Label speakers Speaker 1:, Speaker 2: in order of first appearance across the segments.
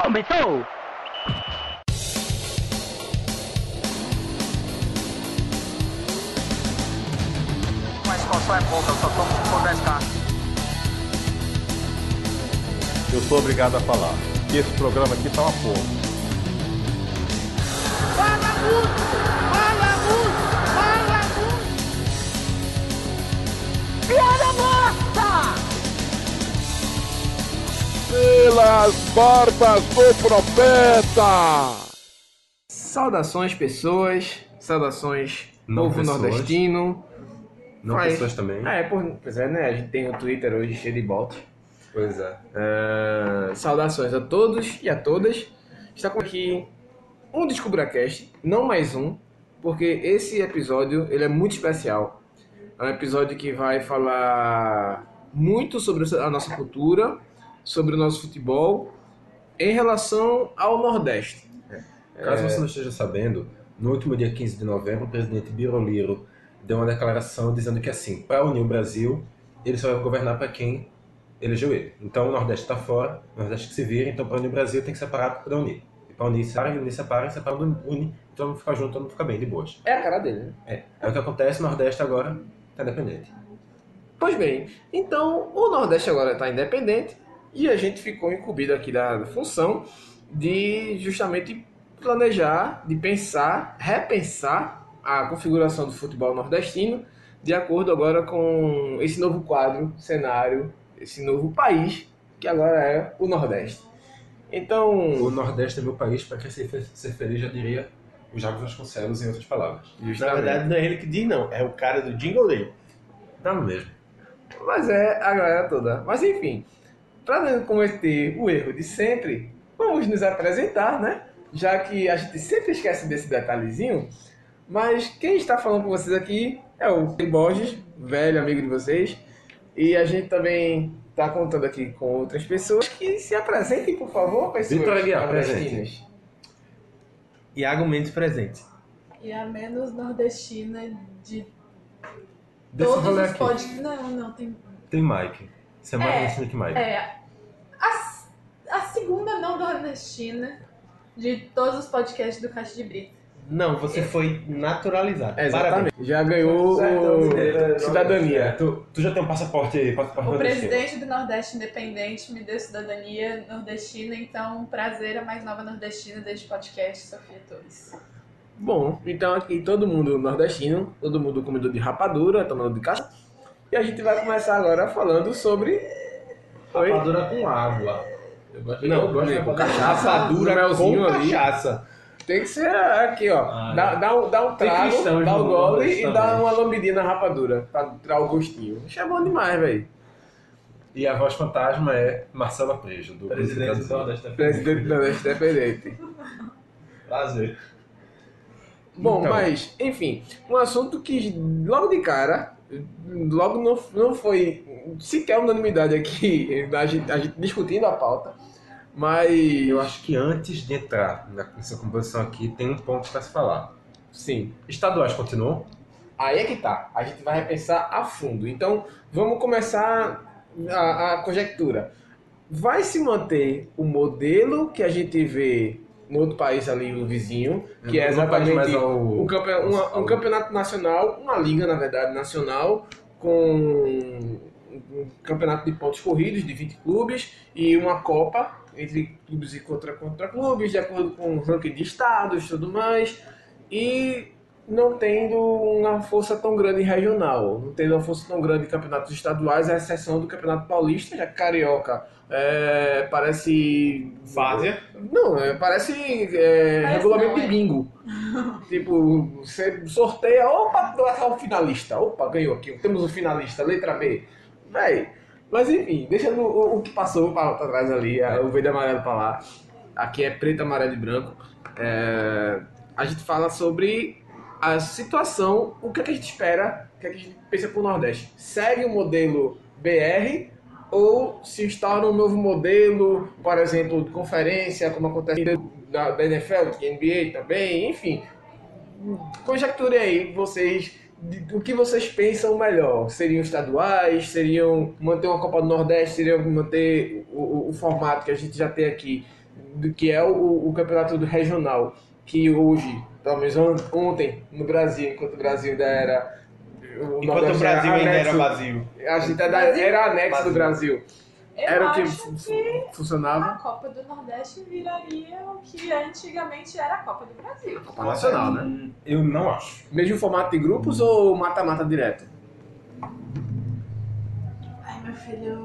Speaker 1: Começou!
Speaker 2: Mas qual só é pouca, eu só tomo se for 10k.
Speaker 3: Eu sou obrigado a falar que esse programa aqui tá uma porra.
Speaker 4: Fala muito! Fala muito! Fala muito! Piada morta!
Speaker 5: pelas barbas do profeta.
Speaker 6: Saudações, pessoas. Saudações,
Speaker 3: Não
Speaker 6: povo
Speaker 3: pessoas.
Speaker 6: nordestino.
Speaker 3: Não
Speaker 6: Vai.
Speaker 3: pessoas também.
Speaker 6: Ah, é, por- pois é, né? A gente tem o Twitter hoje cheio de bots.
Speaker 3: Pois é.
Speaker 6: Ah, saudações a todos e a todas. Está com aqui um DescubraCast, não mais um, porque esse episódio ele é muito especial. É um episódio que vai falar muito sobre a nossa cultura, sobre o nosso futebol, em relação ao Nordeste.
Speaker 3: Caso você não esteja sabendo, no último dia 15 de novembro, o presidente Biroliro deu uma declaração dizendo que assim, para unir o Brasil, ele só vai governar para quem elegeu ele. Então o Nordeste tá fora, o Nordeste que se vira, então para unir o Brasil tem que separar para unir. E para unir, separa, e unir, separa, e separa, une, então não fica junto, então não fica bem, de boas.
Speaker 6: É a cara dele, né?
Speaker 3: É, é o que acontece, o Nordeste agora tá independente.
Speaker 6: Pois bem, então o Nordeste agora está independente e a gente ficou incumbido aqui da função de justamente planejar, de pensar, repensar a configuração do futebol nordestino de acordo agora com esse novo quadro, cenário, esse novo país que agora é o Nordeste. Então,
Speaker 3: O Nordeste é meu país, para quem ser fe- ser feliz, já diria o Jacques Vasconcelos em outras palavras.
Speaker 7: Na verdade, não é ele que diz, não. É o cara do Jingle Day.
Speaker 3: Dá no Tá mesmo.
Speaker 6: Mas é a galera toda. Mas enfim, para não cometer o erro de sempre, vamos nos apresentar, né? Já que a gente sempre esquece desse detalhezinho. Mas quem está falando com vocês aqui é o Pedro Borges, velho amigo de vocês. E a gente também está contando aqui com outras pessoas que se apresentem, por favor, pessoas
Speaker 3: Vitor Aguiar,
Speaker 6: nordestinas.
Speaker 7: Iago Mendes presente.
Speaker 8: E a menos nordestina de
Speaker 3: Desse
Speaker 8: todos
Speaker 3: rolê
Speaker 8: os
Speaker 3: aqui,
Speaker 8: podcasts. Não, não, tem.
Speaker 3: tem Mike. Você é mais
Speaker 8: É,
Speaker 3: nordestino que Mike.
Speaker 8: É. A, a segunda não nordestina de todos os podcasts do Caixa de Brito.
Speaker 7: Não,
Speaker 1: É.
Speaker 7: você foi naturalizado.
Speaker 6: É,
Speaker 7: Parabéns.
Speaker 6: exatamente. Já ganhou o-
Speaker 3: É,
Speaker 6: cidadania.
Speaker 3: tu, tu já tem um passaporte, passaporte
Speaker 8: O
Speaker 3: nordestino.
Speaker 8: presidente do Nordeste Independente me deu cidadania nordestina, então prazer a mais nova nordestina deste podcast, Sofia Torres.
Speaker 6: Bom, então aqui todo mundo nordestino, todo mundo comedor de rapadura, tomando de caça. E a gente vai começar agora falando sobre. Oi?
Speaker 7: Rapadura com água.
Speaker 6: eu gosto de
Speaker 7: nego,
Speaker 6: rapadura.
Speaker 7: rapadura
Speaker 6: Com melzinho
Speaker 7: com
Speaker 6: ali.
Speaker 7: cachaça.
Speaker 6: Tem que ser aqui, ó.
Speaker 7: Ah,
Speaker 6: dá,
Speaker 7: é.
Speaker 6: dá um, dá um
Speaker 7: Tem
Speaker 6: trago,
Speaker 7: cristãos
Speaker 6: dá
Speaker 7: no
Speaker 6: um gole
Speaker 7: Nordeste
Speaker 6: e dá
Speaker 7: também.
Speaker 6: uma lambidinha na rapadura pra tirar o gostinho. Isso é bom demais, velho.
Speaker 3: E a voz fantasma é Marcela Prejo, do
Speaker 7: Presidente do Nordeste.
Speaker 6: Presidente do Nordeste Independente.
Speaker 7: Prazer.
Speaker 6: Bom,
Speaker 3: Então.
Speaker 6: mas, enfim, um assunto que logo de cara, logo não, não foi sequer unanimidade aqui, a gente, a gente discutindo a pauta, mas.
Speaker 3: Eu acho que antes de entrar na- nessa composição aqui, tem um ponto pra se falar.
Speaker 6: Sim.
Speaker 3: Estaduais continuam?
Speaker 6: Aí é que tá. A gente vai repensar a fundo. Então, vamos começar a, a conjectura. Vai se manter o modelo que a gente vê no outro país ali, o vizinho, que é
Speaker 3: Não faz mais
Speaker 6: exatamente
Speaker 3: ao-
Speaker 6: um, campe- uma- um campeonato nacional, uma liga, na verdade, nacional, com um campeonato de pontos corridos de 20 clubes e uma Copa entre clubes e contra, contra clubes, de acordo com o ranking de estados e tudo mais. E não tendo uma força tão grande regional, não tendo uma força tão grande em campeonatos estaduais, à exceção do Campeonato Paulista, já que Carioca é, parece.
Speaker 7: Várzea.
Speaker 6: Não, é, parece, é,
Speaker 8: Parece não,
Speaker 6: regulamento de
Speaker 8: é.
Speaker 6: bingo. tipo, você sorteia, opa, é o finalista. Opa, ganhou aqui. Temos o finalista, letra B. Véi. Mas enfim, deixando o, o que passou para pra trás ali, a- o verde e amarelo pra lá. Aqui é preto, amarelo e branco. É, a gente fala sobre a situação, o que, é que a gente espera, o que, é que a gente pensa pro Nordeste. Segue o modelo BR ou se instaura um novo modelo, por exemplo, de conferência, como acontece da, da NFL, da NBA também, enfim. Conjecture aí vocês de- o que vocês pensam melhor. Seriam estaduais? Seriam manter uma Copa do Nordeste? Seriam manter o, o- o formato que a gente já tem aqui do que é o, o campeonato do regional, que hoje, pelo menos on- ontem, no Brasil, enquanto o Brasil ainda era. O
Speaker 1: Enquanto o
Speaker 3: é
Speaker 6: Nordeste
Speaker 1: Brasil ainda
Speaker 6: anexo,
Speaker 1: era vazio.
Speaker 6: A gente ainda era anexo do Brasil.
Speaker 8: Eu
Speaker 6: era o que
Speaker 8: acho
Speaker 6: fu-
Speaker 8: que
Speaker 6: fu- funcionava.
Speaker 8: a Copa do Nordeste viraria o que antigamente era a Copa do Brasil.
Speaker 6: Copa Nacional, né?
Speaker 3: Eu não acho.
Speaker 6: Mesmo formato de grupos ou mata-mata direto?
Speaker 8: Ai, meu filho. Eu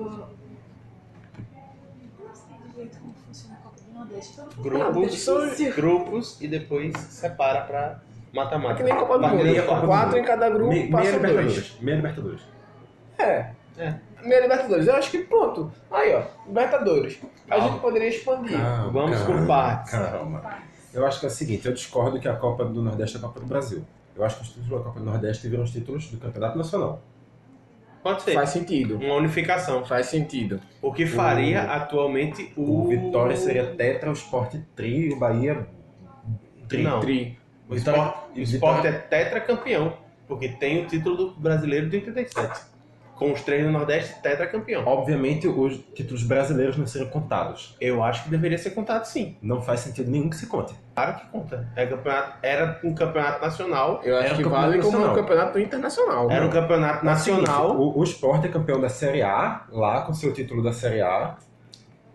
Speaker 8: não sei direito como funciona a Copa do Nordeste. Todo mundo fala,
Speaker 1: Grupos,
Speaker 8: "Tá difícil".
Speaker 1: grupos e depois separa pra
Speaker 6: É que
Speaker 1: mata-mata.
Speaker 6: nem Copa do
Speaker 1: Mas nem a
Speaker 6: Mundo.
Speaker 1: Copa do
Speaker 6: Quatro
Speaker 3: Mundo.
Speaker 6: em cada grupo,
Speaker 3: Me- meia
Speaker 6: passam dois.
Speaker 3: Libertadores. Meia Libertadores.
Speaker 6: É.
Speaker 1: É.
Speaker 6: Meia Libertadores. Eu acho que pronto. Aí, ó. Libertadores. A
Speaker 1: Calma.
Speaker 6: gente poderia expandir.
Speaker 3: Calma,
Speaker 1: Vamos por partes.
Speaker 3: Calma. Eu acho que é o seguinte, eu discordo que a Copa do Nordeste é a Copa do Brasil. Eu acho que os títulos da Copa do Nordeste viram os títulos do Campeonato Nacional.
Speaker 1: Pode ser.
Speaker 6: Faz sentido.
Speaker 1: Uma unificação.
Speaker 6: Faz sentido.
Speaker 1: O que faria atualmente o.
Speaker 3: O Vitória seria tetra, o Sport tri, o Bahia tri.
Speaker 1: Não.
Speaker 6: Tri.
Speaker 1: O
Speaker 3: Vitória-
Speaker 1: Sport,
Speaker 3: Vitória-
Speaker 1: o Sport é tetracampeão, porque tem o título do brasileiro de 87. Com os três do Nordeste, tetracampeão.
Speaker 3: Obviamente, os títulos brasileiros não seriam contados.
Speaker 1: Eu acho que deveria ser contado sim.
Speaker 3: Não faz sentido nenhum que se conte.
Speaker 1: Claro que conta. É campeonato- era um campeonato nacional.
Speaker 6: Eu acho
Speaker 3: Era um
Speaker 6: que
Speaker 3: campeonato
Speaker 6: vale como um
Speaker 3: nacional.
Speaker 6: campeonato internacional.
Speaker 1: Era um campeonato nacional.
Speaker 3: O, o Sport é campeão da Série A, lá com seu título da Série A,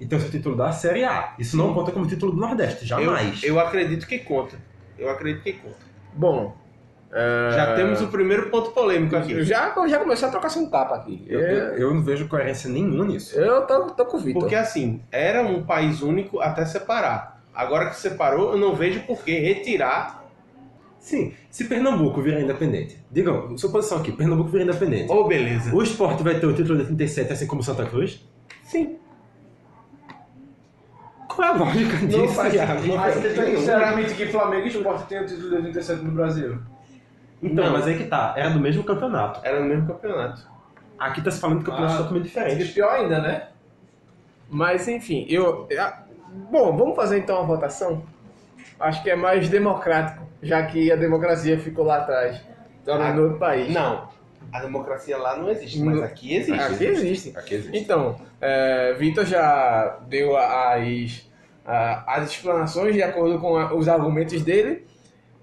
Speaker 3: e tem o seu título da Série A. Isso não conta como título do Nordeste,
Speaker 1: Eu,
Speaker 3: jamais.
Speaker 1: eu acredito que conta. Eu acredito que conta.
Speaker 6: Bom. é,
Speaker 1: Já temos o primeiro ponto polêmico aqui.
Speaker 6: Já, já começou a trocar sem tapa aqui.
Speaker 3: Eu-
Speaker 6: Eu,
Speaker 3: É, eu não vejo coerência nenhuma nisso.
Speaker 6: eu tô, tô com o Vitor.
Speaker 1: Porque assim, era um país único até separar. Agora que separou, eu não vejo por que retirar
Speaker 3: Sim, se Pernambuco virar independente, digam, suposição aqui, Pernambuco virar independente,
Speaker 1: Ô, beleza.
Speaker 3: o esporte vai ter o título de 37, assim como Santa Cruz?
Speaker 1: Sim.
Speaker 3: Qual é a lógica disso?
Speaker 1: Não faz
Speaker 7: ah,
Speaker 3: Thiago?
Speaker 1: não faz sentido nenhum.
Speaker 7: Sinceramente,
Speaker 6: um
Speaker 7: que Flamengo e Sport tem o título de 87 no Brasil.
Speaker 3: Então,
Speaker 1: Não.
Speaker 3: mas aí que tá, era do mesmo campeonato.
Speaker 1: Era no mesmo campeonato.
Speaker 3: Aqui tá se falando de campeonato
Speaker 7: Ah.
Speaker 3: totalmente
Speaker 7: E
Speaker 3: diferente.
Speaker 7: pior ainda, né?
Speaker 6: É Mas enfim, eu. ah, Bom, vamos fazer então uma votação? Acho que é mais democrático, já que a democracia ficou lá atrás. Tá
Speaker 1: Ah,
Speaker 6: no outro país.
Speaker 1: Não. A democracia lá não existe, mas
Speaker 6: Não.
Speaker 1: aqui existe.
Speaker 6: Aqui existe.
Speaker 3: Aqui existe.
Speaker 6: Então, é, Vitor já deu as, a- as explanações de acordo com a- os argumentos dele.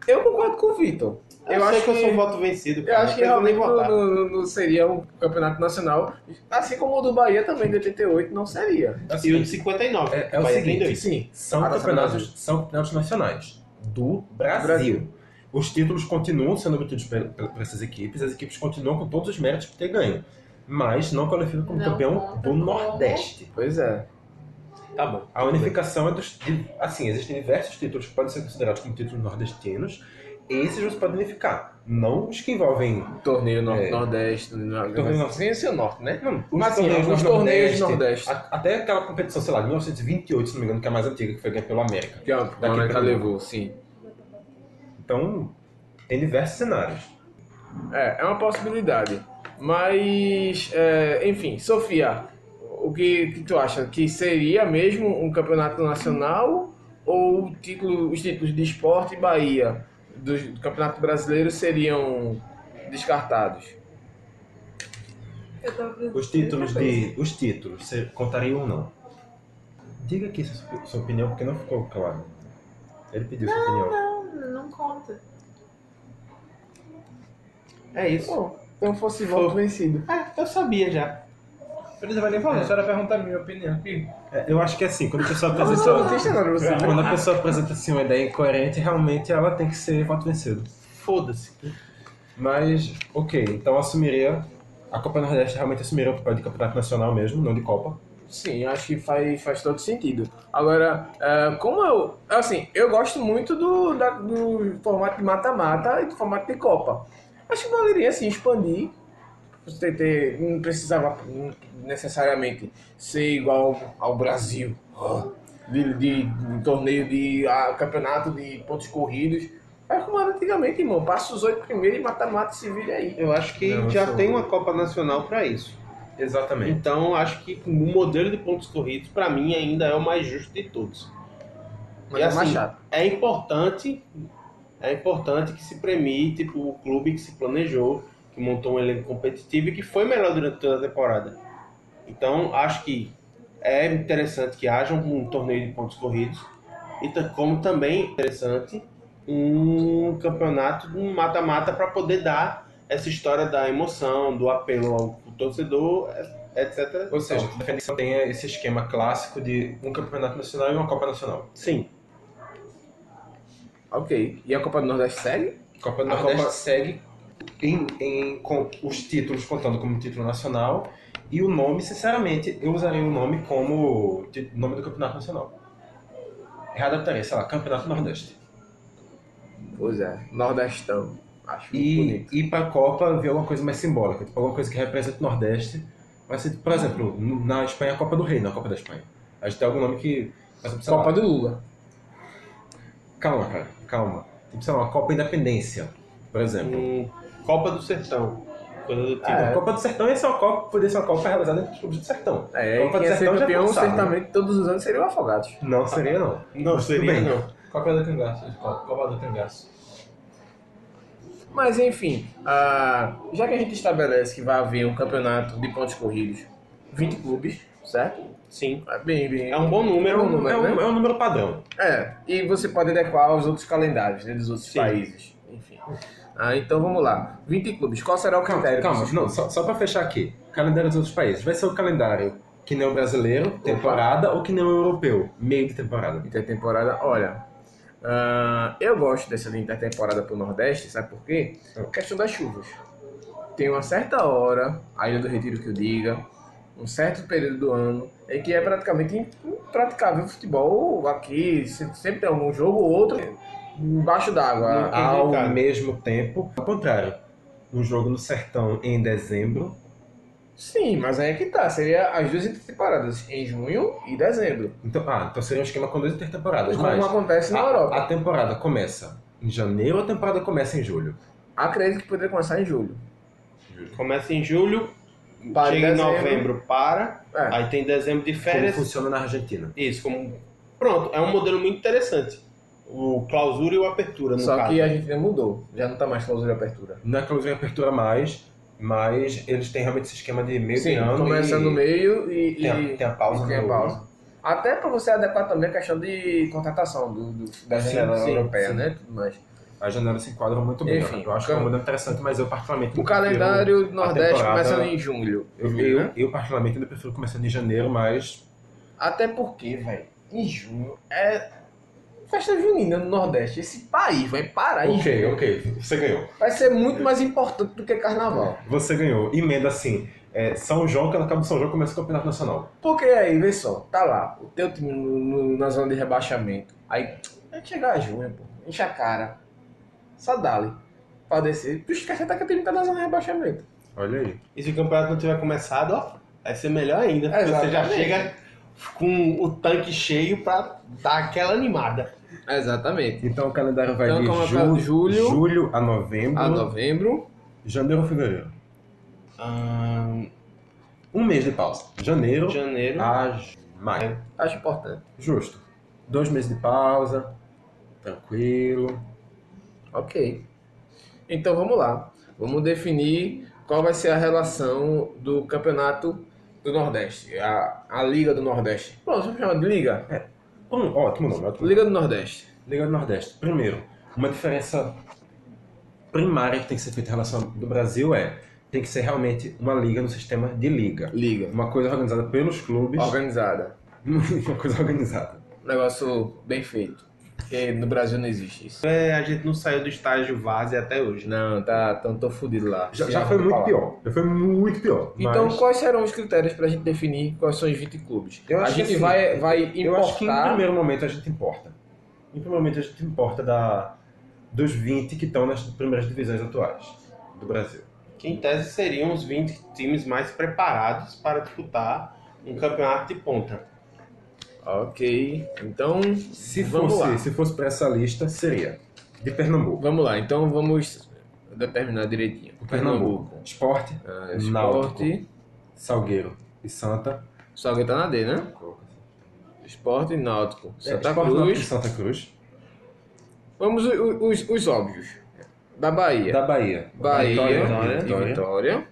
Speaker 6: Eu concordo com o Vitor.
Speaker 1: Eu, acho que, eu sou um voto vencido.
Speaker 6: Eu
Speaker 1: cara.
Speaker 6: acho que
Speaker 1: Não preciso nem
Speaker 6: realmente não,
Speaker 1: votar.
Speaker 6: não- não seria um campeonato nacional, assim como o do Bahia também de 88 não seria.
Speaker 1: E Assim, o de 59.
Speaker 3: É- é o
Speaker 1: mas
Speaker 3: seguinte,
Speaker 1: tem dois.
Speaker 6: Sim.
Speaker 3: São,
Speaker 6: Ah, tá,
Speaker 3: campeonatos, são campeonatos nacionais do Brasil.
Speaker 6: Brasil.
Speaker 3: Os títulos continuam sendo obtidos pe- pe- por essas equipes, as equipes continuam com todos os méritos por ter ganho, mas não qualificam como
Speaker 8: Não
Speaker 3: campeão
Speaker 8: conta
Speaker 3: do
Speaker 8: como-
Speaker 3: Nordeste.
Speaker 6: Pois é.
Speaker 1: Tá bom.
Speaker 3: A unificação é dos. de- Assim, existem diversos títulos que podem ser considerados como títulos nordestinos. Esses você pode unificar. Não os que envolvem.
Speaker 6: Torneio nor-
Speaker 3: É.
Speaker 6: Nordeste. no-
Speaker 3: Torneio
Speaker 6: mas- Sem ser Norte, né?
Speaker 3: Não, os
Speaker 6: Mas, assim, os
Speaker 3: do
Speaker 6: torneios do Nordeste.
Speaker 3: a- Até aquela competição, sei lá, de 1928, se não me engano, que é a mais antiga, que foi ganha pelo América.
Speaker 6: Que a
Speaker 3: pra
Speaker 6: América
Speaker 3: mim.
Speaker 6: levou, sim.
Speaker 3: Então, tem diversos cenários.
Speaker 6: É, é uma possibilidade. Mas, é, enfim, Sofia, o que, que tu acha? Que seria mesmo um campeonato nacional ou o título, os títulos de esporte e Bahia do, do Campeonato Brasileiro seriam descartados?
Speaker 8: Eu tô pensando
Speaker 3: Os títulos
Speaker 8: em outra coisa.
Speaker 3: de. Os títulos, você contaria ou não? Diga aqui sua, sua- sua opinião, porque não ficou claro. Ele pediu sua opinião.
Speaker 8: Não, não conta.
Speaker 1: É isso.
Speaker 6: Bom, então fosse voto vencido.
Speaker 1: Ah, eu sabia já.
Speaker 7: Beleza, vai nem falar. A senhora pergunta a minha opinião aqui.
Speaker 3: É, eu acho que é assim, quando a pessoa
Speaker 6: Não,
Speaker 3: apresenta.
Speaker 6: não, não, não, não.
Speaker 3: Quando a pessoa apresenta assim, uma ideia incoerente, realmente ela tem que ser voto vencido.
Speaker 1: Foda-se.
Speaker 3: Mas, ok, então assumiria. A Copa Nordeste realmente assumiria o papel de campeonato nacional mesmo, não de Copa.
Speaker 6: Sim, acho que faz, faz todo sentido. Agora, é, como eu. Assim, eu gosto muito do, da- do formato de mata-mata e do formato de Copa. Acho que valeria assim expandir. Você ter, não precisava hum, necessariamente ser igual ao, ao Brasil. ó, De, de, de torneio de ah, campeonato de pontos corridos. Mas como era antigamente, irmão, passa os oito primeiros e mata-mata e se vira aí.
Speaker 1: Eu acho que
Speaker 3: Não, eu
Speaker 1: já
Speaker 3: sou-
Speaker 1: tem uma Copa Nacional pra isso.
Speaker 3: Exatamente.
Speaker 1: Então, acho que o modelo de pontos corridos, pra mim, ainda é o mais justo de todos.
Speaker 6: Mas
Speaker 1: E
Speaker 6: é mais
Speaker 1: assim,
Speaker 6: chato.
Speaker 1: é importante é importante que se premie tipo, o clube que se planejou, que montou um elenco competitivo e que foi melhor durante toda a temporada. Então, acho que é interessante que haja um torneio de pontos corridos, e ta- como também é interessante um campeonato de um mata-mata para poder dar essa história da emoção, do apelo ao torcedor, etc.
Speaker 3: Ou seja, a definição tem esse esquema clássico de um campeonato nacional e uma Copa Nacional.
Speaker 1: Sim,
Speaker 6: Ok. E a Copa do Nordeste segue?
Speaker 3: Copa do
Speaker 1: A
Speaker 3: Nordeste
Speaker 1: Copa-
Speaker 3: segue em, em- com os títulos contando como título nacional e o nome, sinceramente, eu usaria o nome como ti- nome do campeonato nacional. Readaptaria, sei lá, Campeonato Nordeste.
Speaker 6: Pois é. Nordestão. Acho muito
Speaker 3: E,
Speaker 6: bonito.
Speaker 3: e pra Copa ver alguma coisa mais simbólica, tipo alguma coisa que representa o Nordeste. Vai ser, por exemplo, no- na Espanha a Copa do Rei, não a Copa da Espanha. A gente tem algum nome que. por exemplo, sei lá,
Speaker 6: Copa do Lula.
Speaker 3: Calma, cara, calma. Tipo, sei lá, uma Copa Independência, por exemplo.
Speaker 1: um Copa do Sertão, coisa do tipo.
Speaker 3: Tipo, a Copa do Sertão ia ser uma Copa, poderia ser uma Copa realizada entre os clubes do Sertão.
Speaker 6: É,
Speaker 3: Copa
Speaker 6: Copa quem
Speaker 3: do
Speaker 6: ia ser
Speaker 3: Sertão já
Speaker 6: campeão,
Speaker 3: foi, né? sabe?
Speaker 6: certamente, todos os anos seriam afogados.
Speaker 3: Não seria, não.
Speaker 1: Não, seria
Speaker 3: bem.
Speaker 1: não.
Speaker 7: Copa do Cangaço. Copa Copa do Cangaço.
Speaker 6: Mas enfim, ah, já que a gente estabelece que vai haver um campeonato de pontos corridos, 20 clubes, certo?
Speaker 1: Sim.
Speaker 6: Ah, Bem, bem.
Speaker 1: É um bom
Speaker 3: É
Speaker 1: número.
Speaker 6: um
Speaker 3: um,
Speaker 6: número,
Speaker 3: é um- é um número padrão.
Speaker 6: É, e você pode adequar aos outros calendários, né, dos outros
Speaker 1: Sim.
Speaker 6: países. Enfim. Ah, então vamos lá. 20 clubes. Qual será o
Speaker 3: Calma,
Speaker 6: critério?
Speaker 3: calma, não, só, só pra fechar aqui. Calendário dos outros países. Vai ser o calendário que nem o brasileiro, temporada, ou que nem o europeu, meio de temporada.
Speaker 6: Intertemporada, olha. ah, eu gosto dessa de intertemporada pro Nordeste, sabe por quê? A questão das chuvas. Tem uma certa hora, a Ilha do Retiro que eu diga, um certo período do ano, é que é praticamente impraticável o futebol aqui. se- Sempre tem algum jogo ou outro embaixo d'água.
Speaker 1: Não. é
Speaker 3: Ao
Speaker 6: Tá.
Speaker 1: Cara.
Speaker 3: mesmo tempo, ao contrário. Um jogo no sertão em dezembro.
Speaker 6: Sim, mas aí é que tá. Seria as duas intertemporadas, em junho e dezembro.
Speaker 3: Então, ah, então seria um esquema com duas intertemporadas,
Speaker 6: Como
Speaker 3: mas.
Speaker 6: acontece na
Speaker 3: a-
Speaker 6: Europa.
Speaker 3: a temporada começa em janeiro ou a temporada começa em julho?
Speaker 6: Acredito que poderia começar em julho.
Speaker 1: Começa em julho,
Speaker 6: Para
Speaker 1: chega em
Speaker 6: dezembro.
Speaker 1: novembro, para.
Speaker 6: É.
Speaker 1: Aí tem dezembro de
Speaker 3: Como
Speaker 1: férias.
Speaker 3: funciona na Argentina?
Speaker 1: Isso, como. Pronto, é um modelo muito interessante. O clausura e o apertura, no
Speaker 6: Só
Speaker 1: caso.
Speaker 6: que a gente mudou. Já não tá mais clausura de apertura.
Speaker 3: Não é clausura e apertura mais, mas eles têm realmente esse esquema de meio de
Speaker 6: Sim,
Speaker 3: ano.
Speaker 6: começa
Speaker 3: e
Speaker 6: no meio e,
Speaker 3: Tem a,
Speaker 6: e-
Speaker 3: tem a pausa.
Speaker 6: e tem a
Speaker 3: no-
Speaker 6: pausa. Até para você adequar também a questão de contratação do, do- da
Speaker 3: Sim,
Speaker 6: janela
Speaker 3: sim,
Speaker 6: europeia,
Speaker 3: sim.
Speaker 6: né? Tudo mais.
Speaker 3: A janela se enquadra muito bem.
Speaker 6: Enfim,
Speaker 3: eu acho que é um
Speaker 6: calma.
Speaker 3: modelo interessante, mas eu particularmente.
Speaker 6: O calendário do
Speaker 3: a
Speaker 6: Nordeste
Speaker 3: temporada-
Speaker 6: começa em julho.
Speaker 3: Eu,
Speaker 6: julho,
Speaker 3: eu,
Speaker 6: né?
Speaker 3: eu particularmente ainda prefiro começando em janeiro, mas.
Speaker 6: Até porque, velho, em junho é festa junina no Nordeste. Esse país vai parar em
Speaker 3: Ok,
Speaker 6: junho.
Speaker 3: ok. Você ganhou.
Speaker 6: Vai ser muito mais importante do que carnaval.
Speaker 3: Você ganhou. Emenda assim. é, São João, que acaba São João, começa o Campeonato Nacional.
Speaker 6: Porque aí, vê só, tá lá, o teu time no- no- na zona de rebaixamento. Aí, vai chegar a junho, pô, enche a cara. Só dá-lhe pra descer. Tu esquece até que o time tá na zona de rebaixamento.
Speaker 3: Olha aí.
Speaker 1: E se o campeonato não tiver começado, ó, vai ser melhor ainda. Porque você já
Speaker 6: Exatamente.
Speaker 1: chega com o tanque cheio pra dar aquela animada.
Speaker 6: Exatamente.
Speaker 3: Então o calendário vai
Speaker 6: Então,
Speaker 3: de
Speaker 6: como é
Speaker 3: ju-
Speaker 6: julho-
Speaker 3: julho a novembro,
Speaker 6: A novembro.
Speaker 3: janeiro a fevereiro.
Speaker 1: Ahn,
Speaker 3: Um mês de pausa. Janeiro
Speaker 1: janeiro.
Speaker 3: a ju- maio.
Speaker 6: Acho importante.
Speaker 3: Justo. Dois meses de pausa, tranquilo.
Speaker 6: Ok. Então vamos lá. Vamos definir qual vai ser a relação do campeonato do Nordeste. A, a Liga do Nordeste. Pronto, vamos chamar de Liga.
Speaker 3: Bom, Um ótimo nome, ótimo.
Speaker 6: Liga do Nordeste.
Speaker 3: Liga do Nordeste. Primeiro, uma diferença primária que tem que ser feita em relação ao do Brasil é tem que ser realmente uma liga no sistema de liga.
Speaker 6: Liga.
Speaker 3: Uma coisa organizada pelos clubes,
Speaker 6: Organizada.
Speaker 3: uma coisa organizada.
Speaker 6: Um negócio bem feito. Porque no Brasil não existe isso.
Speaker 1: É, a gente não saiu do estágio base até hoje, né?
Speaker 6: Não, tá, tão, tô fudido lá. é
Speaker 3: Já, já foi muito
Speaker 6: falar.
Speaker 3: pior. Já foi muito pior.
Speaker 6: Então,
Speaker 3: mas
Speaker 6: quais serão os critérios pra gente definir quais são os 20 clubes?
Speaker 3: Eu
Speaker 6: a
Speaker 3: acho que
Speaker 6: gente
Speaker 3: assim,
Speaker 6: vai, vai
Speaker 3: eu acho que em
Speaker 6: importar.
Speaker 3: primeiro momento a gente importa. Em primeiro momento a gente importa da, dos 20 que estão nas primeiras divisões atuais do Brasil.
Speaker 1: Que em tese seriam os 20 times mais preparados para disputar um campeonato de ponta.
Speaker 6: Ok. Então,
Speaker 3: Se
Speaker 6: Vamos
Speaker 3: fosse,
Speaker 6: lá.
Speaker 3: se fosse para essa lista, seria de Pernambuco.
Speaker 6: vamos lá. Então vamos determinar direitinho.
Speaker 3: Pernambuco. Esporte,
Speaker 6: Ah,
Speaker 3: Náutico.
Speaker 6: Esporte.
Speaker 3: Salgueiro e Santa.
Speaker 6: Só que tá na D, né? Esporte e Náutico. Santa Cruz.
Speaker 3: É, Náutico e Santa Cruz.
Speaker 6: Vamos o- o- os, os óbvios. Da Bahia.
Speaker 3: Da Bahia.
Speaker 6: Bahia
Speaker 3: Vitória,
Speaker 6: e
Speaker 3: Vitória.
Speaker 6: Vitória.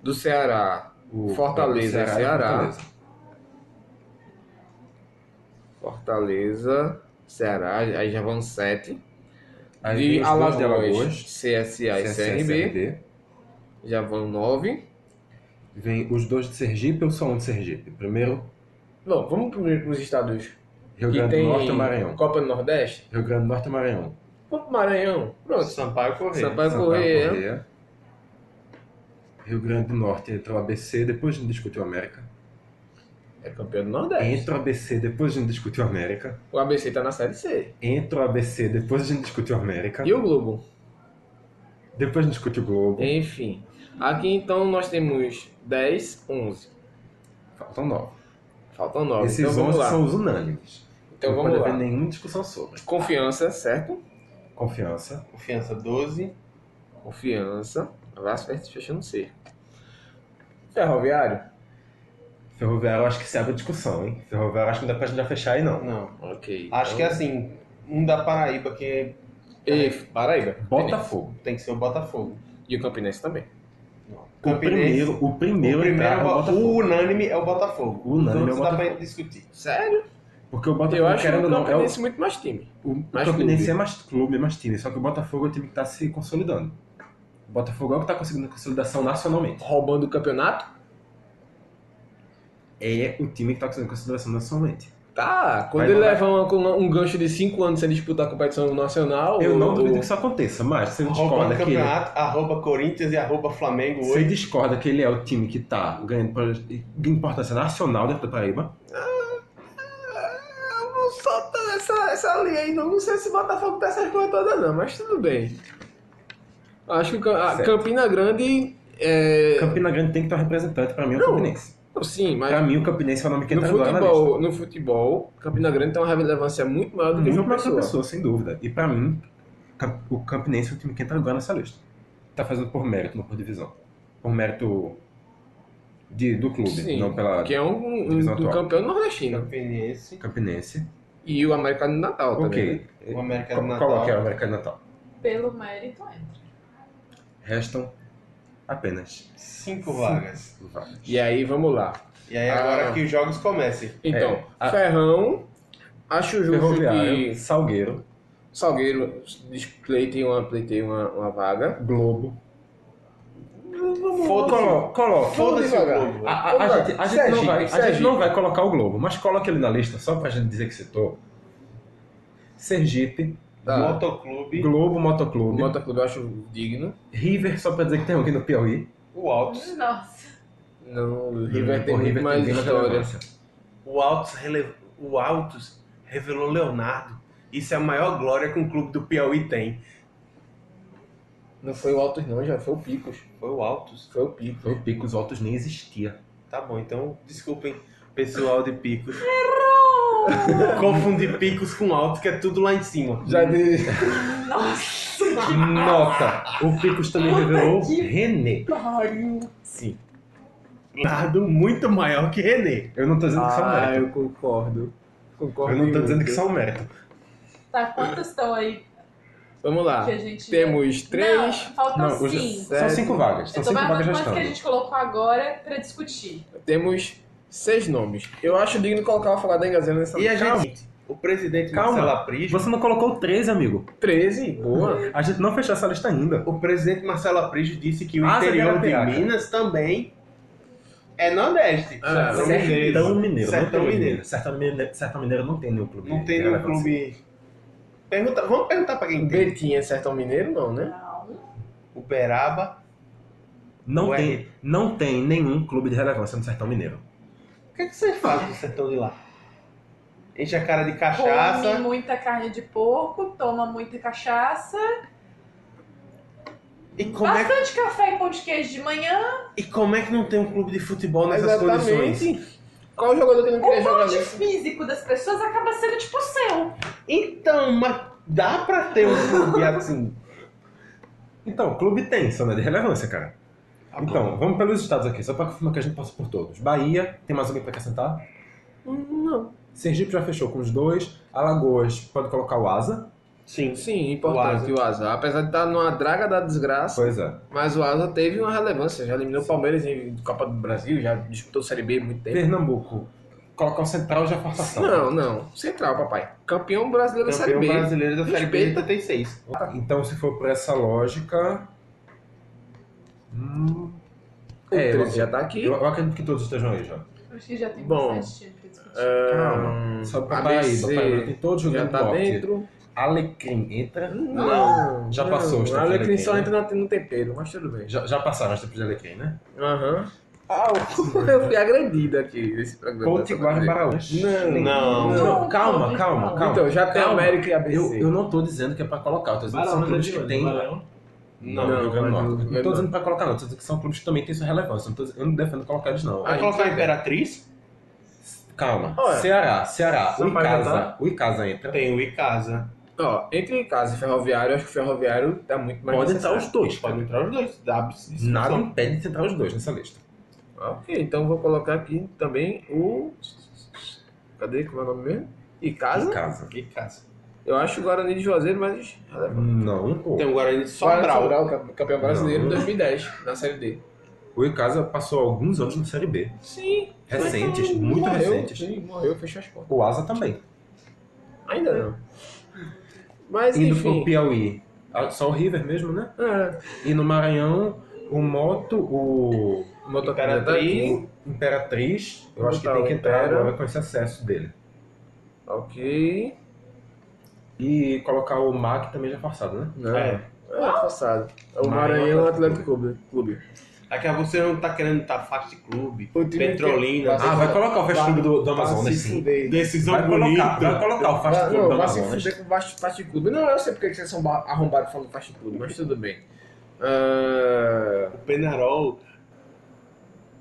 Speaker 6: Do Ceará.
Speaker 3: O
Speaker 6: Fortaleza,
Speaker 3: o
Speaker 6: Ceará.
Speaker 3: Fortaleza.
Speaker 6: Fortaleza, Ceará, aí já vão sete.
Speaker 3: Aí
Speaker 6: de
Speaker 3: vem os dois
Speaker 6: Alagoas,
Speaker 3: de Alagoas,
Speaker 6: CSA e CRB,
Speaker 3: CSRB.
Speaker 6: já vão nove.
Speaker 3: Vem os dois de Sergipe ou só um de Sergipe? Primeiro,
Speaker 6: Não, vamos primeiro para os estados
Speaker 3: Rio
Speaker 6: que
Speaker 3: Grande
Speaker 6: tem
Speaker 3: do Norte ou Maranhão?
Speaker 6: Copa do Nordeste.
Speaker 3: Rio Grande do Norte ou Maranhão?
Speaker 6: Vamos pro Maranhão. Pronto.
Speaker 1: Sampaio Correia.
Speaker 6: Sampaio
Speaker 3: Sampaio,
Speaker 6: Correia.
Speaker 3: Correia. Rio Grande do Norte entra o ABC, depois a gente discute o América.
Speaker 6: É campeão do Nordeste.
Speaker 3: Entra o ABC, depois a gente discute o América.
Speaker 6: O ABC tá na Série C.
Speaker 3: Entra o ABC, depois a gente discute o América.
Speaker 6: E o Globo?
Speaker 3: Depois a gente discute o Globo.
Speaker 6: Enfim. Aqui então nós temos 10, 11.
Speaker 3: Faltam nove.
Speaker 6: Faltam 9.
Speaker 3: Esses
Speaker 6: então vamos
Speaker 3: 11
Speaker 6: lá.
Speaker 3: são os unânimes.
Speaker 6: Então
Speaker 3: Não
Speaker 6: vamos
Speaker 3: pode
Speaker 6: lá.
Speaker 3: haver nenhuma discussão sobre.
Speaker 6: Confiança, certo?
Speaker 3: Confiança.
Speaker 1: Confiança 12.
Speaker 6: Confiança. Vasco vai se fechando o cerco. Ferroviário?
Speaker 3: Ferroviário, acho que se abre discussão, hein? Ferroviário, acho que não dá pra gente já fechar aí, não.
Speaker 1: Não.
Speaker 6: Ok. então.
Speaker 1: Acho que é assim, um da Paraíba que
Speaker 6: E Paraíba.
Speaker 3: Botafogo.
Speaker 1: tem que ser o Botafogo.
Speaker 6: E o Campinense também.
Speaker 3: O primeiro, o primeiro,
Speaker 1: o primeiro é
Speaker 3: entrava
Speaker 1: o
Speaker 3: o
Speaker 1: Botafogo. O
Speaker 3: Botafogo.
Speaker 1: unânime é o Botafogo.
Speaker 3: O unânime
Speaker 1: Os
Speaker 3: é o
Speaker 1: outros dá pra
Speaker 3: Botafogo.
Speaker 1: discutir.
Speaker 6: Sério?
Speaker 3: Porque o
Speaker 6: Eu
Speaker 3: Botafogo,
Speaker 6: acho que
Speaker 3: querendo
Speaker 6: o
Speaker 3: ou não, é o,
Speaker 6: Campinense muito mais time.
Speaker 3: o, o
Speaker 6: mais
Speaker 3: Campinense
Speaker 6: clube.
Speaker 3: é mais clube, é mais time. Só que o Botafogo é o time que tá se consolidando. O Botafogo é o que tá conseguindo consolidação nacionalmente.
Speaker 6: Roubando o campeonato?
Speaker 3: É o time que tá conseguindo consolidação nacionalmente.
Speaker 6: Tá. Quando
Speaker 3: Vai
Speaker 6: ele
Speaker 3: mandar.
Speaker 6: levar um, um gancho de 5 anos sem disputar a competição nacional...
Speaker 3: Eu não
Speaker 6: o-
Speaker 3: duvido que isso aconteça, mas você
Speaker 1: Roubando
Speaker 3: discorda que ele, é-
Speaker 1: campeonato, arroba Corinthians e arroba Flamengo
Speaker 3: você
Speaker 1: hoje.
Speaker 3: discorda que ele é o time que tá ganhando pro- de importância nacional dentro do Paraíba.
Speaker 6: Não solta essa, essa linha aí, não. Não sei se Botafogo tá essas coisas todas, não, mas tudo bem. Acho que o Cam- a
Speaker 3: Certo.
Speaker 6: Campina Grande é.
Speaker 3: Campina Grande tem que ter um representante, pra mim é o
Speaker 6: Não,
Speaker 3: Campinense.
Speaker 6: Sim, mas
Speaker 3: Pra mim o Campinense é o nome que
Speaker 6: no,
Speaker 3: entra agora na lista.
Speaker 6: futebol, no futebol, Campina Grande tem uma relevância muito maior do que
Speaker 3: Muito
Speaker 6: João
Speaker 3: mais que
Speaker 6: Pessoa.
Speaker 3: Uhum. pessoa. sem dúvida. E pra mim, Cam- o Campinense é o time que entra agora nessa lista. Tá fazendo por mérito, não por divisão. Por mérito de, do clube,
Speaker 6: Sim,
Speaker 3: não pela
Speaker 6: que é um, um-
Speaker 3: Divisão
Speaker 6: do
Speaker 3: atual.
Speaker 6: campeão nordestino.
Speaker 1: Campinense,
Speaker 3: Campinense.
Speaker 6: E o América do Natal também. né?
Speaker 3: ok.
Speaker 1: o América do
Speaker 3: Co-
Speaker 1: Natal.
Speaker 3: Coloque é o América do Natal.
Speaker 8: Pelo mérito é. entra.
Speaker 3: Restam apenas
Speaker 1: Cinco vagas.
Speaker 3: vagas.
Speaker 6: E aí, vamos lá.
Speaker 1: E aí
Speaker 6: Ah.
Speaker 1: agora que os jogos comecem.
Speaker 6: Então,
Speaker 3: É, a-
Speaker 6: Ferrão, acho justo
Speaker 3: Ferroviário,
Speaker 6: que
Speaker 3: ah, Salgueiro,
Speaker 6: Salgueiro pleitei uma, pleitei uma, uma vaga.
Speaker 3: Globo.
Speaker 1: Foda-se.
Speaker 3: Colo- Coloque.
Speaker 1: Foda-se o
Speaker 6: devagar.
Speaker 1: Globo.
Speaker 3: A, a- a gente, a gente não
Speaker 6: Sergipe,
Speaker 3: vai, a gente
Speaker 6: Sergipe.
Speaker 3: não vai colocar o Globo, mas coloque ele na lista só pra gente dizer que citou. Sergipe,
Speaker 6: Tá.
Speaker 1: Motoclube,
Speaker 3: Globo
Speaker 6: O
Speaker 3: Motoclube,
Speaker 6: Motoclube eu acho digno.
Speaker 3: River, só pra dizer que tem alguém no Piauí.
Speaker 1: o Altos.
Speaker 8: Nossa.
Speaker 6: Não, o River tem
Speaker 3: Uhum. O
Speaker 6: muito mais
Speaker 3: tem grande
Speaker 6: história.
Speaker 3: relevância.
Speaker 1: O Altos, rele- o Altos revelou Leonardo. Isso é a maior glória que um clube do Piauí tem.
Speaker 6: Não foi o Altos não, já foi o Picos.
Speaker 1: Foi o Altos.
Speaker 6: Foi o Picos.
Speaker 3: Foi o pico, os altos nem existia.
Speaker 1: Tá bom, então desculpem, pessoal de Picos. Confundi Picos com Altos, que é tudo lá em cima.
Speaker 6: Já de...
Speaker 3: Nota! O Picos também revelou René.
Speaker 6: Sim.
Speaker 1: Leonardo muito maior que René.
Speaker 3: Eu não tô dizendo que são
Speaker 6: Ah,
Speaker 3: mérito.
Speaker 6: eu concordo. Concordo.
Speaker 3: Eu não tô dizendo
Speaker 6: muito.
Speaker 3: que são mérito.
Speaker 8: Tá, quantas estão aí
Speaker 6: Vamos lá.
Speaker 8: que a gente.
Speaker 6: Temos três.
Speaker 8: Ah, Não, faltam
Speaker 3: Não, os-
Speaker 8: cinco.
Speaker 3: São
Speaker 6: Sete.
Speaker 3: cinco vagas. São
Speaker 8: Eu tô
Speaker 3: cinco vagas
Speaker 8: marcando
Speaker 3: já
Speaker 8: quantas que a
Speaker 3: estão.
Speaker 8: gente colocou agora pra discutir.
Speaker 6: Temos seis nomes. Eu acho digno colocar o Falar da Engazela nessa
Speaker 1: E a
Speaker 6: lista.
Speaker 1: gente, o presidente
Speaker 3: Calma.
Speaker 1: Marcelo Aprisco,
Speaker 3: Você não colocou três, amigo.
Speaker 6: 13, boa.
Speaker 3: A gente não fechou essa lista ainda.
Speaker 1: o presidente Marcelo Aprisco disse que o
Speaker 3: Ah,
Speaker 1: interior de
Speaker 3: Sacarapiaca.
Speaker 1: Minas também é nordeste.
Speaker 6: Ah,
Speaker 3: Sertão
Speaker 1: Sertão Mineiro. É,
Speaker 3: Mineiro. não
Speaker 1: Sertão
Speaker 3: tem
Speaker 1: Mineiro.
Speaker 3: Sertão Mineiro. Sertão Mineiro não tem nenhum clube.
Speaker 1: Não tem nenhum
Speaker 3: relevância.
Speaker 1: clube. Pergunta, vamos perguntar pra quem tem.
Speaker 6: Betinha é Sertão Mineiro, não, né?
Speaker 8: Não.
Speaker 1: Uberaba.
Speaker 3: Não
Speaker 1: Ué.
Speaker 3: tem, não tem nenhum clube de relevância no Sertão Mineiro.
Speaker 1: O que, é que vocês fazem no sertão de lá? Enche a cara de cachaça.
Speaker 8: Come muita carne de porco, toma muita cachaça,
Speaker 1: E como, é,
Speaker 8: bastante café e pão de queijo de manhã,
Speaker 1: que- e como é que não tem um clube de futebol nessas condições?
Speaker 6: Exatamente. Qual jogador que não queria
Speaker 8: o
Speaker 6: jogar
Speaker 8: porte
Speaker 6: nesse?
Speaker 8: físico das pessoas acaba sendo tipo o seu.
Speaker 1: Então, mas dá pra ter um clube assim.
Speaker 3: Então, clube tem, só não é de relevância, cara.
Speaker 1: Tá
Speaker 3: Então, vamos pelos estados aqui, só pra confirmar que a gente passa por todos. Bahia, tem mais alguém pra acrescentar?
Speaker 6: Não.
Speaker 3: Sergipe já fechou com os dois. Alagoas, pode colocar o Asa.
Speaker 1: Sim.
Speaker 6: Sim, importante o Asa. Apesar de estar numa draga da desgraça,
Speaker 3: Pois é.
Speaker 6: mas o Asa teve uma relevância. Já eliminou o Palmeiras em Copa do Brasil, já disputou Série B há muito tempo.
Speaker 3: Pernambuco. Colocar o Central já forçação.
Speaker 6: Não, não. Central, papai. Campeão brasileiro da Série
Speaker 1: Campeão
Speaker 6: B.
Speaker 1: um brasileiro da Série B em
Speaker 6: Respeita.
Speaker 1: 86.
Speaker 3: Então, se for por essa lógica. Hum,
Speaker 6: O
Speaker 3: É,
Speaker 6: 13 já
Speaker 3: eu-
Speaker 6: tá aqui.
Speaker 3: eu, eu acredito que todos estejam aí já.
Speaker 8: Acho que já tem
Speaker 6: Bom, eh,
Speaker 8: bastante tempo pra discutir.
Speaker 3: Calma. Só pra
Speaker 6: ABC
Speaker 3: Paraíba. Paraíba tem todos
Speaker 6: já
Speaker 3: jogando
Speaker 6: tá
Speaker 3: norte.
Speaker 6: dentro.
Speaker 3: Alecrim entra.
Speaker 6: Não.
Speaker 3: Já passou,
Speaker 6: não.
Speaker 3: está
Speaker 6: A Alecrim
Speaker 3: falando
Speaker 6: só
Speaker 3: aqui,
Speaker 6: entra no- no tempero, mas tudo bem.
Speaker 3: Já, já passaram os tipos de Alecrim, né?
Speaker 6: Aham. Ah, eu- eu fui agredido aqui nesse programa.
Speaker 3: Potiguar e Baraú.
Speaker 6: tá Não.
Speaker 1: Não.
Speaker 3: Não, calma,
Speaker 8: não,
Speaker 3: calma, calma.
Speaker 6: Então, já tem
Speaker 3: Calma.
Speaker 6: América e ABC.
Speaker 3: Eu, eu não tô dizendo que é pra colocar, eu tô dizendo
Speaker 8: tá
Speaker 3: que são clubes que tem.
Speaker 1: Não.
Speaker 3: Não, Rio Grande do
Speaker 6: mas
Speaker 3: Norte.
Speaker 6: eu-
Speaker 3: Não tô dizendo pra colocar, não. Tô dizendo que são clubes que também têm sua relevância. Eu não, tô dizendo- eu não defendo colocar eles, não.
Speaker 1: Vai
Speaker 6: Aí,
Speaker 1: colocar
Speaker 6: tudo
Speaker 1: a Imperatriz?
Speaker 3: Calma.
Speaker 6: Olha.
Speaker 3: Ceará, Ceará. O
Speaker 7: Sampaio
Speaker 3: Icasa. O Icasa entra.
Speaker 1: Tem o Icasa.
Speaker 6: Ó, entre casa e ferroviário, acho que o ferroviário tá muito mais
Speaker 3: Pode entrar os dois.
Speaker 1: Pode entrar os dois. Dá abs-
Speaker 3: Nada impede de entrar os dois nessa lista.
Speaker 6: Ah, Ok, então vou colocar aqui também o. Cadê? Como é o nome mesmo? E casa?
Speaker 3: Icasa.
Speaker 1: Icasa.
Speaker 6: Eu acho o Guarani de Juazeiro, mas.
Speaker 3: Não, um pouco.
Speaker 1: Tem o Guarani de Sobral.
Speaker 6: Sobral, campeão brasileiro em
Speaker 3: Não.
Speaker 6: 2010, na Série D.
Speaker 3: O Icasa passou alguns anos na Série B.
Speaker 6: Sim.
Speaker 3: Recentes, muito
Speaker 6: morreu,
Speaker 3: recentes.
Speaker 6: Sim, morreu, fechou as portas.
Speaker 3: O Asa também.
Speaker 6: Ainda não. Mas
Speaker 3: Indo pro
Speaker 6: enfim.
Speaker 3: Piauí, ah, só o River mesmo, né?
Speaker 6: É,
Speaker 3: E no Maranhão, o Moto, o
Speaker 6: o Motocana tá aqui.
Speaker 3: Imperatriz, eu acho que
Speaker 6: Tá,
Speaker 3: tem que
Speaker 6: o
Speaker 3: entrar
Speaker 6: Impera.
Speaker 3: agora com esse acesso dele.
Speaker 6: Ok.
Speaker 3: E colocar o MAC também já forçado, né?
Speaker 6: Não. É,
Speaker 1: É.
Speaker 6: passado. O
Speaker 3: Maranhão
Speaker 6: Maranhão Atlético Clube. Clube.
Speaker 1: Daqui a pouco você não tá querendo estar Fact Clube,
Speaker 6: O time
Speaker 1: Petrolina.
Speaker 6: que- Ah, vai
Speaker 3: colocar o
Speaker 6: Clube
Speaker 3: do,
Speaker 1: Decisão
Speaker 3: Vai colocar, vai
Speaker 1: bonita.
Speaker 3: colocar
Speaker 6: Vai,
Speaker 3: o Fast Clube tá do
Speaker 6: não, vai se
Speaker 3: Amazonas.
Speaker 6: fuder com Fast, fast Club. Não, eu sei porque que vocês são ba- arrombados falando Fast Club, mas tudo bem. Ah,
Speaker 1: O Penarol.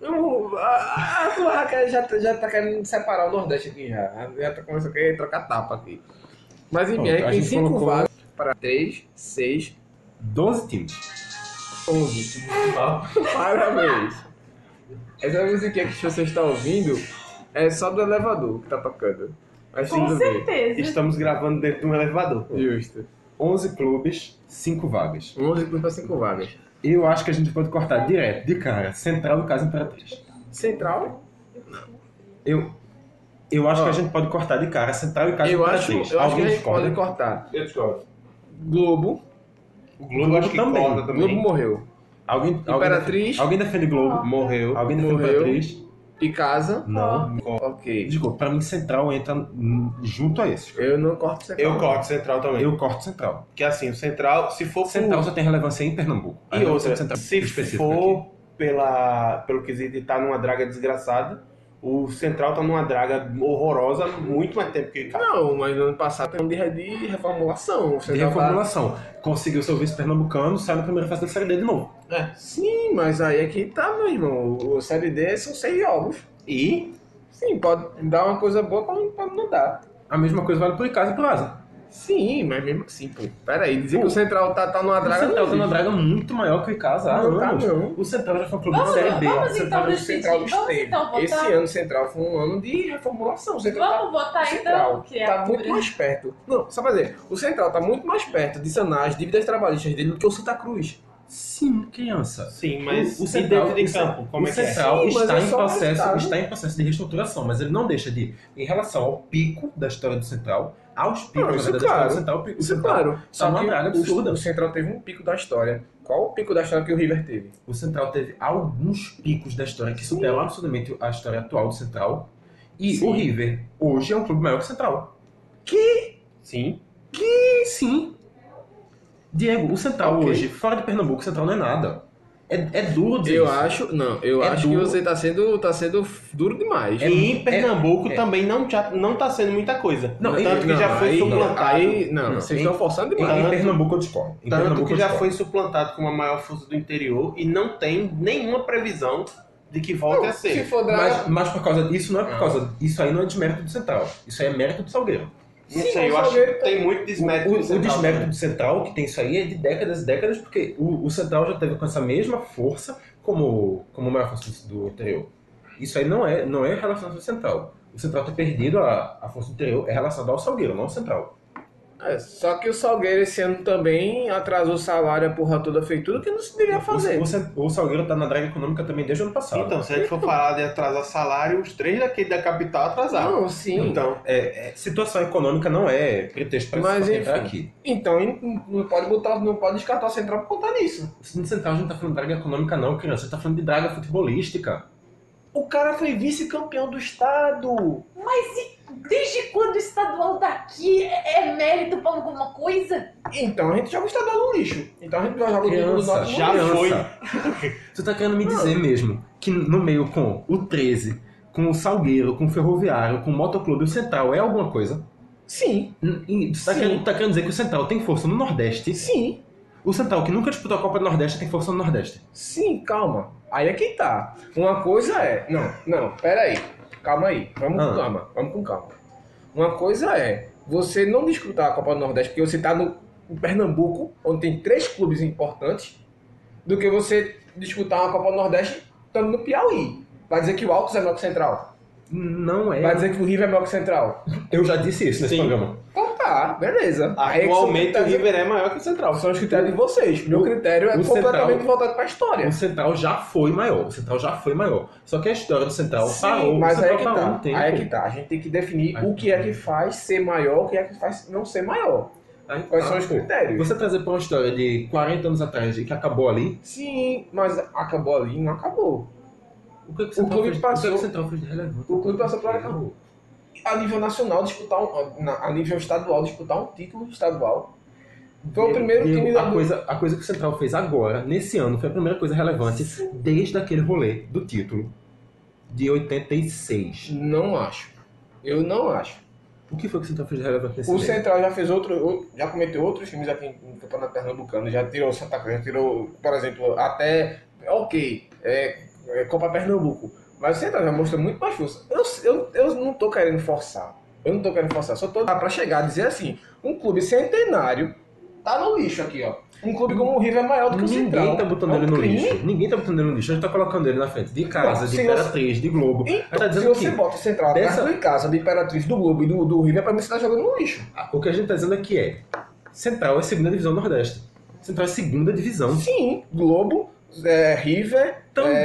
Speaker 6: eu- a, a turma quer- já, tá- já tá querendo separar o Nordeste aqui já. Já tá começando a querer trocar tapa aqui. Mas enfim,
Speaker 3: Pronto,
Speaker 6: aí
Speaker 3: a
Speaker 6: tem
Speaker 3: gente
Speaker 6: 5
Speaker 3: colocou-
Speaker 6: vagas para 3, 6,
Speaker 3: 12 times.
Speaker 6: 11. Parabéns. Essa musiquinha que você está ouvindo é só do elevador que tá tocando. Mas
Speaker 8: Com
Speaker 6: tudo bem.
Speaker 8: certeza.
Speaker 1: Estamos gravando dentro de um elevador.
Speaker 6: Justo.
Speaker 3: 11 clubes, 5 vagas.
Speaker 6: 11 para 5 vagas.
Speaker 3: E eu acho que a gente pode cortar direto, de cara, Central do Caso Imperatriz.
Speaker 6: Central?
Speaker 3: Eu, eu acho
Speaker 6: Ó.
Speaker 3: que a gente pode cortar de cara, Central e Caso
Speaker 6: Ah. eu acho,
Speaker 3: Imperatriz.
Speaker 6: eu acho que
Speaker 3: Alguém
Speaker 6: a gente
Speaker 3: discorda?
Speaker 6: pode cortar.
Speaker 7: Eu discordo.
Speaker 6: Globo.
Speaker 1: O Globo, eu acho que
Speaker 3: também.
Speaker 1: corta também.
Speaker 6: Globo morreu.
Speaker 3: Alguém,
Speaker 6: Imperatriz. Ah.
Speaker 3: Alguém, alguém defende Globo?
Speaker 1: morreu.
Speaker 3: Alguém defende
Speaker 6: Morreu. Ah.
Speaker 3: Imperatriz?
Speaker 6: E casa.
Speaker 3: Não.
Speaker 6: Ok.
Speaker 3: Desculpa, pra mim Central entra hum, junto a esse.
Speaker 6: Eu não corto Central.
Speaker 1: Eu corto Central também.
Speaker 3: Eu corto Central.
Speaker 1: Porque assim, o Central, se for por-
Speaker 3: Central só tem relevância em Pernambuco. A
Speaker 1: E
Speaker 3: relevância
Speaker 1: outra,
Speaker 3: do Central
Speaker 1: se
Speaker 3: específica
Speaker 1: for
Speaker 3: aqui.
Speaker 1: pela, pelo quesito de estar numa draga desgraçada, o Central tá numa draga horrorosa há muito mais tempo que o Icasa.
Speaker 6: Não, mas no ano passado tem um de, de reformulação. O
Speaker 3: De
Speaker 6: Central tá-
Speaker 3: reformulação. Conseguiu seu vice pernambucano, sai na primeira fase da Série D de novo.
Speaker 6: Sim, mas aí aqui tá, meu irmão. O, o Série D são seis jogos.
Speaker 1: E
Speaker 6: Sim, pode dar uma coisa boa como pode não dar.
Speaker 3: A mesma coisa vale pro Icasa e pro Asa.
Speaker 6: Sim, mas mesmo assim, pô. Pera aí, dizer que o Central tá, tá numa
Speaker 3: O
Speaker 6: draga
Speaker 3: Central
Speaker 6: não
Speaker 3: tem uma
Speaker 6: existe.
Speaker 3: draga muito maior que o Icasa há
Speaker 6: Não tá,
Speaker 3: anos.
Speaker 6: não.
Speaker 3: O Central já foi um clube de
Speaker 8: Vamos,
Speaker 3: Série B.
Speaker 8: vamos
Speaker 6: Central-
Speaker 8: então
Speaker 6: o
Speaker 8: decidir.
Speaker 6: tá Central
Speaker 8: Vamos
Speaker 6: esteve.
Speaker 8: então votar.
Speaker 6: Esse ano o Central foi um ano de reformulação. O Central tá
Speaker 8: Vamos votar então
Speaker 6: Central
Speaker 8: que é
Speaker 6: tá
Speaker 8: a
Speaker 6: muito mais perto. Não, só pra dizer, o Central tá muito mais perto de sanar as dívidas trabalhistas dele do que o Santa Cruz.
Speaker 3: Sim, criança.
Speaker 1: sim, mas
Speaker 3: O- o
Speaker 1: e
Speaker 3: Central-
Speaker 1: dentro de
Speaker 3: o
Speaker 6: Então,
Speaker 1: campo, como
Speaker 3: o
Speaker 1: é que é?
Speaker 3: Central
Speaker 6: Sim, mas
Speaker 3: está,
Speaker 6: é só
Speaker 3: em
Speaker 6: um
Speaker 3: processo,
Speaker 6: resultado.
Speaker 3: está em processo de reestruturação, mas ele não deixa de, em relação ao pico da história do Central, aos picos
Speaker 6: Não,
Speaker 3: na
Speaker 6: isso
Speaker 3: verdade,
Speaker 6: é claro.
Speaker 3: da história do Central, o pico do
Speaker 6: Isso é
Speaker 3: Central.
Speaker 6: claro.
Speaker 3: Tá uma
Speaker 6: que
Speaker 3: draga
Speaker 6: o,
Speaker 3: absurda.
Speaker 6: o Central teve um pico da história. Qual o pico da história que o River teve?
Speaker 3: O Central teve alguns picos da história que superam absolutamente a história atual do Central. E
Speaker 6: Sim.
Speaker 3: o River hoje é um clube maior que o Central.
Speaker 1: Sim.
Speaker 3: E sim. Diego, o Central
Speaker 6: Ok.
Speaker 3: hoje, fora de Pernambuco, o Central não é nada. É, é duro dizer
Speaker 6: Eu
Speaker 3: isso.
Speaker 6: acho, não, eu
Speaker 3: É
Speaker 6: acho que
Speaker 3: duro.
Speaker 6: você tá sendo, tá sendo f- duro demais.
Speaker 1: e em Pernambuco
Speaker 3: é- é.
Speaker 1: também não, já, não tá sendo muita coisa.
Speaker 3: Não,
Speaker 1: tanto que
Speaker 6: não,
Speaker 1: já foi
Speaker 6: aí,
Speaker 1: suplantado.
Speaker 6: Aí, não,
Speaker 3: Não,
Speaker 6: vocês
Speaker 3: em-
Speaker 6: estão forçando
Speaker 3: Em, em
Speaker 6: demais.
Speaker 1: tanto-
Speaker 3: Pernambuco eu discordo. Em
Speaker 1: tanto
Speaker 3: Pernambuco
Speaker 1: que
Speaker 3: eu
Speaker 1: já
Speaker 3: discordo.
Speaker 1: foi suplantado com a maior força do interior e não tem nenhuma previsão de que volte a
Speaker 6: se
Speaker 1: ser.
Speaker 6: for draga,
Speaker 3: Mas, mas por causa disso não é por
Speaker 6: Não.
Speaker 3: causa isso aí não é desmérito do Central. Isso aí é mérito do Salgueiro.
Speaker 1: Não
Speaker 6: Sim,
Speaker 1: sei, eu
Speaker 6: mas
Speaker 1: acho que
Speaker 6: Salgueiro
Speaker 1: tem muito
Speaker 3: O,
Speaker 1: desmérito.
Speaker 3: o,
Speaker 1: no
Speaker 3: o
Speaker 1: Central né?
Speaker 3: desmérito
Speaker 1: também.
Speaker 3: do Central que tem isso aí é de décadas e décadas porque o, o Central já teve com essa mesma força como como a maior força do interior. Isso aí não é não é tá relacionado ao Central. O Central ter perdido a, a força do interior é relacionado ao Salgueiro, não ao Central.
Speaker 6: É, só que o Salgueiro esse ano também atrasou o salário, a porra toda, fez tudo que não se devia fazer.
Speaker 3: O, o, o Salgueiro tá na draga econômica também desde o ano passado.
Speaker 1: Então, se a gente for falar de atrasar salário, os três daqui da capital atrasaram.
Speaker 6: Não, tá. sim.
Speaker 1: Então,
Speaker 3: É, é, situação econômica não é pretexto pra
Speaker 6: Mas,
Speaker 3: pra entrar
Speaker 6: enfim.
Speaker 3: aqui.
Speaker 6: Então, in- não pode botar, não pode descartar o Central por conta disso.
Speaker 3: Se não central, a gente não tá falando de draga econômica não, criança. A gente tá falando de draga futebolística.
Speaker 6: O cara foi vice-campeão do estado.
Speaker 9: Mas e desde quando o estadual daqui é é mérito pra alguma coisa?
Speaker 6: Então a gente joga o estadual no lixo. Então a gente joga o título do
Speaker 3: Criança,
Speaker 6: norte no
Speaker 1: já
Speaker 6: lixo.
Speaker 1: foi.
Speaker 3: Você tá querendo me dizer mesmo que no meio com o 13, com o Salgueiro, com o Ferroviário, com o Motoclube, o Central é alguma coisa?
Speaker 6: Sim,
Speaker 3: E- e Você tá
Speaker 6: Sim.
Speaker 3: querendo, tá querendo dizer que o Central tem força no Nordeste?
Speaker 6: sim,
Speaker 3: O Central, que nunca disputou a Copa do Nordeste, tem força no Nordeste.
Speaker 6: sim, calma. Aí é que tá. Uma coisa é. Não, não, peraí. Calma aí. Vamos
Speaker 3: Ah.
Speaker 6: com calma. Vamos com calma. Uma coisa é você não disputar a Copa do Nordeste porque você tá no em Pernambuco, onde tem três clubes importantes, do que você disputar uma Copa do Nordeste estando no Piauí. Vai dizer que o Altos é melhor que o Central.
Speaker 3: Não é.
Speaker 6: Vai dizer que o River é melhor que o Central.
Speaker 3: Eu já disse isso nesse
Speaker 1: Sim.
Speaker 3: programa.
Speaker 6: Então tá, beleza. Aí é que são
Speaker 1: atualmente o
Speaker 6: critérios-
Speaker 1: River é maior que o Central.
Speaker 6: São os critérios de vocês. Meu critério é
Speaker 3: o Central-
Speaker 6: completamente voltado pra
Speaker 3: O
Speaker 6: história.
Speaker 3: Central já foi maior. O Central já foi maior. Só que a história do Central parou.
Speaker 6: mas
Speaker 3: Tá o
Speaker 6: aí
Speaker 3: Central
Speaker 6: é que
Speaker 3: parou
Speaker 6: tá.
Speaker 3: um tempo.
Speaker 6: Aí é que tá. A gente tem que definir
Speaker 3: Aí tá
Speaker 6: o que é que faz ser maior, o que é que faz não ser maior.
Speaker 3: Aí que
Speaker 6: Quais
Speaker 3: tá,
Speaker 6: são os
Speaker 3: pô.
Speaker 6: critérios?
Speaker 3: Você trazer pra uma história de 40 anos atrás e que acabou ali,
Speaker 6: Sim, mas acabou ali, não acabou.
Speaker 3: o que, é que o
Speaker 6: O
Speaker 3: Central
Speaker 6: clube
Speaker 3: fez,
Speaker 6: passou-
Speaker 3: o que é que o Central fez de relevante?
Speaker 6: O clube passou por
Speaker 3: Ele
Speaker 6: acabou. A nível nacional, disputar um, na- a nível estadual, disputar um título estadual. Foi o primeiro
Speaker 3: Diego,
Speaker 6: time da
Speaker 3: a coisa, a coisa que o Central fez agora, nesse ano, foi a primeira coisa relevante desde aquele rolê do título de 86.
Speaker 6: Não acho. Eu não acho.
Speaker 3: O que foi que o Central fez de relevante nesse
Speaker 6: O
Speaker 3: ano?
Speaker 6: Central já fez outro, outro- já cometeu outros filmes aqui no Campeonato Pernambucano, já tirou Santa Cruz, já tirou, por exemplo, até, ok, é, é Copa Pernambuco, mas o Central já mostrou muito mais força. Eu, eu, eu não tô querendo forçar, eu não tô querendo forçar, só tô dá pra chegar a dizer assim, um clube centenário tá no lixo aqui, ó. Um clube como o River é maior do que o
Speaker 3: Ninguém
Speaker 6: Central.
Speaker 3: tá botando
Speaker 6: É um
Speaker 3: ele no
Speaker 6: crime.
Speaker 3: lixo. Ninguém tá botando ele no lixo. A gente tá colocando ele na frente de casa,
Speaker 6: Não,
Speaker 3: de
Speaker 6: se
Speaker 3: Imperatriz, de Globo.
Speaker 6: Então,
Speaker 3: tá
Speaker 6: se
Speaker 3: dizendo
Speaker 6: você
Speaker 3: que
Speaker 6: bota o Central atrás
Speaker 3: dessa-
Speaker 6: do Icasa, do Imperatriz, do Globo e do, do River, pra mim você tá jogando no lixo.
Speaker 3: o que a gente tá dizendo aqui é: Central é segunda divisão do Nordeste. Central é segunda divisão.
Speaker 6: Sim, Globo, é, River,
Speaker 3: Também.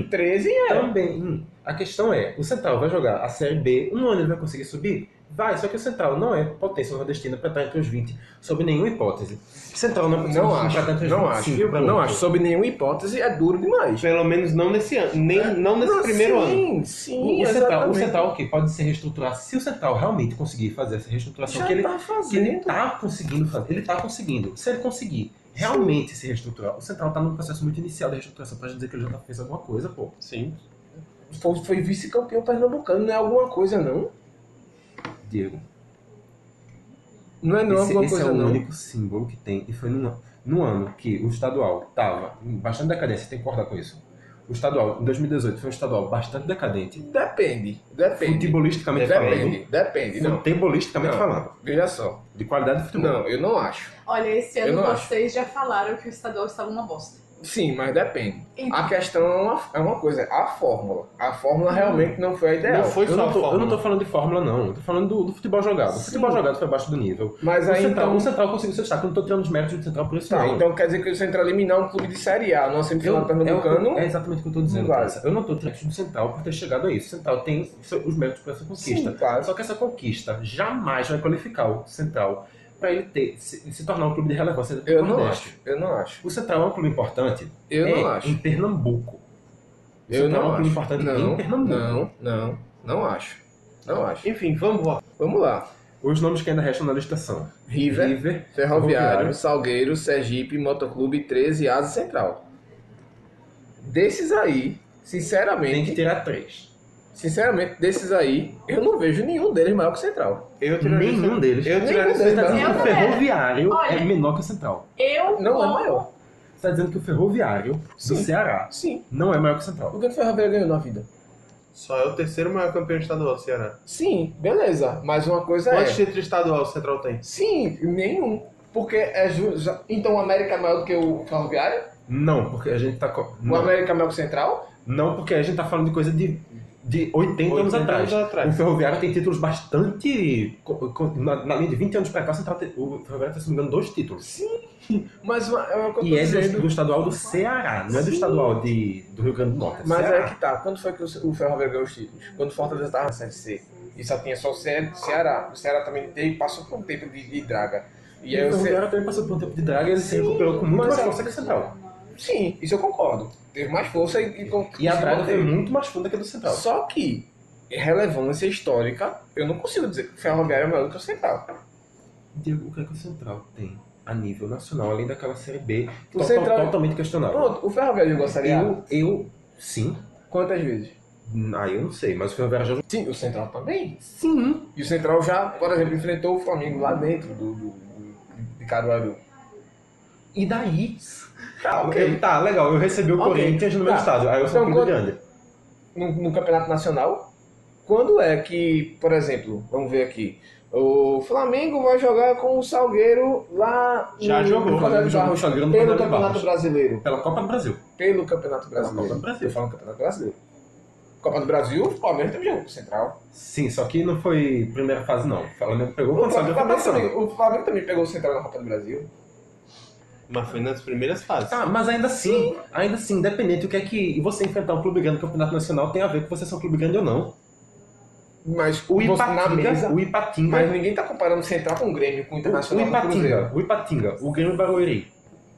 Speaker 6: é, 13 é.
Speaker 3: Também. A questão é, o Central vai jogar a Série B, um ano ele vai conseguir subir? Vai, só que o Central não é potência nordestina para estar entre os 20, sob nenhuma hipótese. O Central não é potência
Speaker 6: Não
Speaker 3: pra
Speaker 6: acho,
Speaker 3: estar entre os
Speaker 6: não
Speaker 3: 25,
Speaker 6: acho,
Speaker 3: pronto.
Speaker 6: não acho. Sob nenhuma hipótese é duro demais.
Speaker 1: Pelo menos não nesse ano. Nem, não nesse
Speaker 6: É. Não,
Speaker 1: primeiro ano.
Speaker 6: sim, Sim,
Speaker 3: O, o Central, o
Speaker 6: exatamente.
Speaker 3: Central, ok, pode se reestruturar. Se o Central realmente conseguir fazer essa reestruturação,
Speaker 6: já
Speaker 3: que ele,
Speaker 6: tá
Speaker 3: que ele
Speaker 6: fazendo.
Speaker 3: tá conseguindo fazer, ele tá conseguindo. Se ele conseguir realmente se reestruturar, o Central tá num processo muito inicial da reestruturação pra gente dizer que ele já tá fez alguma coisa, pô.
Speaker 1: Sim.
Speaker 6: Foi, foi vice-campeão pernambucano, não é alguma coisa não?
Speaker 3: Diego,
Speaker 6: Não é não
Speaker 3: esse,
Speaker 6: alguma
Speaker 3: esse
Speaker 6: coisa
Speaker 3: é o
Speaker 6: não.
Speaker 3: único símbolo que tem, e foi num, num ano que o estadual tava em bastante decadência, tem que concordar com isso. O estadual, em 2018, foi um estadual bastante decadente,
Speaker 6: Depende, depende.
Speaker 3: futebolisticamente
Speaker 6: Depende, depende.
Speaker 3: falando.
Speaker 6: Não,
Speaker 3: Futebolisticamente
Speaker 6: Não.
Speaker 3: falando.
Speaker 6: veja só.
Speaker 3: De qualidade de futebol.
Speaker 6: Não, eu não acho.
Speaker 8: Olha, esse
Speaker 6: Eu
Speaker 8: ano
Speaker 6: não
Speaker 8: vocês já falaram que o estadual estava uma bosta.
Speaker 6: Sim, mas depende.
Speaker 8: Então,
Speaker 6: A questão é uma, é uma coisa, a fórmula. A fórmula realmente Hum. não foi a ideal.
Speaker 1: Não foi
Speaker 3: eu,
Speaker 1: só
Speaker 3: não
Speaker 1: a
Speaker 3: tô, eu
Speaker 1: fórmula.
Speaker 3: não tô falando de fórmula, não. Eu tô falando do, do futebol jogado. O futebol jogado foi abaixo do nível.
Speaker 6: Mas
Speaker 3: o,
Speaker 6: aí
Speaker 3: central,
Speaker 6: então...
Speaker 3: o Central conseguiu seu destaque. Eu não tô tirando os méritos do Central por isso,
Speaker 6: Tá,
Speaker 3: não.
Speaker 6: então quer dizer que o Central eliminar um clube de Série A, numa semifinal pernambucano,
Speaker 3: é, exatamente o que eu tô dizendo,
Speaker 6: Não vale.
Speaker 3: Tessa. Eu não tô tirando do Central por ter chegado a isso. O Central tem seu- os méritos para essa conquista.
Speaker 6: Sim, claro.
Speaker 3: Só que essa conquista jamais vai qualificar o Central para ele ter, se, se tornar um clube de relevância dentro do
Speaker 6: eu não
Speaker 3: Nordeste.
Speaker 6: acho. Eu não acho.
Speaker 3: O Central é um clube importante
Speaker 6: Eu
Speaker 3: é,
Speaker 6: não acho.
Speaker 3: em Pernambuco. O
Speaker 6: Eu
Speaker 3: Central é
Speaker 6: não
Speaker 3: um clube
Speaker 6: acho.
Speaker 3: importante
Speaker 6: Não,
Speaker 3: em Pernambuco.
Speaker 6: Não, não, não acho. Não acho.
Speaker 1: Enfim, vamos lá.
Speaker 6: Vamos lá.
Speaker 3: Os nomes que ainda restam na lista são
Speaker 6: River,
Speaker 3: River
Speaker 6: Ferroviário,
Speaker 3: Ferroviário,
Speaker 6: Salgueiro, Sergipe, Motoclube 13 e Asa Central. Desses aí,
Speaker 3: tem que
Speaker 6: sinceramente,
Speaker 3: tirar três.
Speaker 6: sinceramente, desses aí, eu não vejo nenhum deles maior que o Central.
Speaker 1: Eu tiraria o
Speaker 3: Nenhum deles.
Speaker 1: Eu tiraria o
Speaker 6: Nenhum um deles,
Speaker 1: Central.
Speaker 6: é, mas-
Speaker 3: Tá dizendo que o
Speaker 8: Eu-
Speaker 3: ferroviário
Speaker 8: Olha.
Speaker 3: é menor que o central.
Speaker 8: eu
Speaker 6: Não é
Speaker 8: como-
Speaker 6: maior.
Speaker 3: Você tá dizendo que o ferroviário
Speaker 6: Sim.
Speaker 3: do Ceará
Speaker 6: Sim.
Speaker 3: não é maior que o central.
Speaker 6: O que o Ferroviário ganhou na vida?
Speaker 1: Só é o terceiro maior campeão estadual, Ceará.
Speaker 6: Sim, beleza. Mas uma coisa é.
Speaker 1: Quantos títulos estadual o Central tem?
Speaker 6: Sim, nenhum. Porque é ju... já- Então o América é maior do que o Ferroviário?
Speaker 3: Não, porque a gente tá. co-
Speaker 6: O
Speaker 3: Não,
Speaker 6: América é maior que o Central?
Speaker 3: não, porque a gente tá falando de coisa de, de 80, anos atrás. O Ferroviário tem títulos bastante. co- co- Na, na linha de 20 anos pra cá, o Central tem- o Ferroviário tem, se não me engano, dois títulos.
Speaker 6: Mas uma- é o que eu tô
Speaker 3: E é do,
Speaker 6: dizendo.
Speaker 3: do estadual do Ceará, não é do
Speaker 6: Sim.
Speaker 3: estadual de, do Rio Grande do Norte.
Speaker 6: Mas
Speaker 3: Ceará.
Speaker 6: é que tá. Quando foi que o, o Ferroviário ganhou os títulos? Quando o Fortaleza tava na Série C. E só tinha só o Ce- Ceará. O Ceará também teve, passou por um tempo de, de draga. E
Speaker 3: E
Speaker 6: aí
Speaker 3: o
Speaker 6: o Ce-
Speaker 3: Ferroviário também passou por um tempo de draga e ele se
Speaker 6: Sim,
Speaker 3: recuperou com muito
Speaker 6: mas
Speaker 3: mais
Speaker 6: é-
Speaker 3: força que o Central.
Speaker 6: Sim, isso eu concordo. Teve mais força e, e, con-
Speaker 3: então. E a draga foi
Speaker 6: manteve.
Speaker 3: muito mais funda que a do Central.
Speaker 6: Só que, relevância histórica, eu não consigo dizer que o Ferroviário é melhor do que o Central.
Speaker 3: Diego, o que é que o Central tem a nível nacional, além daquela Série B,
Speaker 6: O
Speaker 3: total-
Speaker 6: Central-
Speaker 3: totalmente questionável?
Speaker 6: Pronto, o Ferroviário jogou a Série A
Speaker 3: Eu, eu, sim.
Speaker 6: quantas vezes?
Speaker 3: Ah, eu não sei, mas o Ferroviário já jogou.
Speaker 6: Sim, o Central também. Sim. E o Central já, por exemplo, enfrentou o Flamengo lá dentro do, do, do- de Caruaru.
Speaker 3: E daí?
Speaker 6: Tá,
Speaker 3: Eu- tá, legal, eu recebi o
Speaker 6: Ok.
Speaker 3: Corinthians no meu
Speaker 6: Tá.
Speaker 3: estádio, aí eu sou
Speaker 6: Então,
Speaker 3: então,
Speaker 6: quando-
Speaker 3: grande.
Speaker 6: No, no Campeonato Nacional, quando é que, por exemplo, vamos ver aqui, o Flamengo vai jogar com o Salgueiro lá
Speaker 1: Já jogou,
Speaker 6: no Rosário
Speaker 3: jogou
Speaker 6: Barros,
Speaker 3: com o Salgueiro no
Speaker 6: pelo
Speaker 3: Rosário
Speaker 6: Campeonato
Speaker 3: Barros.
Speaker 6: Brasileiro.
Speaker 3: Pela Copa do Brasil.
Speaker 6: Pelo Campeonato
Speaker 3: Pela Copa
Speaker 6: Brasileiro.
Speaker 3: do Brasil.
Speaker 6: Eu falo Campeonato Brasileiro. Copa do Brasil, o Palmeiras também jogou com o Central.
Speaker 3: Sim, só que não foi primeira fase, não. O Flamengo pegou
Speaker 6: O
Speaker 3: quando
Speaker 6: Flamengo,
Speaker 3: saiu da
Speaker 6: também,
Speaker 3: competição.
Speaker 6: o Flamengo também pegou o Central na Copa do Brasil.
Speaker 1: Mas foi nas primeiras fases.
Speaker 6: Ah,
Speaker 3: Tá, mas ainda assim, ainda assim, independente do que é que você enfrentar um clube grande no Campeonato Nacional tem a ver com você ser um clube grande ou não.
Speaker 6: Mas
Speaker 3: O
Speaker 6: você- na
Speaker 3: Ipatinga,
Speaker 6: mesa.
Speaker 3: o Ipatinga,
Speaker 6: Mas ninguém tá comparando o Central com o Grêmio, com o
Speaker 3: o
Speaker 6: Internacional, com o Cruzeiro.
Speaker 3: Ipatinga, o Ipatinga, o Grêmio Barueri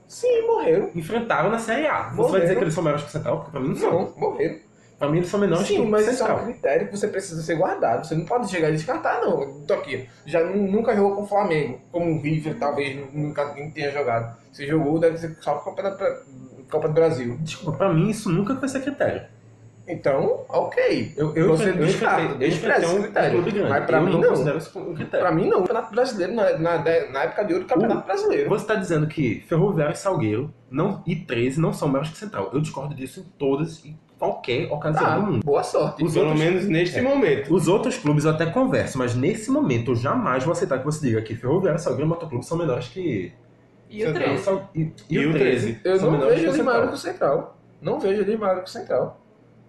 Speaker 6: Sim, morreram.
Speaker 3: enfrentaram na Série A. Você vai
Speaker 6: Morreram.
Speaker 3: dizer que eles são maiores que o Central? Porque pra mim não são.
Speaker 6: Não, morreram.
Speaker 3: Pra mim eles são menores que
Speaker 6: Sim,
Speaker 3: o
Speaker 6: mas isso é um
Speaker 3: Central.
Speaker 6: critério que você precisa ser guardado. Você não pode chegar e descartar, não. Tô aqui. Já nu- nunca jogou com o Flamengo, como o River, talvez, nu- nunca nem tenha jogado. Se jogou, deve ser só Copa, da, pra- Copa do Brasil.
Speaker 3: Desculpa, pra mim isso nunca vai ser critério.
Speaker 6: Então, ok.
Speaker 3: Eu, eu,
Speaker 6: Você
Speaker 3: enfrentei- eu,
Speaker 6: descarta,
Speaker 3: enfrentei-
Speaker 6: despreza
Speaker 3: eu enfrentei
Speaker 6: esse
Speaker 3: um
Speaker 6: critério.
Speaker 3: clube grande.
Speaker 6: Mas pra
Speaker 3: eu
Speaker 6: mim,
Speaker 3: não
Speaker 6: não.
Speaker 3: considero isso um critério.
Speaker 6: Pra mim, não. O Campeonato Brasileiro, na, na, na época de ouro, o Campeonato Brasileiro.
Speaker 3: Você está dizendo que Ferroviário e Salgueiro não, e 13 não são maiores que Central. Eu discordo disso em todas e qualquer ocasião
Speaker 6: Ah,
Speaker 3: do mundo.
Speaker 6: boa sorte.
Speaker 3: Os
Speaker 1: Pelo
Speaker 3: outros,
Speaker 1: menos neste
Speaker 3: É.
Speaker 1: momento.
Speaker 3: os outros clubes eu até converso, mas nesse momento eu jamais vou aceitar que você diga que Ferroviário, Salgueiro e Motoclube são menores que.
Speaker 8: E o
Speaker 1: Você tá-
Speaker 8: 13.
Speaker 3: Sal- E, É. e
Speaker 1: E
Speaker 3: o
Speaker 1: o
Speaker 3: 13.
Speaker 6: Eu
Speaker 3: são
Speaker 6: não
Speaker 3: menores
Speaker 6: vejo
Speaker 3: que o
Speaker 6: ele maior
Speaker 3: Central.
Speaker 6: que o Central. Não vejo ele maior que o Central.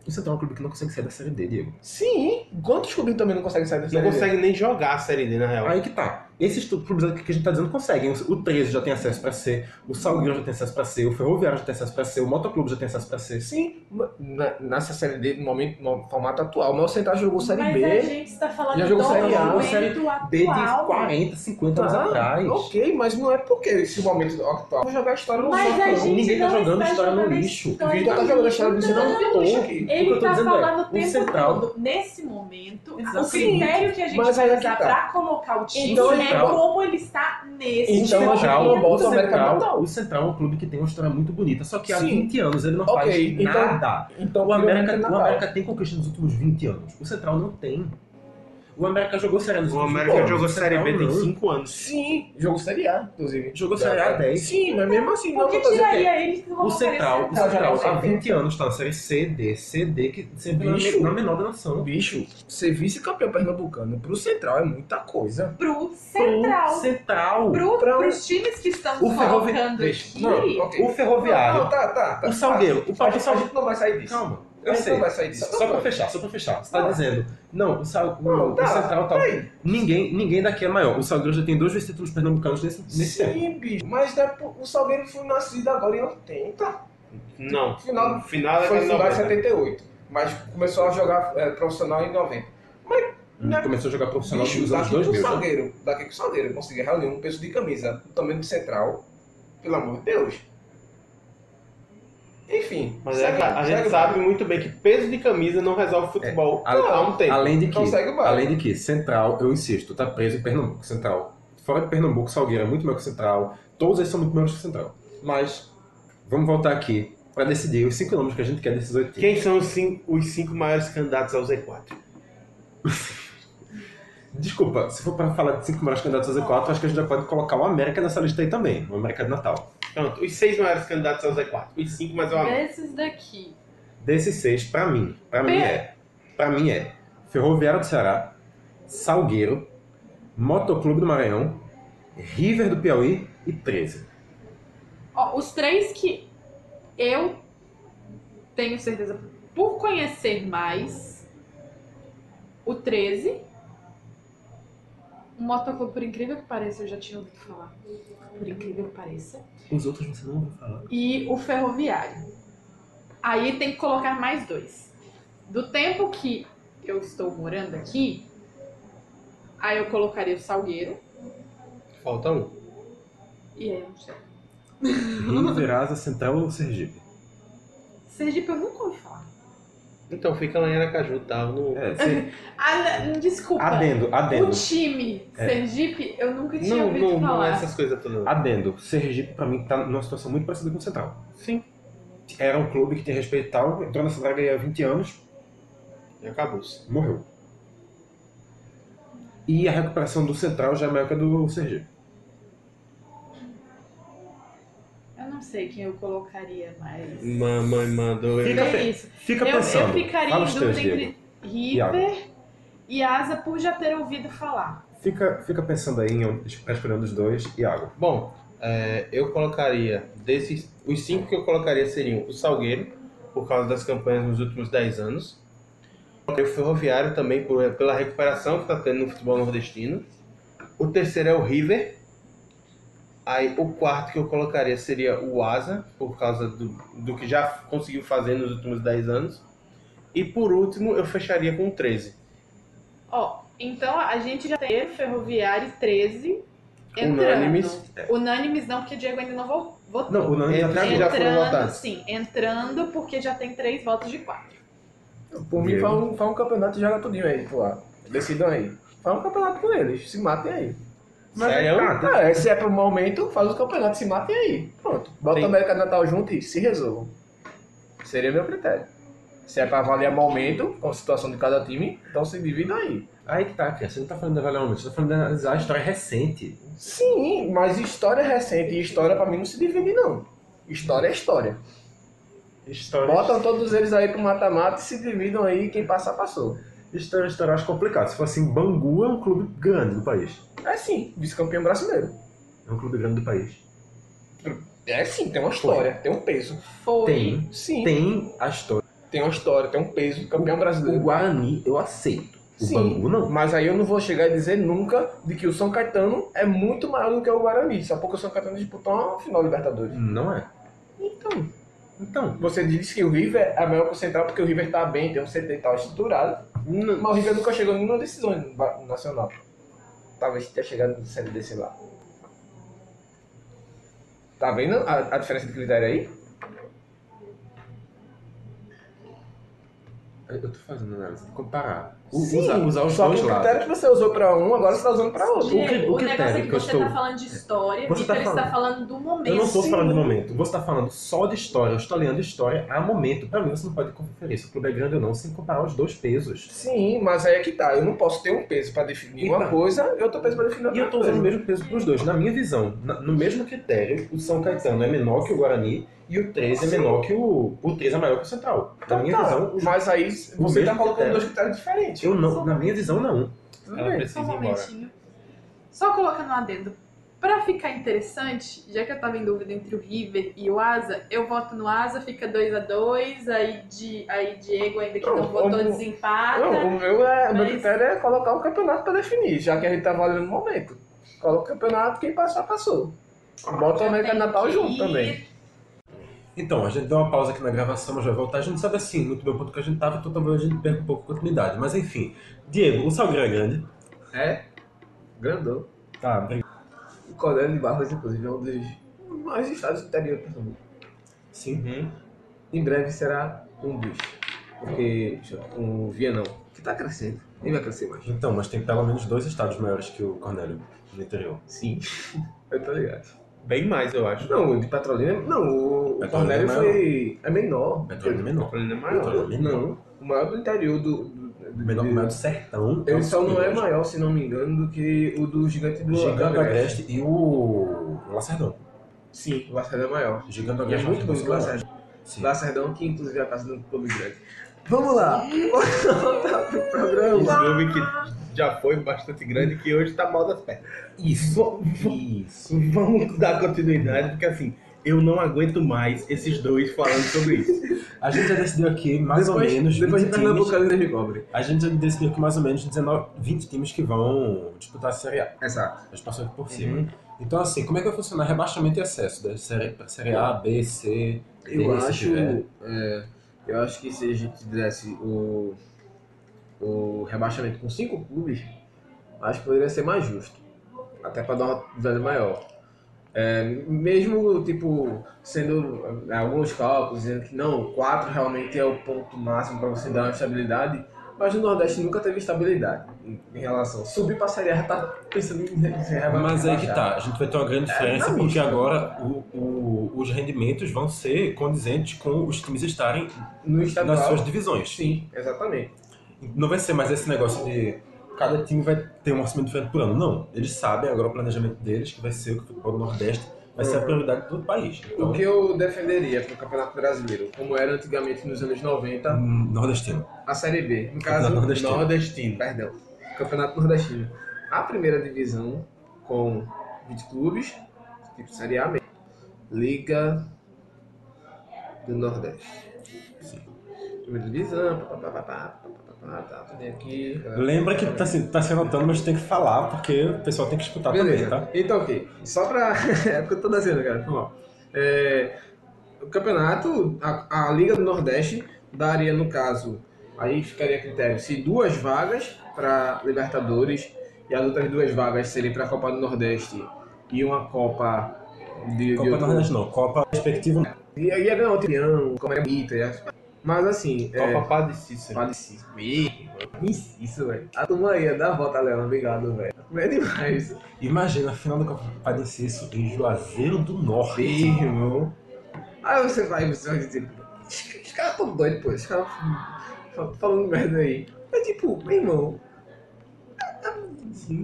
Speaker 3: O Central é um clube que não consegue sair da série D, Diego.
Speaker 6: Sim, quantos clubes também não conseguem sair da
Speaker 1: Não
Speaker 6: Série B?
Speaker 1: consegue nem jogar a Série D, na real.
Speaker 6: Ah,
Speaker 3: Aí que tá. Esses tu- clubes aqui que a gente tá dizendo conseguem. O 13 já tem acesso pra C, o Salgueiro já tem acesso pra C, o Ferroviário já tem acesso pra C, o Motoclube já tem acesso pra C.
Speaker 6: Sim, ma- na, nessa Série D, no, momento, no formato atual, mas o Central jogou Série
Speaker 9: Mas
Speaker 6: B.
Speaker 9: a gente tá falando
Speaker 6: Já jogou
Speaker 9: do
Speaker 6: Série A,
Speaker 9: momento
Speaker 3: Série
Speaker 9: atual.
Speaker 3: B de 40, 50 anos
Speaker 6: Ah,
Speaker 3: atrás.
Speaker 6: Ok, mas não é porque esse momento atual. Vou jogar a história no
Speaker 9: Mas
Speaker 6: saco,
Speaker 9: a
Speaker 6: não.
Speaker 9: gente
Speaker 3: Ninguém tá
Speaker 9: não
Speaker 3: jogando
Speaker 9: está
Speaker 3: história no
Speaker 9: jogando
Speaker 3: lixo.
Speaker 6: O
Speaker 9: história
Speaker 6: Vitor tá
Speaker 9: no
Speaker 6: jogando a
Speaker 9: lixo.
Speaker 6: história do Central
Speaker 9: Não,
Speaker 6: no aqui.
Speaker 8: Então,
Speaker 3: O que
Speaker 9: Ele
Speaker 3: eu tô
Speaker 9: tá
Speaker 3: dizendo é,
Speaker 9: falando o
Speaker 3: o
Speaker 9: tempo
Speaker 3: central-
Speaker 9: todo. Nesse momento, o
Speaker 8: Exatamente.
Speaker 9: critério que a gente
Speaker 6: Mas aí é
Speaker 9: vai
Speaker 6: que
Speaker 9: usar
Speaker 6: tá.
Speaker 9: pra colocar o time
Speaker 6: Então,
Speaker 9: é
Speaker 3: central-
Speaker 9: como ele está nesse
Speaker 6: Então,
Speaker 3: O
Speaker 9: momento.
Speaker 6: a gente não
Speaker 3: Central, o,
Speaker 6: bota o tá América
Speaker 3: Central,
Speaker 6: Natal.
Speaker 3: o Central é um clube que tem uma história muito bonita, só que há
Speaker 6: Sim.
Speaker 3: 20 anos ele não
Speaker 6: Ok,
Speaker 3: faz
Speaker 6: então-
Speaker 3: nada.
Speaker 6: Então
Speaker 3: o, América,
Speaker 6: virou
Speaker 3: o
Speaker 6: Natal.
Speaker 3: América tem conquista nos últimos 20 anos. O Central não tem. O América jogou Série A nos
Speaker 1: O
Speaker 3: últimos
Speaker 1: América
Speaker 3: 20 anos,
Speaker 1: jogou
Speaker 3: o
Speaker 1: Série
Speaker 3: Central
Speaker 1: B tem
Speaker 3: não.
Speaker 1: 5 anos.
Speaker 6: Sim, jogou Série A, inclusive.
Speaker 3: Jogou Série A 10.
Speaker 6: Sim, tá mas mesmo assim, não
Speaker 9: Por que
Speaker 6: vou dizer que
Speaker 9: tiraria ele que
Speaker 3: O Central, o
Speaker 6: Central
Speaker 3: Central
Speaker 6: já
Speaker 3: há
Speaker 6: não tem.
Speaker 3: 20 anos tá na Série C, D, C, D, que sempre
Speaker 6: Bicho.
Speaker 3: na, na menor da
Speaker 6: é
Speaker 3: nação.
Speaker 6: bicho. Ser vice-campeão pernambucano pro Central é muita coisa.
Speaker 9: pro Central.
Speaker 3: Central.
Speaker 9: Pro,
Speaker 6: Pra-
Speaker 9: pros times que estamos
Speaker 3: O Ferrovi-
Speaker 9: colocando
Speaker 6: Deixa-
Speaker 9: aqui.
Speaker 6: Não, ok.
Speaker 3: O Ferroviário.
Speaker 6: Não, não, tá, tá, tá.
Speaker 3: O Salgueiro. O
Speaker 6: A
Speaker 3: Paulo
Speaker 6: gente, a gente não vai sair disso.
Speaker 3: Calma.
Speaker 6: a
Speaker 3: Eu
Speaker 6: gente
Speaker 3: sei.
Speaker 6: não então vai sair disso.
Speaker 3: Só pra fechar, só pra fechar. Você tá
Speaker 6: Não.
Speaker 3: dizendo, não, o, Sal, o,
Speaker 6: Não,
Speaker 3: o
Speaker 6: tá.
Speaker 3: Central tá.
Speaker 6: Peraí.
Speaker 3: Ninguém, ninguém daqui é maior. O Salgueiro já tem dois títulos pernambucanos nesse, nesse tempo.
Speaker 6: Sim, bicho. Mas né, pô, o Salgueiro foi nascido agora em 80.
Speaker 1: Não.
Speaker 6: Final-
Speaker 1: O final é
Speaker 6: foi fundado em
Speaker 1: 90.
Speaker 6: 78. Mas começou a jogar é, profissional em 90. Não.
Speaker 3: Começou a jogar profissional
Speaker 6: né? Bicho,
Speaker 3: é
Speaker 6: tá
Speaker 3: nos anos né?
Speaker 6: daqui que o
Speaker 3: 2000. já.
Speaker 6: Salgueiro, daqui que o Salgueiro conseguir reunir um peso de camisa do tamanho do Central, pelo amor de Deus. Enfim.
Speaker 1: Mas é
Speaker 6: segue
Speaker 1: que
Speaker 6: o-
Speaker 1: a
Speaker 6: segue
Speaker 1: gente
Speaker 6: o
Speaker 1: sabe muito bem que peso de camisa não resolve futebol
Speaker 3: É.
Speaker 1: há um tempo.
Speaker 3: Além de que,
Speaker 6: Então segue o baile.
Speaker 3: além de que, Central, eu insisto, tá preso em Pernambuco. Central. Fora de Pernambuco, Salgueiro é muito maior que Central. Todos eles são muito maiores que Central. Mas, vamos voltar aqui pra decidir os cinco nomes que a gente quer desses oito.
Speaker 1: Quem são os cinco, os cinco maiores candidatos ao Z4?
Speaker 3: Desculpa, se for pra falar de cinco maiores candidatos a Z4, acho que a gente já pode colocar o América nessa lista aí também. O América de Natal.
Speaker 1: Pronto, os seis maiores candidatos ao Z4. Os cinco, mas eu amo.
Speaker 8: Desses daqui.
Speaker 3: Desses seis, pra mim, pra mim é. Pra mim é Ferroviário do Ceará, Salgueiro, Motoclube do Maranhão, River do Piauí e 13.
Speaker 8: Ó, os três que eu tenho certeza, por conhecer mais, o 13. O Motoclube, por incrível que pareça, eu já tinha ouvido falar. Por incrível que pareça.
Speaker 6: Os outros você não ouviu falar.
Speaker 8: E o Ferroviário. Aí tem que colocar mais dois. Do tempo que eu estou morando aqui, aí eu colocaria o Salgueiro.
Speaker 6: É.
Speaker 3: Falta um.
Speaker 8: E aí eu não sei.
Speaker 3: Rio, Verasa, Central ou Sergipe?
Speaker 8: Sergipe eu nunca ouvi falar.
Speaker 1: Então fica lá em Aracaju, tá? No...
Speaker 3: É, se...
Speaker 8: Ah, na- desculpa.
Speaker 3: adendo,
Speaker 8: O
Speaker 3: adendo.
Speaker 8: time
Speaker 3: É.
Speaker 8: Sergipe eu nunca tinha
Speaker 1: Não,
Speaker 8: ouvido
Speaker 1: não, não
Speaker 8: falar.
Speaker 1: é essas coisas todas. não.
Speaker 3: Adendo, Sergipe pra mim tá numa situação muito parecida com o Central.
Speaker 1: Sim.
Speaker 3: Era um clube que tinha respeito e tal, entrou nessa draga aí há 20 anos,
Speaker 1: E acabou-se.
Speaker 3: morreu. E a recuperação do Central já é maior que a do Sergipe.
Speaker 8: Eu não sei quem eu colocaria mais.
Speaker 1: Mamãe mandou
Speaker 3: Fica
Speaker 8: É
Speaker 3: pe-
Speaker 8: isso.
Speaker 3: Fica
Speaker 8: eu,
Speaker 3: pensando.
Speaker 8: eu ficaria
Speaker 3: Fala
Speaker 8: em
Speaker 3: os
Speaker 8: dúvida
Speaker 3: teus,
Speaker 8: entre
Speaker 3: Diego.
Speaker 8: River e Asa por já ter ouvido falar.
Speaker 3: Fica, fica pensando aí em um- pra escolher um dos dois, Iago.
Speaker 1: Bom, é, eu colocaria desses. Os cinco que eu colocaria seriam o Salgueiro, por causa das campanhas nos últimos 10 anos. O Ferroviário também por, pela recuperação que está tendo no futebol nordestino. O terceiro é o River. Aí o quarto que eu colocaria seria o Asa, por causa do, do que já conseguiu fazer nos últimos 10 anos. E por último, eu fecharia com o 13.
Speaker 8: Ó, então a gente já tem Ferroviário 13 entrando.
Speaker 1: Unânimes.
Speaker 8: Unânimes não, porque Diego ainda não vo- votou.
Speaker 3: Não, o Nani
Speaker 6: É,
Speaker 3: já
Speaker 1: Entra-
Speaker 3: tá
Speaker 1: já foram
Speaker 8: entrando,
Speaker 1: votados.
Speaker 8: sim, entrando porque já tem três votos de quatro.
Speaker 6: Por mim,
Speaker 3: Diego.
Speaker 6: faz um, faz um campeonato e joga tudinho aí, pô. lá. Decidam aí. Faz um campeonato com eles, se matem aí.
Speaker 1: Sério?
Speaker 6: Ah, é, se é pro momento, faz os campeonatos, se matem aí. Pronto. Bota
Speaker 1: Tem-
Speaker 6: o América do Natal junto e se resolvam. Seria meu critério. Se é pra avaliar momento, com a situação de cada time, então se dividam aí.
Speaker 3: Aí que tá, cara. Você não tá falando de avaliar o momento, você tá falando de analisar a história recente.
Speaker 6: Sim, mas história é recente e história pra mim não se divide, não. História é história.
Speaker 3: História.
Speaker 6: Botam todos eles aí pro mata-mata e se dividam aí, quem passar, passou.
Speaker 3: História, história, eu acho complicado. Se fosse assim, Bangu é um clube grande do país.
Speaker 6: É sim, vice-campeão brasileiro.
Speaker 3: É um clube grande do país.
Speaker 6: É sim, tem uma história, tem um peso.
Speaker 8: Foi.
Speaker 3: Tem.
Speaker 6: Sim, tem,
Speaker 3: Tem a história.
Speaker 6: uma história, tem um peso, campeão
Speaker 3: O
Speaker 6: brasileiro.
Speaker 3: Guarani eu aceito. O
Speaker 6: Sim.
Speaker 3: Bangu não.
Speaker 6: Mas aí eu não vou chegar e dizer nunca de que o São Caetano é muito maior do que o Guarani, só porque o São Caetano disputou uma final Libertadores.
Speaker 3: Não é.
Speaker 6: Então,
Speaker 3: Então,
Speaker 6: você disse que o River é maior que o Central porque o River tá bem, tem um CT e tal estruturado,
Speaker 1: Não,
Speaker 6: mas o River nunca chegou em nenhuma decisão no ba- no nacional. Talvez tenha chegado no CDC lá. Tá vendo a, a diferença de critério aí?
Speaker 3: eu tô fazendo análise de comparar.
Speaker 6: Sim,
Speaker 3: usar, usar os
Speaker 6: só
Speaker 3: dois
Speaker 6: que o
Speaker 3: lados.
Speaker 6: critério que você usou pra um, agora você tá usando pra outro.
Speaker 3: O que-
Speaker 8: Diego,
Speaker 3: o
Speaker 8: o,
Speaker 3: que
Speaker 8: negócio é
Speaker 3: tem
Speaker 8: que
Speaker 3: que eu
Speaker 8: você
Speaker 3: estou-
Speaker 8: tá falando de história,
Speaker 3: Você
Speaker 8: Vitor
Speaker 3: tá
Speaker 8: está
Speaker 3: falando-
Speaker 8: falando do momento.
Speaker 3: Eu não tô
Speaker 8: Sim.
Speaker 3: falando de momento, você tá falando só de história, eu estou olhando história a momento. Pra mim você não pode conferir se o clube é grande ou não, sem comparar os dois pesos.
Speaker 6: Sim, mas aí é que tá. Eu não posso ter um peso pra definir uma
Speaker 3: Então.
Speaker 6: coisa e outro peso pra definir
Speaker 3: E
Speaker 6: outra
Speaker 3: eu tô usando
Speaker 6: coisa.
Speaker 3: o mesmo peso pros dois. Na minha visão, na- no mesmo critério, o São Caetano é menor que o Guarani e o 13 é menor que o. O 13 é maior que o Central. Na minha
Speaker 6: Tá,
Speaker 3: visão, os-
Speaker 6: mas aí você
Speaker 3: mesmo
Speaker 6: tá colocando
Speaker 3: critério.
Speaker 6: dois critérios diferentes.
Speaker 3: eu não. Na minha visão, não.
Speaker 6: Tudo
Speaker 1: ela
Speaker 6: bem.
Speaker 8: Só
Speaker 1: precisa ir
Speaker 8: um
Speaker 1: embora.
Speaker 8: momentinho. Só colocando um adendo. Pra ficar interessante, já que eu tava em dúvida entre o River e o Asa, eu voto no Asa, fica 2 a 2 aí, Di- aí Diego ainda que não,
Speaker 6: Não,
Speaker 8: votou
Speaker 6: como-
Speaker 8: desempata.
Speaker 6: Não, o meu, é, o meu
Speaker 8: Mas-
Speaker 6: critério é colocar o campeonato pra definir, já que a gente tá valendo no momento. Coloca o campeonato, quem passar, passou. Bota o América do Natal junto também.
Speaker 3: Então, a gente deu uma pausa aqui na gravação, mas vai voltar. A gente sabe assim, muito bem o ponto que a gente tava, então talvez a gente perca um pouco de continuidade. Mas enfim. Diego, o Salgueiro é grande.
Speaker 6: É? Grandão.
Speaker 3: Tá, obrigado.
Speaker 6: O Coronel de Barros, inclusive, é um dos mais estados do interior do Pernambuco. Uhum.
Speaker 3: Sim.
Speaker 6: Em breve será um dos. Porque um Vianão, que tá crescendo, nem vai crescer mais.
Speaker 3: Então, mas tem pelo menos dois estados maiores que o Cornélio no interior.
Speaker 6: Sim, eu tô ligado.
Speaker 1: Bem mais, eu acho.
Speaker 6: Não, o de Petrolina. Não, o, o
Speaker 3: Petrolina
Speaker 6: Cornélio
Speaker 3: é
Speaker 6: foi. É menor.
Speaker 3: Petróleo é menor.
Speaker 1: Ele é maior.
Speaker 3: Petróleo é menor.
Speaker 6: Não, o maior do interior do. do, do
Speaker 3: Menor que o
Speaker 6: do-
Speaker 3: maior do sertão.
Speaker 6: Ele só não é maior, se não me engano, do que o do Gigante do
Speaker 3: Gigante do
Speaker 6: da Agreste.
Speaker 3: Agreste e o Lacerdão.
Speaker 6: Sim, o Lacerdão é maior.
Speaker 3: Gigante
Speaker 6: E
Speaker 3: do
Speaker 6: é
Speaker 3: Agreste
Speaker 6: muito bonito o
Speaker 3: Lacerdão.
Speaker 6: Lacerdão.
Speaker 3: Sim.
Speaker 6: Lacerdão, que inclusive é a casa
Speaker 1: um
Speaker 6: do Clube Grande. Vamos lá! Voltar pro
Speaker 1: Um
Speaker 6: programa.
Speaker 1: clube que já foi bastante grande que hoje tá mal das pernas.
Speaker 3: Isso. Isso.
Speaker 1: Vamos dar continuidade, porque assim, Eu não aguento mais esses dois falando sobre isso.
Speaker 3: A gente já decidiu aqui mais
Speaker 6: depois,
Speaker 3: ou menos.
Speaker 6: Depois
Speaker 3: 20
Speaker 6: de Pernambuco,
Speaker 3: times.
Speaker 6: ele recobre.
Speaker 3: A gente já decidiu que mais ou menos 19, 20 times que vão disputar a Série A.
Speaker 6: Exato. Uhum.
Speaker 3: A gente passou aqui por cima. Então, assim, como é que vai funcionar rebaixamento e acesso da série, pra série A, B, C, D,
Speaker 6: Eu
Speaker 3: se
Speaker 6: acho.
Speaker 3: tiver?
Speaker 6: é, eu acho que se a gente fizesse o, o rebaixamento com cinco clubes, acho que poderia ser mais justo. Até para dar uma dificuldade maior. É, mesmo, tipo, sendo é, alguns cálculos, dizendo que não, quatro realmente é o ponto máximo para você dar uma estabilidade, mas no Nordeste nunca teve estabilidade em, em relação. Subir para a Série A já tá pensando em re- se reba-
Speaker 3: Mas aí que
Speaker 6: É, rebaixar.
Speaker 3: tá, a gente vai ter uma grande
Speaker 6: É,
Speaker 3: diferença
Speaker 6: na
Speaker 3: porque
Speaker 6: lista.
Speaker 3: agora o- o- os rendimentos vão ser condizentes com os times estarem
Speaker 6: No estadual,
Speaker 3: nas suas divisões.
Speaker 6: sim, exatamente.
Speaker 3: Não vai ser mais esse negócio de cada time vai ter um orçamento diferente por ano. Não, eles sabem agora o planejamento deles, que vai ser o que o futebol do Nordeste vai ser a
Speaker 6: Uhum.
Speaker 3: prioridade do país.
Speaker 6: O
Speaker 3: Então,
Speaker 6: que eu defenderia pro Campeonato Brasileiro, como era antigamente nos anos 90,
Speaker 3: hum, nordestino.
Speaker 6: a Série B. No
Speaker 3: Campeonato
Speaker 6: caso,
Speaker 3: Nordestino.
Speaker 6: Nordestino. Perdão. Campeonato Nordestino. A primeira divisão com 20 clubes, tipo Série A mesmo. Liga do Nordeste. Primeira divisão, pá, pá, pá, pá, pá, pá, pá, pá, pá, tá, tudo aqui.
Speaker 3: Lembra que tá, se- tá se anotando, mas tem que falar, porque o pessoal tem que escutar
Speaker 6: Beleza.
Speaker 3: também, tá?
Speaker 6: Então, ok. Só pra. é porque eu tô nascendo, cara. Foi mal. É, o campeonato, a, a Liga do Nordeste daria, no caso, aí ficaria a critério se duas vagas pra Libertadores e as outras duas vagas seriam pra Copa do Nordeste e uma Copa de.
Speaker 3: Copa
Speaker 6: de outro-
Speaker 3: Nordeste não, Copa respectiva.
Speaker 6: E aí ia ganhar o Trião, Copa era bonita. ia- Mas assim. é,
Speaker 1: Copa Padre Cícero.
Speaker 6: Fala isso. Ih, mano, Isso, velho. A turma aí, dá a volta, Leandro. Obrigado, velho. É demais.
Speaker 3: Imagina a final da Copa Padre Cício em Juazeiro do Norte.
Speaker 6: Sim, irmão. Aí você vai, você vai dizer, os os caras tão doidos, pô, os caras fal- falando merda aí. Mas tipo, meu irmão. é- é-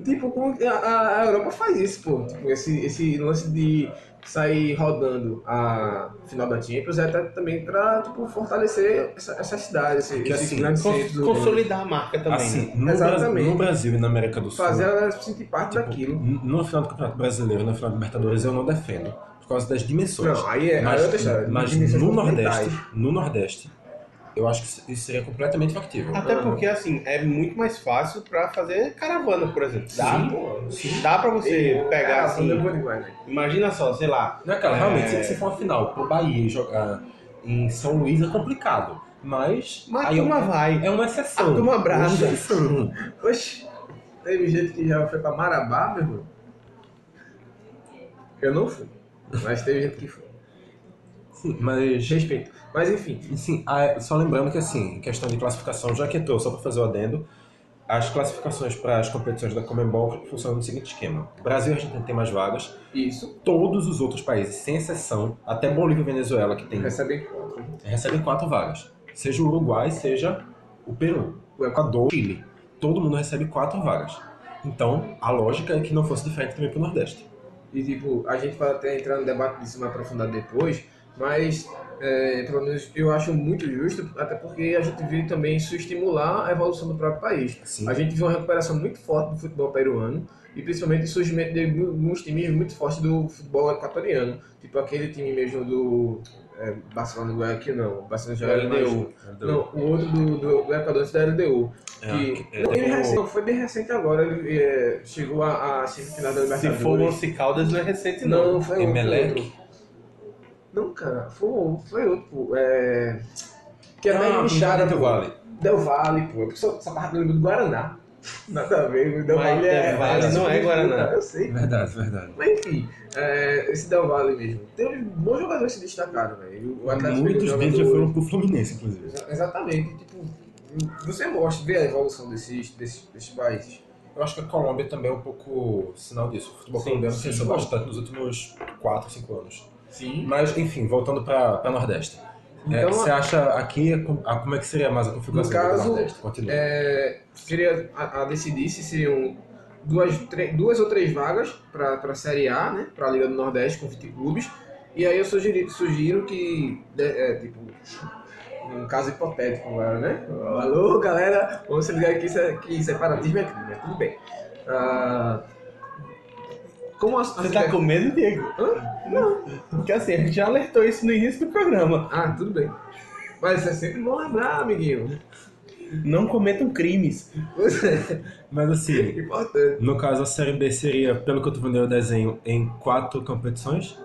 Speaker 6: Tipo, como a- a, a Europa faz isso, pô. Tipo, esse, esse lance de sair rodando a final da Champions é até também pra tipo, fortalecer essa, essa cidade, esse,
Speaker 3: Que
Speaker 6: esse
Speaker 3: assim,
Speaker 6: grande
Speaker 1: Cons-
Speaker 6: centro.
Speaker 1: Consolidar a marca também. né?
Speaker 3: Assim, no,
Speaker 6: Exatamente.
Speaker 3: Brasil, no Brasil e na América do Sul,
Speaker 6: Fazer ela se sentir parte
Speaker 3: Tipo,
Speaker 6: daquilo.
Speaker 3: n- no final do Campeonato Brasileiro, na final da Libertadores, eu não defendo, por causa das dimensões.
Speaker 6: Não, aí é, aí é outra
Speaker 3: mas
Speaker 6: história.
Speaker 3: mas
Speaker 6: Dimensões
Speaker 3: no, Nordeste,
Speaker 6: continentais.
Speaker 3: no Nordeste, eu acho que isso seria completamente factível.
Speaker 1: Até porque, assim, é muito mais fácil pra fazer caravana, por exemplo. Dá,
Speaker 3: Sim,
Speaker 1: pô, dá pra você pegar,
Speaker 6: Ah,
Speaker 1: assim...
Speaker 6: não é bom demais, velho.
Speaker 1: Imagina só, sei lá,
Speaker 3: Não, cara,
Speaker 1: É.
Speaker 3: realmente, se- se for uma final pro Bahia jogar em São Luís é complicado, mas,
Speaker 1: mas a
Speaker 3: aí é
Speaker 1: turma
Speaker 3: uma,
Speaker 1: vai.
Speaker 3: é uma exceção.
Speaker 1: A turma abraça.
Speaker 3: Uma exceção.
Speaker 6: um Oxi, teve gente que já foi pra Marabá, meu irmão. Eu não fui, mas teve gente que foi.
Speaker 3: Sim, mas...
Speaker 6: Respeito. Mas enfim,
Speaker 3: E, Sim, ah, só lembrando que assim, em questão de classificação, já que entrou, só para fazer o adendo, as classificações para as competições da Comembol funcionam no seguinte esquema. Brasil e Argentina tem mais vagas,
Speaker 6: isso
Speaker 3: todos os outros países, sem exceção, até Bolívia e Venezuela, que tem,
Speaker 6: recebem conta.
Speaker 3: recebem quatro vagas. Seja o Uruguai, seja o Peru, o Equador, o Chile. Todo mundo recebe quatro vagas. Então, a lógica é que não fosse diferente também para o Nordeste.
Speaker 6: E tipo, a gente vai até entrar no debate disso mais aprofundado depois, mas é, pelo menos eu acho muito justo, até porque a gente veio também isso estimular a evolução do próprio país.
Speaker 3: Sim.
Speaker 6: A gente viu uma recuperação muito forte do futebol peruano e principalmente o surgimento de mu- alguns times muito fortes do futebol equatoriano, tipo aquele time mesmo do é, Barcelona do Guayaquil, não,
Speaker 3: É,
Speaker 6: Barcelona já era mais- Não, o outro do, do, do Equador da LDU. que,
Speaker 3: É,
Speaker 6: não, ele
Speaker 3: tem o-
Speaker 6: recente- não, foi bem recente agora, ele é, chegou a, a semifinal da
Speaker 1: Se
Speaker 6: Libertadores.
Speaker 1: for o Lance Caldas, não é recente, não.
Speaker 6: Não, foi
Speaker 3: Emelec?
Speaker 6: outro. Não, cara, foi, o- foi outro, pô. É... Que até
Speaker 3: Ah,
Speaker 6: ah, inchada,
Speaker 3: Del
Speaker 6: pô.
Speaker 3: Valle.
Speaker 6: Del Vale, pô. Eu só, só tava lembrando do Guaraná. Nada a ver, o Del
Speaker 1: Mas
Speaker 6: Valle é...
Speaker 1: Del Valle não é Guaraná.
Speaker 6: Eu sei.
Speaker 3: Verdade, verdade.
Speaker 6: Mas enfim, é, esse Del Valle mesmo. Teve bons jogadores que se destacaram, velho. O Atlético
Speaker 3: Muitos
Speaker 6: Mineiro
Speaker 3: deles já
Speaker 6: jogador-
Speaker 3: foram pro Fluminense, inclusive.
Speaker 6: Exa- Exatamente. Tipo, você gosta de ver a evolução desses, desses, desses países.
Speaker 3: Eu acho que a Colômbia também é um pouco sinal disso. O futebol
Speaker 1: Sim,
Speaker 3: colombiano
Speaker 1: sim.
Speaker 3: cresceu bastante nos últimos 4, 5 anos.
Speaker 6: Sim.
Speaker 3: Mas, enfim, voltando pra, pra Nordeste. É,
Speaker 6: Então,
Speaker 3: você acha aqui, a- a- como é que seria mais a configuração
Speaker 6: No
Speaker 3: do
Speaker 6: caso,
Speaker 3: Nordeste? Continua.
Speaker 6: É, seria a, a decidir se seriam duas, tre- duas ou três vagas para a Série A, né? Para a Liga do Nordeste com 20 clubes. E aí eu sugeri, sugiro que, de- é, tipo, um caso hipotético agora, né? Alô, galera, vamos né? se ligar aqui se- que separatismo é crime, mas tudo bem. Ah, Como as,
Speaker 10: Você
Speaker 6: as
Speaker 10: tá com medo, Diego? Não. Porque assim, a gente já alertou isso no início do programa.
Speaker 6: Ah, tudo bem. Mas é sempre bom lembrar, amiguinho.
Speaker 10: Não cometam crimes.
Speaker 3: Mas assim,
Speaker 6: Importante.
Speaker 3: No caso, a Série B seria, pelo que eu tô vendo aí o desenho, em quatro competições?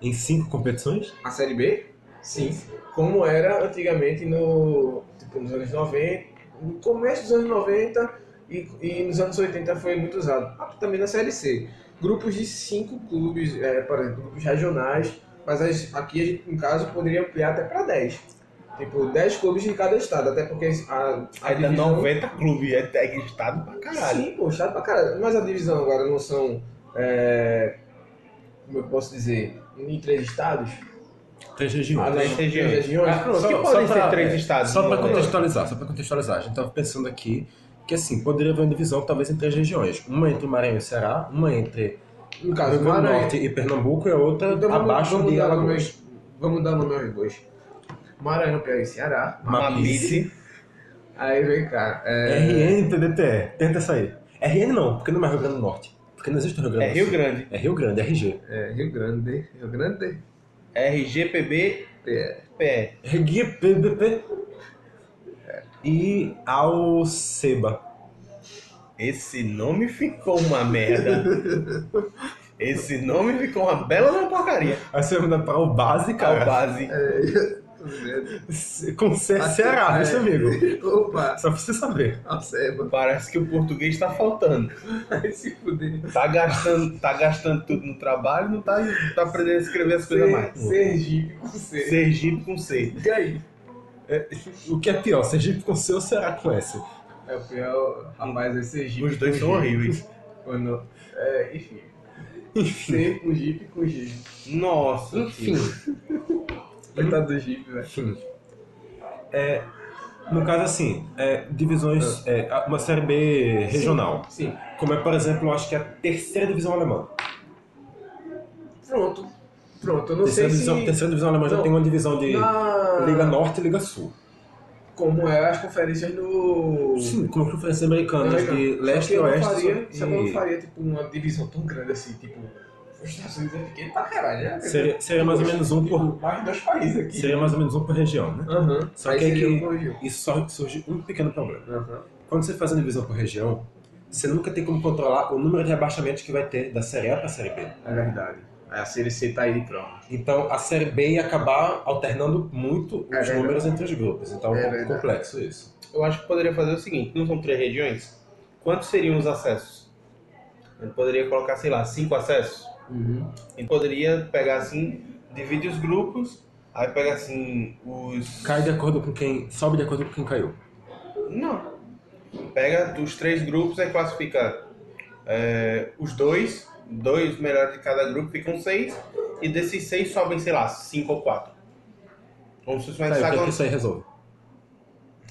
Speaker 3: Em cinco competições?
Speaker 6: A Série B? Sim. Como era antigamente no, tipo, nos anos 90, no começo dos anos 90 e, e nos anos 80 foi muito usado. Ah, também na Série C. Grupos de cinco clubes, é, por exemplo, grupos regionais, mas as- aqui, a gente, no caso, poderia ampliar até para 10. Tipo, 10 clubes de cada estado, até porque a, a
Speaker 10: Aí dá
Speaker 6: divisão-
Speaker 10: 90 clubes, é tag estado pra caralho.
Speaker 6: Sim, pô, chato pra caralho. Mas a divisão agora não são, é, como eu posso dizer, em três estados?
Speaker 3: Três
Speaker 6: Ah,
Speaker 3: regiões.
Speaker 6: não,
Speaker 10: Três regiões.
Speaker 6: três regiões.
Speaker 10: Ah,
Speaker 6: Pronto,
Speaker 10: só-
Speaker 6: que
Speaker 10: só
Speaker 6: podem
Speaker 10: pra-
Speaker 6: ser três
Speaker 10: é,
Speaker 6: estados.
Speaker 3: Só pra
Speaker 6: não, não.
Speaker 3: contextualizar, só pra contextualizar. A gente tava pensando aqui que, assim, poderia haver uma divisão talvez em três regiões. Uma entre o Maranhão e o Ceará, uma entre
Speaker 6: No
Speaker 3: o
Speaker 6: caso,
Speaker 3: Rio Grande do
Speaker 6: Maranhão.
Speaker 3: Norte e Pernambuco e a outra
Speaker 6: Então vamos-
Speaker 3: abaixo
Speaker 6: vamos
Speaker 3: de
Speaker 6: dar nome
Speaker 3: Alagoas.
Speaker 6: aos- Vamos dar nome aos dois. Maranhão, Piauí e Ceará.
Speaker 3: Mapice,
Speaker 6: Aí vem cá. É...
Speaker 3: RN e TDTE. Tenta sair. RN não, porque não é mais Rio Grande do Norte. Porque não existe o Rio Grande
Speaker 10: É
Speaker 3: do
Speaker 10: Rio
Speaker 3: Sul.
Speaker 10: Grande.
Speaker 3: É Rio Grande, RG.
Speaker 6: é, Rio Grande. Rio Grande.
Speaker 10: é RGPB
Speaker 6: É.
Speaker 10: PE.
Speaker 3: Reggae PBP e Alceba.
Speaker 10: Esse nome ficou uma merda. Esse nome ficou uma bela de uma porcaria.
Speaker 3: Aí você manda pra o base,
Speaker 10: Ao
Speaker 3: cara.
Speaker 10: base.
Speaker 3: Com C
Speaker 6: Ace-
Speaker 3: Ceará,
Speaker 6: é.
Speaker 3: meu seu amigo.
Speaker 6: Opa,
Speaker 3: Só pra você saber.
Speaker 6: Alceba.
Speaker 10: Parece que o português tá faltando.
Speaker 6: Vai se fuder.
Speaker 10: Tá gastando, tá gastando tudo no trabalho, não tá, tá aprendendo a escrever as coisas mais.
Speaker 6: Sergipe com C.
Speaker 10: Sergipe com C.
Speaker 6: E aí?
Speaker 3: O que é pior, Sergipe com C ou Ceará com S?
Speaker 6: É o pior, rapaz, é Sergipe.
Speaker 10: Os dois
Speaker 6: com
Speaker 10: são
Speaker 6: Jeep.
Speaker 10: horríveis.
Speaker 6: Quando- É, enfim. C com Jeep com Jeep.
Speaker 10: Nossa.
Speaker 3: Enfim. tá
Speaker 6: Coitado do Jeep, velho.
Speaker 3: Enfim. É, no caso, assim, é, divisões, é, uma série B regional.
Speaker 6: Sim.
Speaker 3: Como é, por exemplo, eu acho que é a terceira divisão alemã.
Speaker 6: Pronto. Pronto, eu não
Speaker 3: Terceira
Speaker 6: sei
Speaker 3: divisão,
Speaker 6: se...
Speaker 3: terceira divisão alemã já
Speaker 6: Não.
Speaker 3: tem uma divisão de
Speaker 6: na-
Speaker 3: Liga Norte e Liga Sul.
Speaker 6: Como é as conferências no...
Speaker 3: Sim, como conferências americanas de leste e oeste. né?
Speaker 6: Só que eu não faria, só que eu não
Speaker 3: e-
Speaker 6: faria, tipo, uma divisão tão grande assim, tipo... Os Estados Unidos é pequeno pra caralho, né?
Speaker 3: Seria, seria mais ou menos um por
Speaker 6: Tipo, mais dois países aqui.
Speaker 3: seria mais ou menos um por região, né?
Speaker 6: Aham.
Speaker 3: Só
Speaker 6: Aí
Speaker 3: que aí
Speaker 6: seria
Speaker 3: que-
Speaker 6: um conjunto.
Speaker 3: Isso só surge um pequeno problema.
Speaker 6: Aham.
Speaker 3: Quando você faz a divisão por região, você nunca tem como controlar o número de abaixamentos que vai ter da série A para a série B.
Speaker 6: É verdade. Aí a CLC tá aí, pronto.
Speaker 3: Então a série B ia acabar alternando muito os
Speaker 6: É verdade.
Speaker 3: números entre os grupos. Então
Speaker 6: É
Speaker 3: é um pouco
Speaker 6: verdade.
Speaker 3: complexo isso.
Speaker 1: Eu acho que poderia fazer o seguinte: não são três regiões? Quantos seriam os acessos? Ele poderia colocar, sei lá, cinco acessos?
Speaker 6: Uhum.
Speaker 1: Ele poderia pegar assim, divide os grupos, aí pega assim os.
Speaker 3: Cai de acordo com quem. sobe de acordo com quem caiu.
Speaker 1: Não. Pega os três grupos e classifica é, os dois, dois melhores de cada grupo, ficam seis, e desses seis sobem, sei lá, cinco ou quatro. Como se fosse uma
Speaker 3: Tá, eu quero
Speaker 1: hexagonal.
Speaker 3: que isso aí resolve.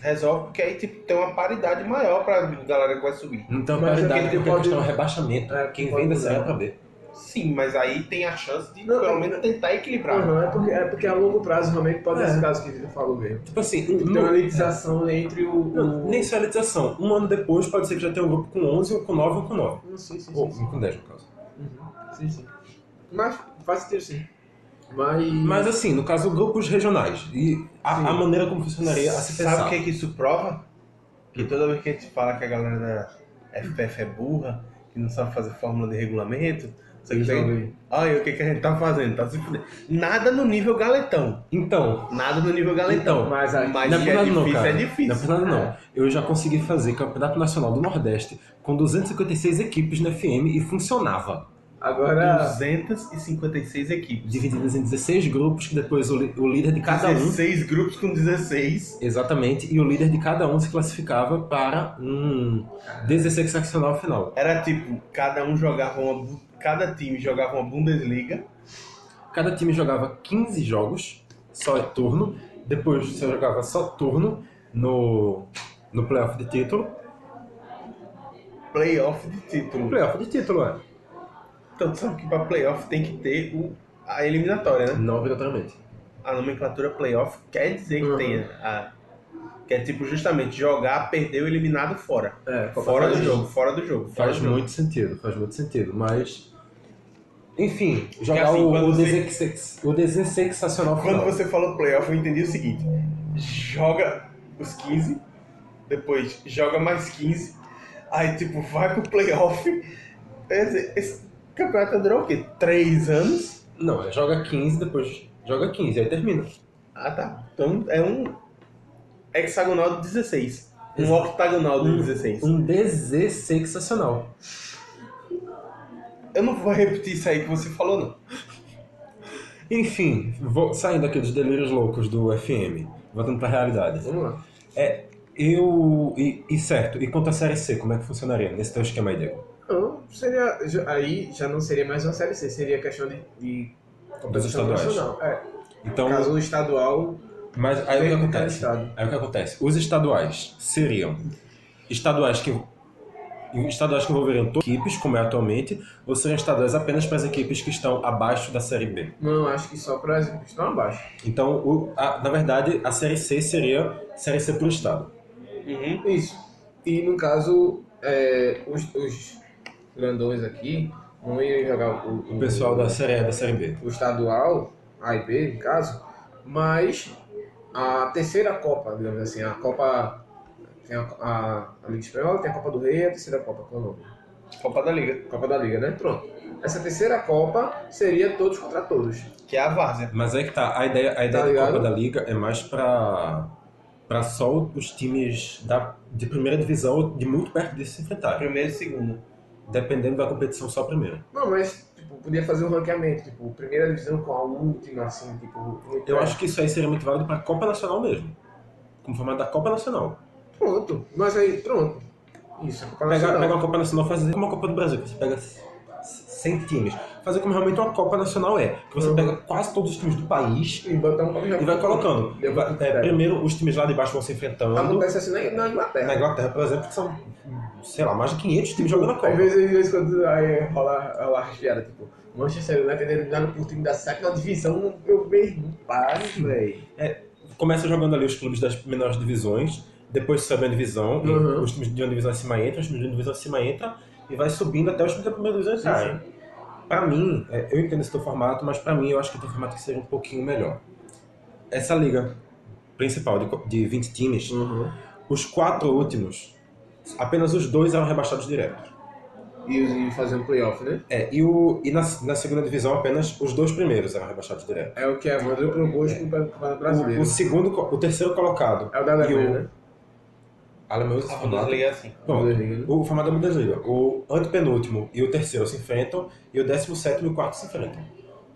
Speaker 1: Resolve, porque aí tipo, tem uma paridade maior pra galera que vai subir.
Speaker 3: Então a
Speaker 6: Mas
Speaker 3: paridade
Speaker 6: aquele que
Speaker 3: porque a
Speaker 6: pode-
Speaker 3: questão é o rebaixamento.
Speaker 6: É,
Speaker 3: quem
Speaker 6: pode
Speaker 3: vem da
Speaker 6: mudar.
Speaker 3: série A para B.
Speaker 1: Sim, mas aí tem a chance de
Speaker 6: Não,
Speaker 1: pelo
Speaker 6: não.
Speaker 1: menos tentar equilibrar.
Speaker 6: Aham, é porque, é porque a longo prazo realmente pode
Speaker 3: É.
Speaker 6: ser esse caso que ele falou mesmo.
Speaker 3: Tipo assim,
Speaker 6: Tem uma elitização entre o...
Speaker 3: Não,
Speaker 6: o...
Speaker 3: nem só a elitização. Um ano depois pode ser que já tenha um grupo com 11, um com 9 um com 9.
Speaker 6: Não sei, sim,
Speaker 3: Ou
Speaker 6: sim, sim.
Speaker 3: um com 10, no caso.
Speaker 6: Uhum. Sim, sim. Oh, hum. Mas faz sentido, sim. Mas...
Speaker 3: Mas assim, no caso, grupos regionais. E
Speaker 6: Sim.
Speaker 3: a, a maneira como funcionaria a se pensar.
Speaker 1: Sabe o que, que isso prova? Que toda vez que a gente fala que a galera da FPF é burra, que não sabe fazer fórmula de regulamento, não sei o que tem. Olha o que, que a gente tá fazendo, tá se fudendo. Nada no nível galetão.
Speaker 3: Então,
Speaker 1: Nada no nível galetão.
Speaker 3: Então,
Speaker 1: mas
Speaker 6: aí-
Speaker 1: mas
Speaker 3: na
Speaker 1: que é
Speaker 3: verdade não,
Speaker 1: difícil,
Speaker 3: cara.
Speaker 1: é difícil.
Speaker 3: Na verdade não. Eu já consegui fazer Campeonato Nacional do Nordeste com 256 equipes na FM e funcionava.
Speaker 6: Agora...
Speaker 1: 256 equipes.
Speaker 3: Divididas em 16 grupos, que depois o, li- o líder de cada um...
Speaker 1: 16 grupos com 16.
Speaker 3: Exatamente, e o líder de cada um se classificava para um 16 seccional final.
Speaker 1: Era tipo, cada um jogava uma. bu- Cada time jogava uma Bundesliga.
Speaker 3: Cada time jogava 15 jogos, só é turno. Depois você jogava só turno no, no playoff de título.
Speaker 1: Playoff de
Speaker 3: No
Speaker 1: título.
Speaker 3: playoff de título, é.
Speaker 1: Então tu sabe que pra playoff tem que ter o, a eliminatória, né?
Speaker 3: Não obrigatoriamente.
Speaker 1: A nomenclatura playoff quer dizer que
Speaker 6: Uhum.
Speaker 1: tem a. Que é tipo justamente jogar, perdeu, eliminado fora.
Speaker 6: É, Copa
Speaker 1: Fora do
Speaker 6: Brasil.
Speaker 1: jogo, fora do jogo. fora
Speaker 3: Faz
Speaker 1: do jogo.
Speaker 3: muito sentido, faz muito sentido. Mas Enfim, jogar
Speaker 10: assim,
Speaker 3: o,
Speaker 10: quando
Speaker 3: o,
Speaker 10: você-
Speaker 3: desensex- o desensexacional
Speaker 10: Quando
Speaker 3: final.
Speaker 10: você falou playoff, eu entendi o seguinte: joga os 15, depois joga mais 15, aí tipo, vai pro playoff. Quer dizer, esse campeonato durou o quê? 3 anos?
Speaker 3: Não, é joga 15, depois joga 15, aí termina.
Speaker 10: Ah tá. Então é um hexagonal de 16. Um octagonal de 16.
Speaker 3: Um desensexacional.
Speaker 10: Eu não vou repetir isso aí que você falou, não.
Speaker 3: Enfim, vou- saindo aqui dos delírios loucos do FM, voltando pra realidade.
Speaker 6: Vamos lá.
Speaker 3: Eu. E, e certo, e quanto à série C, como é que funcionaria nesse teu esquema ideal?
Speaker 6: Não, seria, já- aí já não seria mais uma Série C, seria questão de, de
Speaker 3: Dos
Speaker 6: competição
Speaker 3: estaduais.
Speaker 6: nacional. É,
Speaker 3: Então,
Speaker 6: caso o estadual
Speaker 3: mas aí o que
Speaker 6: venha de cada
Speaker 3: acontece?
Speaker 6: estado.
Speaker 3: Aí o que acontece? Os estaduais seriam estaduais que estaduais que envolveriam todas as equipes, como é atualmente, ou seriam estaduais apenas para as equipes que estão abaixo da série B?
Speaker 6: Não, acho que só para as equipes que estão abaixo.
Speaker 3: Então, o- a- na verdade, a série C seria série C por estado.
Speaker 1: Uhum.
Speaker 6: Isso. E no caso, é, os, os grandões aqui não iam jogar o,
Speaker 3: O pessoal da série A da série B.
Speaker 6: o estadual, A e B, no caso, mas a terceira Copa, digamos assim, a Copa. Tem a, a, a Liga Espanhola, tem a Copa do Rei e a terceira Copa, qual é o nome?
Speaker 10: Tipo, Copa da Liga.
Speaker 6: Copa da Liga, né? Pronto. Essa terceira Copa seria todos contra todos.
Speaker 10: Que é a Várzea.
Speaker 3: Mas aí que tá, a ideia, a ideia da
Speaker 6: ligado?
Speaker 3: Copa da Liga é mais pra, pra só os times da, de primeira divisão ou de muito perto de se enfrentarem.
Speaker 10: Primeiro e segundo.
Speaker 3: Dependendo da competição, só a primeira.
Speaker 6: Não, mas tipo, podia fazer um ranqueamento, tipo, primeira divisão com a última, assim, tipo. muito
Speaker 3: Eu
Speaker 6: perto.
Speaker 3: acho que isso aí seria muito válido pra Copa Nacional mesmo. Como formato da Copa Nacional.
Speaker 6: Pronto. Mas aí, pronto. Isso, é Copa
Speaker 3: Pegar,
Speaker 6: Nacional.
Speaker 3: pegar uma Copa Nacional, fazer como a Copa do Brasil, que você pega c- 100 times. Fazer como realmente uma Copa Nacional é. Que você
Speaker 6: Uhum.
Speaker 3: pega quase todos os times do país
Speaker 6: E botar um
Speaker 3: e vai colocando.
Speaker 6: Eu vou-
Speaker 3: Vai- é, primeiro os times lá de baixo vão se enfrentando.
Speaker 6: Acontece assim na, na Inglaterra.
Speaker 3: Na Inglaterra, por exemplo, que são, sei lá, mais de 500 times jogando a Copa.
Speaker 6: Às vezes, às vezes quando aí rola, rola a piada, tipo, Manchester United é eliminado por time da sétima divisão, eu mesmo, pare, velho.
Speaker 3: Começa jogando ali os clubes das menores divisões, depois sobe a divisão, e
Speaker 6: Uhum.
Speaker 3: os times de uma divisão acima entram, os times de uma divisão acima entram, e vai subindo até os times da primeira divisão entrarem. Pra mim, é, eu entendo esse teu formato, mas pra mim eu acho que o teu formato que seria um pouquinho melhor. Essa liga principal de, co- de 20 times, os quatro últimos, apenas os dois eram rebaixados direto.
Speaker 6: E, os- e fazendo playoff, né?
Speaker 3: É, e, o, e na, na segunda divisão, apenas os dois primeiros eram rebaixados direto.
Speaker 6: É o que a Wander propôs pro para o
Speaker 3: É. O,
Speaker 6: brasileiro.
Speaker 3: o segundo, co- o terceiro colocado.
Speaker 6: É o da
Speaker 3: e
Speaker 6: Alemanha,
Speaker 3: o-
Speaker 6: né?
Speaker 3: Alemanha usa
Speaker 10: A
Speaker 3: esse
Speaker 10: Copa da
Speaker 3: formato.
Speaker 10: Liga é assim.
Speaker 3: Bom,
Speaker 6: Bundesliga, né?
Speaker 3: o formato da Bundesliga. O antepenúltimo e o terceiro se enfrentam, e o décimo sétimo e o quarto se enfrentam.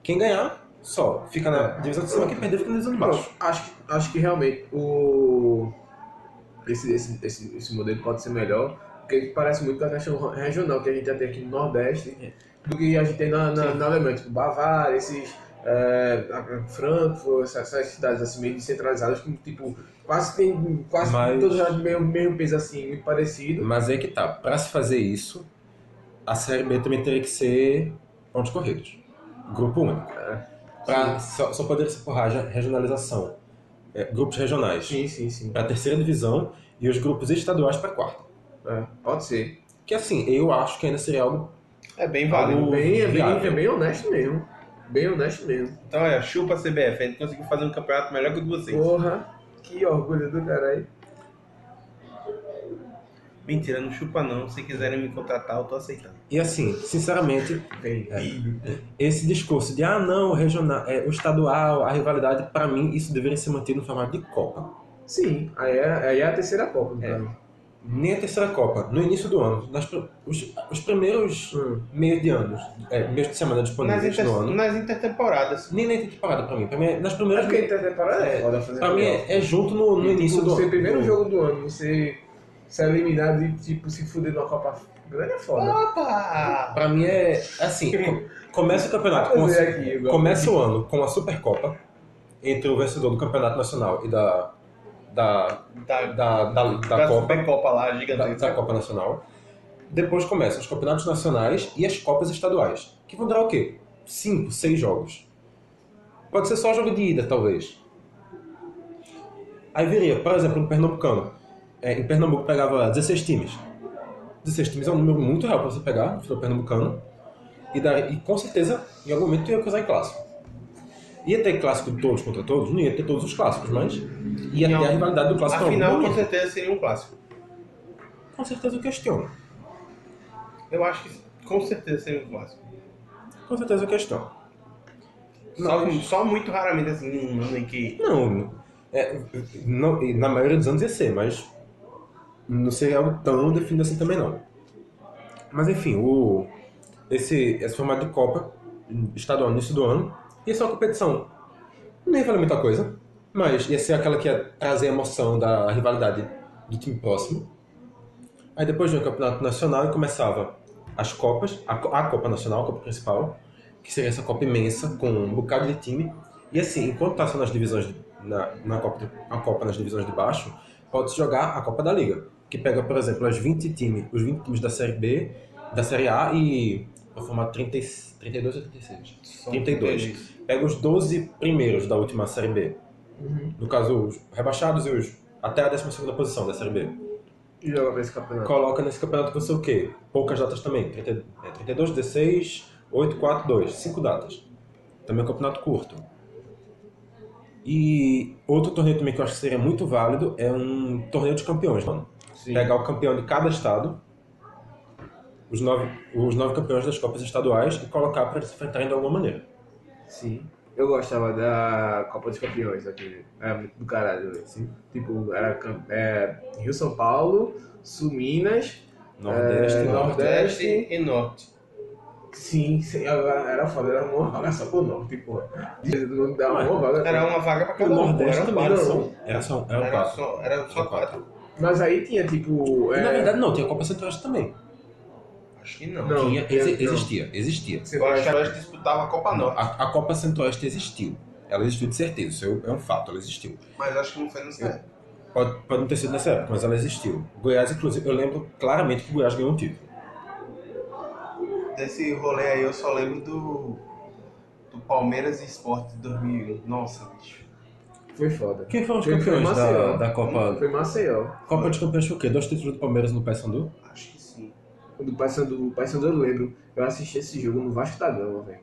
Speaker 3: Quem ganhar, só. Fica na divisão de cima, quem perder fica na divisão de
Speaker 6: Bom,
Speaker 3: baixo.
Speaker 6: acho, que- acho que realmente o... esse, esse, esse, esse modelo pode ser melhor, porque parece muito com a questão regional que a gente já tem aqui no Nordeste, do que a gente tem na, na, na Alemanha, tipo Bavária, esses é, a- a Frankfurt, essas, essas cidades assim meio descentralizadas, que tipo, quase tem quase
Speaker 3: Mas-
Speaker 6: todas as mesmo, mesmo peso assim, muito parecido.
Speaker 3: Mas é que tá. Pra se fazer isso, a Série B também teria que ser pontos corridos. Grupo único. Pra, só, só poderia se empurrar a regionalização. É, grupos regionais.
Speaker 6: Sim, sim, sim.
Speaker 3: Pra terceira divisão e os grupos estaduais pra quarta.
Speaker 6: É, pode ser.
Speaker 3: Que assim, eu acho que ainda seria algo.
Speaker 10: É bem válido.
Speaker 3: Algo
Speaker 6: Bem, é bem,
Speaker 3: viável.
Speaker 6: é bem honesto mesmo. Bem honesto mesmo.
Speaker 10: Então, olha, chupa a CBF. A gente conseguiu fazer um campeonato melhor que o de vocês.
Speaker 6: Porra, que orgulho do caralho.
Speaker 10: Mentira, não chupa não. Se quiserem me contratar, eu tô aceitando.
Speaker 3: E assim, sinceramente, é,
Speaker 6: Bem, né?
Speaker 3: esse discurso de ah não, o regional, é, o estadual, a rivalidade, pra mim, isso deveria ser mantido no formato de Copa.
Speaker 6: Sim, aí é, aí é a terceira Copa, no
Speaker 3: É.
Speaker 6: caso.
Speaker 3: Nem a terceira Copa, no início do ano, nas pr- os, os primeiros
Speaker 6: Hum. então
Speaker 3: meio de anos, é, meios de semana
Speaker 10: Nas,
Speaker 3: disponíveis
Speaker 10: inter...
Speaker 3: do ano.
Speaker 10: Nas intertemporadas.
Speaker 3: Nem nem tem temporada pra mim. Pra mim, é- nas
Speaker 6: Mas
Speaker 3: primeiras.
Speaker 6: porque a temporada é
Speaker 3: É,
Speaker 6: foda fazer
Speaker 3: Pra mim
Speaker 6: playoff.
Speaker 3: é, é junto no, no
Speaker 6: E, tipo,
Speaker 3: início do
Speaker 6: você
Speaker 3: ano.
Speaker 6: primeiro
Speaker 3: do-
Speaker 6: jogo do ano, você ser eliminado e tipo, se fuder numa Copa grande é foda.
Speaker 10: Opa!
Speaker 3: Pra mim é assim: co- começa o campeonato com a,
Speaker 6: Fazer aqui, igual.
Speaker 3: Começa o ano com a Supercopa entre o vencedor do Campeonato Nacional e da da
Speaker 10: Da,
Speaker 3: da, da, da
Speaker 10: da
Speaker 3: Copa
Speaker 10: Supercopa lá,
Speaker 3: da,
Speaker 10: gigantesca.
Speaker 1: né?
Speaker 3: da Copa Nacional. Depois começam os campeonatos nacionais e as copas estaduais, que vão durar o quê? Cinco, seis jogos. Pode ser só jogo de ida, talvez. Aí viria, por exemplo, no Pernambucano. É, em Pernambuco pegava 16 times. 16 times é um número muito real pra você pegar no futebol pernambucano. E, daí- e com certeza, em algum momento, ia cruzar em clássico. Ia ter clássico de todos contra todos? Não ia ter todos os clássicos, mas ia ter a rivalidade do clássico.
Speaker 1: A final,
Speaker 3: algum
Speaker 1: com
Speaker 3: momento.
Speaker 1: certeza, seria um clássico.
Speaker 3: com certeza eu questiono.
Speaker 1: Eu acho que com certeza seria um clássico.
Speaker 3: Com certeza eu questiono.
Speaker 1: Só, só muito raramente, assim, num ano em que...
Speaker 3: Não, é, não, e na maioria dos anos ia ser, mas não seria algo tão definido assim também não. Mas enfim, o, esse, esse formato de Copa estadual no início do ano ia ser uma competição. Nem valer muita coisa, mas ia ser aquela que ia trazer a emoção da rivalidade do time próximo. Aí depois do campeonato nacional e começava as Copas, a, Co- a Copa Nacional, a Copa Principal, que seria essa Copa imensa, com um bocado de time. E assim, enquanto passam nas divisões, de- na, na Copa, de- a Copa nas divisões de baixo, pode-se jogar a Copa da Liga, que pega, por exemplo, as 20 times, os 20 times da Série B, da Série A e o formato 30, e- 32 ou 36? 32. Pega os 12 primeiros da última Série B. No caso, os rebaixados e os até a 12ª posição da Série B
Speaker 6: E joga pra esse campeonato.
Speaker 3: coloca nesse campeonato que eu sei o quê? Poucas datas também. 30, é, 32, 16, 8, 4, 2. 5 datas. Também é um campeonato curto. E outro torneio também que eu acho que seria muito válido é um torneio de campeões, mano. Pegar o campeão de cada estado, os nove, os nove campeões das Copas estaduais e colocar para se enfrentarem de alguma maneira.
Speaker 6: Sim. Eu gostava da Copa dos Campeões daquele. Era muito do caralho. velho.
Speaker 3: Sim.
Speaker 6: Tipo, era cam- é, Rio São Paulo, Sul Minas.
Speaker 3: Nordeste,
Speaker 6: É,
Speaker 3: Norte.
Speaker 1: Nordeste
Speaker 6: Nordeste.
Speaker 1: e Norte.
Speaker 6: Sim, sim era, era foda, era uma vaga só pro norte, porra. Diz- Não dá
Speaker 3: Ué,
Speaker 6: uma vaga.
Speaker 1: Era uma vaga pra
Speaker 3: O
Speaker 1: cada um.
Speaker 3: Nordeste
Speaker 1: era
Speaker 3: também era
Speaker 1: quatro.
Speaker 3: só, era só, era um
Speaker 1: Era
Speaker 3: quatro.
Speaker 1: só, era só
Speaker 3: Era
Speaker 1: quatro.
Speaker 3: quatro.
Speaker 6: Mas aí tinha tipo.
Speaker 3: Na
Speaker 6: é,
Speaker 3: verdade, não, tinha a Copa Centro-Oeste também.
Speaker 1: Acho que não.
Speaker 6: Não.
Speaker 3: Tinha,
Speaker 6: tinha,
Speaker 3: exi-
Speaker 6: não.
Speaker 3: existia, existia.
Speaker 1: Eu acho que elas disputavam a Copa Norte,
Speaker 3: Ah, A, a Copa Centro-Oeste existiu. Ela existiu de certeza, isso é um- é um fato, ela existiu.
Speaker 1: mas acho que não foi nessa época.
Speaker 3: Pode, pode não ter sido nessa época, mas ela existiu. Goiás, inclusive, eu lembro claramente que o Goiás ganhou um título.
Speaker 1: Desse rolê aí eu só lembro do, do Palmeiras e Sport de 2001. Nossa, bicho.
Speaker 6: Foi foda.
Speaker 3: Quem foram os
Speaker 6: Foi- Hum? foi
Speaker 3: campeões da,
Speaker 6: Maceió.
Speaker 3: da Copa?
Speaker 6: Foi Maceió.
Speaker 3: Copa dos Campeões foi o quê? Dois títulos do Palmeiras no Paysandu?
Speaker 1: Acho que sim.
Speaker 6: Do Paysandu, Paysandu eu lembro. Eu assisti esse jogo no Vasco da Gama, velho.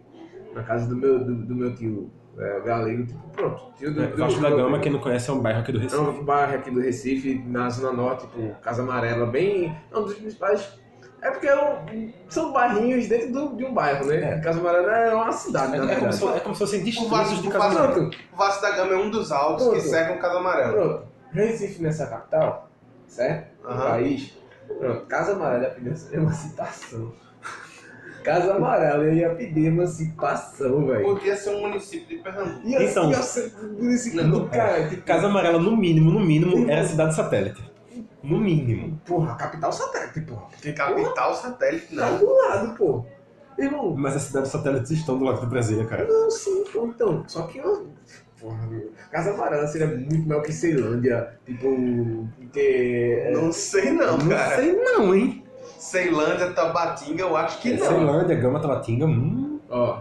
Speaker 6: Na casa do meu, do, do meu tio é, galego, tipo, pronto. Tio do,
Speaker 3: É,
Speaker 6: do-
Speaker 3: Vasco da
Speaker 6: do-
Speaker 3: Gama, quem não conhece, é um bairro aqui do
Speaker 6: É
Speaker 3: Recife.
Speaker 6: um bairro aqui do Recife, na Zona Norte, tipo, Casa Amarela, bem. É um dos principais. É porque é um- são bairrinhos dentro do- de um bairro, né?
Speaker 3: É.
Speaker 6: Casa Amarela é uma cidade,
Speaker 3: É,
Speaker 6: na
Speaker 3: é como
Speaker 6: verdade.
Speaker 3: se, fo- é como se fossem
Speaker 1: O Vasco,
Speaker 3: distritos de
Speaker 1: o,
Speaker 3: casa.
Speaker 1: Vasco,
Speaker 6: Pronto,
Speaker 1: o Vasco da Gama é um dos altos que
Speaker 6: Pronto.
Speaker 1: cercam o Casa Amarela.
Speaker 6: pronto. Recife nessa capital, certo? Do
Speaker 1: Aham.
Speaker 6: país. Pronto, Casa Amarela apenas é uma citação. Casa Amarela e ia pedir emancipação, velho.
Speaker 1: Podia ser um município de Pernambuco.
Speaker 6: E assim,
Speaker 3: Então.
Speaker 6: então, assim, município
Speaker 1: Não,
Speaker 6: do cara, tipo,
Speaker 3: Casa Amarela, no mínimo, no mínimo, era cidade satélite. No mínimo.
Speaker 6: porra, capital satélite, porra.
Speaker 1: Que capital satélite,
Speaker 6: Tá
Speaker 1: não.
Speaker 6: do lado, pô. Irmão,
Speaker 3: Mas as cidades satélites estão do lado do Brasília, cara.
Speaker 6: não, sim, pô, então. Só que, ó, porra, Casa Amarela seria muito maior que Ceilândia, tipo, porque... é,
Speaker 1: Não sei não, cara.
Speaker 3: sei não, hein?
Speaker 1: Ceilândia, Tabatinga, eu acho que
Speaker 3: É,
Speaker 1: não.
Speaker 3: Ceilândia, Gama, Tabatinga, hum.
Speaker 6: Ó,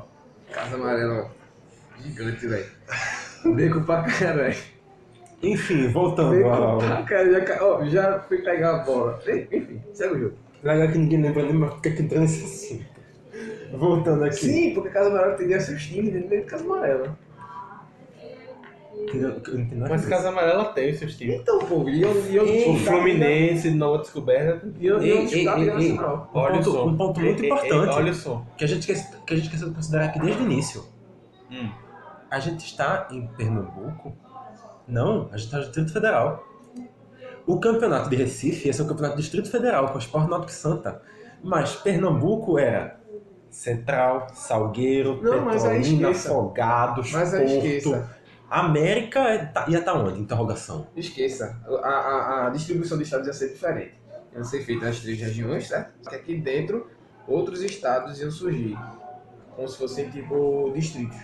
Speaker 6: Casa Amarela, ó, gigante, velho. Beco pra caralho.
Speaker 3: Enfim, voltando
Speaker 6: Beco
Speaker 3: ao...
Speaker 6: pra caralho. Já, ca- ó, já fui pegar a bola. Enfim, segue o jogo.
Speaker 3: Legal que ninguém lembra nem mais porque é que entrou nesse assunto. Voltando aqui.
Speaker 6: Sim, porque Casa Amarela teria seus times dentro de Casa Amarela.
Speaker 3: Que não- que não tem nada a
Speaker 10: Mas
Speaker 3: ver.
Speaker 10: Casa Amarela tem seus times.
Speaker 6: Então, pô, e eu, e eu
Speaker 10: O
Speaker 6: descobri-
Speaker 10: Fluminense, Nova Descoberta.
Speaker 6: E eu, assim, e eu
Speaker 3: Ei,
Speaker 6: descobri a
Speaker 3: ei,
Speaker 6: Liga
Speaker 3: ei,
Speaker 6: Nacional.
Speaker 3: Um
Speaker 10: Olha o
Speaker 3: ponto,
Speaker 10: som.
Speaker 3: um ponto
Speaker 10: Ei,
Speaker 3: muito
Speaker 10: ei, ei,
Speaker 3: importante
Speaker 10: é, Olha o som.
Speaker 3: que a gente esquece- que a gente esqueceu de considerar aqui desde o início.
Speaker 10: Hum.
Speaker 3: A gente está em Pernambuco? Não, a gente está no Distrito Federal. O campeonato de Recife ia ser o campeonato do Distrito Federal com o Sport Náutico e Santa. Mas Pernambuco era Central, Salgueiro,
Speaker 6: Não, mas aí
Speaker 3: Petrolina,
Speaker 6: esqueça.
Speaker 3: Fogados,
Speaker 6: Mas aí
Speaker 3: Porto.
Speaker 6: esqueça.
Speaker 3: América é- tá- ia estar onde? Interrogação.
Speaker 6: Esqueça. A, a, a distribuição dos estados ia ser diferente. Ia ser feita nas três regiões, certo? Só que aqui dentro, outros estados iam surgir. Como se fossem, tipo, distritos.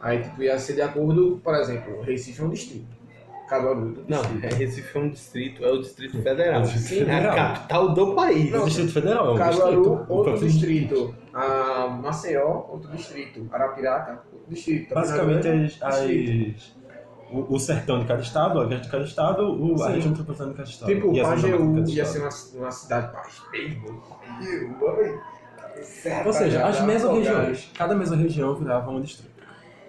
Speaker 6: Aí, tipo, ia ser de acordo, por exemplo, Recife é um distrito. Caruaru é outro
Speaker 10: Não,
Speaker 6: distrito.
Speaker 10: é Recife é um distrito, é o Distrito Federal.
Speaker 3: Distrito
Speaker 10: É a
Speaker 3: Federal.
Speaker 10: capital do país.
Speaker 3: O Distrito Federal é um
Speaker 6: Caruaru,
Speaker 3: distrito.
Speaker 6: outro
Speaker 3: Então,
Speaker 6: distrito. Ah, Maceió, outro distrito. Arapiraca, outro distrito.
Speaker 3: Basicamente,
Speaker 6: Tapejaí,
Speaker 3: as, as- o, o sertão de cada estado, a grande de cada estado, o, a
Speaker 6: Sim.
Speaker 3: região metropolitana de cada estado.
Speaker 6: Tipo,
Speaker 3: E a zona metropolitana
Speaker 6: Pajeú
Speaker 3: de
Speaker 6: ia
Speaker 3: cada
Speaker 6: ser
Speaker 3: estado.
Speaker 6: uma, uma cidade paz. Pajeú, velho.
Speaker 3: Ou seja, as mesorregiões. Cada mesorregião virava um distrito.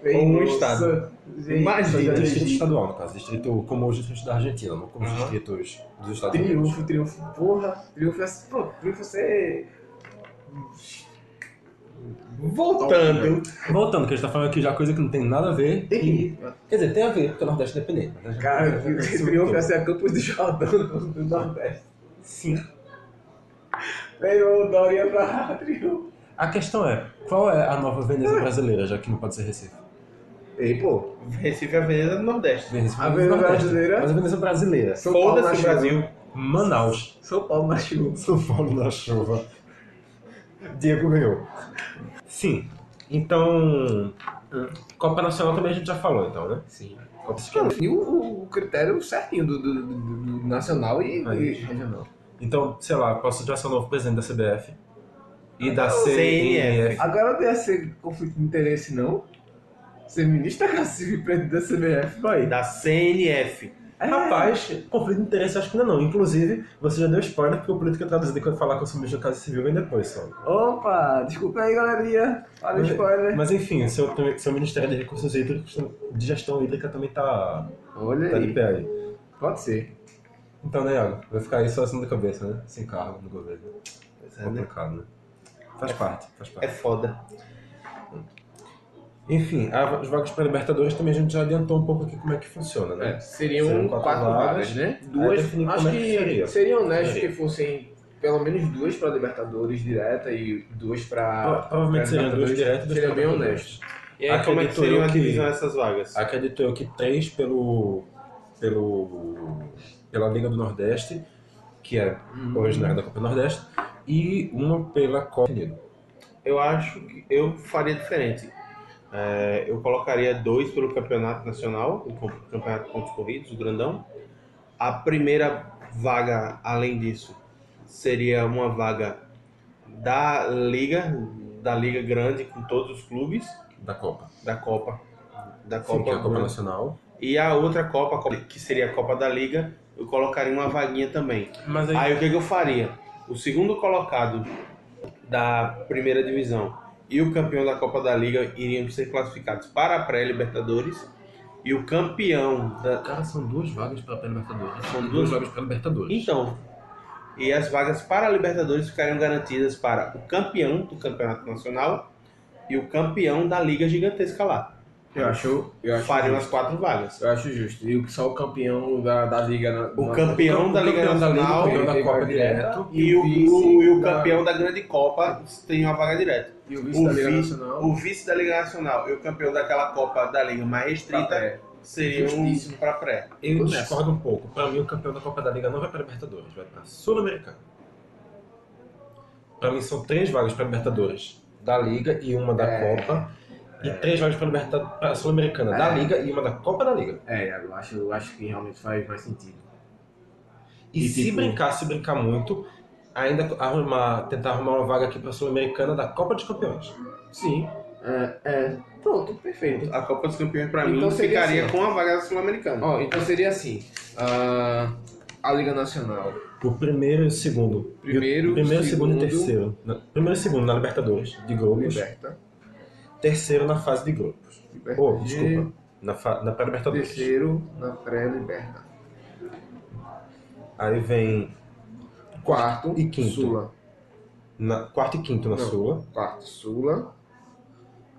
Speaker 3: Ou um estado.
Speaker 6: Imagina,
Speaker 3: Distrito
Speaker 6: gente.
Speaker 3: estadual, no caso. Distrito como os distritos da Argentina, não como os
Speaker 6: Aham.
Speaker 3: distritos dos Estados Unidos.
Speaker 6: Triunfo, triunfo, porra. Triunfo é assim, pronto, triunfo você. Voltando.
Speaker 3: Voltando, que a gente tá falando aqui já coisa que não tem nada a ver. E,
Speaker 6: Tem
Speaker 3: quer dizer, tem a ver, porque o Nordeste é independente. mas a gente-
Speaker 6: Cara,
Speaker 3: a gente-
Speaker 6: triunfo é assim, a Campos do Jordão do do Nordeste.
Speaker 3: Sim.
Speaker 6: Vem o Doria pra triunfo.
Speaker 3: A questão é, qual é a nova Veneza brasileira, já que não pode ser Recife?
Speaker 6: Ei, pô.
Speaker 1: Recife é a Veneza do Nordeste.
Speaker 3: Veneza
Speaker 6: A Veneza
Speaker 3: Nordeste.
Speaker 6: brasileira?
Speaker 3: Mas a Veneza brasileira.
Speaker 6: São Paulo na
Speaker 1: Foda-se o
Speaker 6: chuva.
Speaker 1: Brasil.
Speaker 3: Manaus.
Speaker 6: São Paulo na chuva.
Speaker 3: São Paulo na chuva. Diego ganhou. Sim. Então. Copa Nacional também a gente já falou, então, né? Sim. Copa
Speaker 6: Não, E o, o critério certinho do, do- do- do nacional e,
Speaker 3: Aí,
Speaker 6: e regional.
Speaker 3: Então, sei lá, posso já ser o novo presidente da CBF. E da
Speaker 1: CNF.
Speaker 3: CNF.
Speaker 6: Agora não ia ser conflito de interesse, não? Ser ministro é da Casa Civil e presidente da CBF, vai.
Speaker 1: Da CNF.
Speaker 6: É.
Speaker 3: Rapaz, conflito de interesse acho que ainda não. Inclusive, você já deu spoiler porque o político traduzido quando falar com o ministro da Casa Civil vem depois só.
Speaker 6: Opa, desculpa aí, galerinha. Olha o
Speaker 3: Mas-
Speaker 6: spoiler.
Speaker 3: Mas enfim, seu, seu Ministério de Recursos Hídricos, de Gestão Hídrica também tá,
Speaker 6: Olha
Speaker 3: tá de
Speaker 6: aí.
Speaker 3: pé aí.
Speaker 6: Pode ser.
Speaker 3: Então, né, Iago? Vai ficar aí só assim da cabeça, né? Sem cargo no governo.
Speaker 1: Pois
Speaker 3: É
Speaker 1: é, né?
Speaker 3: complicado, né? Faz parte, faz
Speaker 1: É
Speaker 3: parte.
Speaker 1: foda.
Speaker 3: Enfim, a- os vagas para Libertadores também a gente já adiantou um pouco aqui como é que funciona, né?
Speaker 6: seriam
Speaker 3: Seriam quatro
Speaker 6: quatro, vagas,
Speaker 3: vagas,
Speaker 6: né?
Speaker 3: Aí
Speaker 6: Duas.
Speaker 3: definir
Speaker 6: Acho
Speaker 3: como é
Speaker 6: que,
Speaker 3: que seria. É.
Speaker 6: seria honesto
Speaker 3: Seria.
Speaker 6: que fossem pelo menos duas para Libertadores direta e duas
Speaker 3: Pro-
Speaker 6: para.
Speaker 3: provavelmente seriam duas
Speaker 6: Libertadores
Speaker 3: diretas e duas
Speaker 6: seria bem
Speaker 3: Libertadores.
Speaker 6: honesto.
Speaker 1: E aí, como é que
Speaker 3: Acredito eu
Speaker 1: seria a
Speaker 3: que-
Speaker 1: divisão dessas vagas?
Speaker 3: Acredito eu que três pelo. pelo. pela Liga do Nordeste, que é originária da Copa do Nordeste, e uma pela Copa do Unido.
Speaker 1: Eu acho que eu faria diferente. É, eu colocaria dois pelo campeonato nacional, o com- campeonato de pontos corridos, o grandão. A primeira vaga, além disso, seria uma vaga da liga, da liga grande com todos os clubes
Speaker 3: Da Copa.
Speaker 1: da Copa, da
Speaker 3: Sim, que é a Copa
Speaker 1: Copa
Speaker 3: Nacional.
Speaker 1: e a outra Copa, que seria a Copa da Liga, eu colocaria uma vaguinha também.
Speaker 3: Mas aí.
Speaker 1: Aí o que, que eu faria? O segundo colocado da primeira divisão e o campeão da Copa da Liga iriam ser classificados para a pré-Libertadores e o campeão da.
Speaker 3: Cara, são duas vagas para a Libertadores.
Speaker 1: São
Speaker 3: São
Speaker 1: duas
Speaker 3: duas vagas para a Libertadores.
Speaker 1: Então. E as vagas para a Libertadores ficariam garantidas para o campeão do Campeonato Nacional e o campeão da Liga Gigantesca lá.
Speaker 6: Eu acho. Eu acho
Speaker 1: Fariam as
Speaker 6: justo.
Speaker 1: quatro vagas.
Speaker 6: Eu acho justo. E o- só o campeão da, da Liga. na-
Speaker 1: O
Speaker 6: na-
Speaker 1: campeão
Speaker 3: o
Speaker 1: da Liga
Speaker 3: campeão da Liga,
Speaker 1: Nacional
Speaker 3: o campeão da
Speaker 6: tem
Speaker 3: Copa
Speaker 6: vaga
Speaker 3: direto.
Speaker 1: e o,
Speaker 6: vice
Speaker 1: o- e o
Speaker 6: da-
Speaker 1: campeão da Grande Copa tem uma vaga direta.
Speaker 6: E o vice da Liga
Speaker 1: vi-
Speaker 6: Nacional.
Speaker 1: O vice da Liga Nacional e o campeão daquela Copa da Liga mais restrita
Speaker 6: É.
Speaker 1: seria
Speaker 6: Justíssimo.
Speaker 1: um pra pré.
Speaker 3: Eu
Speaker 6: Vou nessa.
Speaker 3: discordo um pouco. Para mim, o campeão da Copa da Liga não vai para a Libertadores, vai para a Sul-Americana. Para mim, são três vagas para a Libertadores da Liga e uma da
Speaker 6: É.
Speaker 3: Copa. E três vagas para a Libertad- para a Sul-Americana da
Speaker 6: É.
Speaker 3: Liga e uma da Copa da Liga.
Speaker 6: É, eu acho, eu acho que realmente faz mais sentido.
Speaker 3: E,
Speaker 6: E,
Speaker 3: se
Speaker 6: tipo-
Speaker 3: brincar, se brincar muito, ainda arrumar, tentar arrumar uma vaga aqui para a Sul-Americana da Copa dos Campeões.
Speaker 6: Sim. É, é. Pronto, perfeito.
Speaker 1: A Copa dos Campeões, pra
Speaker 6: Então
Speaker 1: mim,
Speaker 6: seria
Speaker 1: ficaria
Speaker 6: assim.
Speaker 1: com a vaga da Sul-Americana.
Speaker 6: Ó, então seria assim. ah, a Liga Nacional.
Speaker 3: O primeiro e o segundo.
Speaker 6: Primeiro,
Speaker 3: e o primeiro segundo, e
Speaker 6: segundo.
Speaker 3: terceiro. Na- primeiro e segundo na Libertadores, de grupos.
Speaker 6: Liberta.
Speaker 3: Terceiro na fase de grupos.
Speaker 6: Liberta.
Speaker 3: Ou, desculpa, na, fa- na pré-Libertadores.
Speaker 6: Terceiro na pré-liberta.
Speaker 3: Aí vem
Speaker 6: Quarto
Speaker 3: E quinto.
Speaker 6: Sula.
Speaker 3: na, quarto e quinto na
Speaker 6: Não.
Speaker 3: Sula.
Speaker 6: Quarto Sula.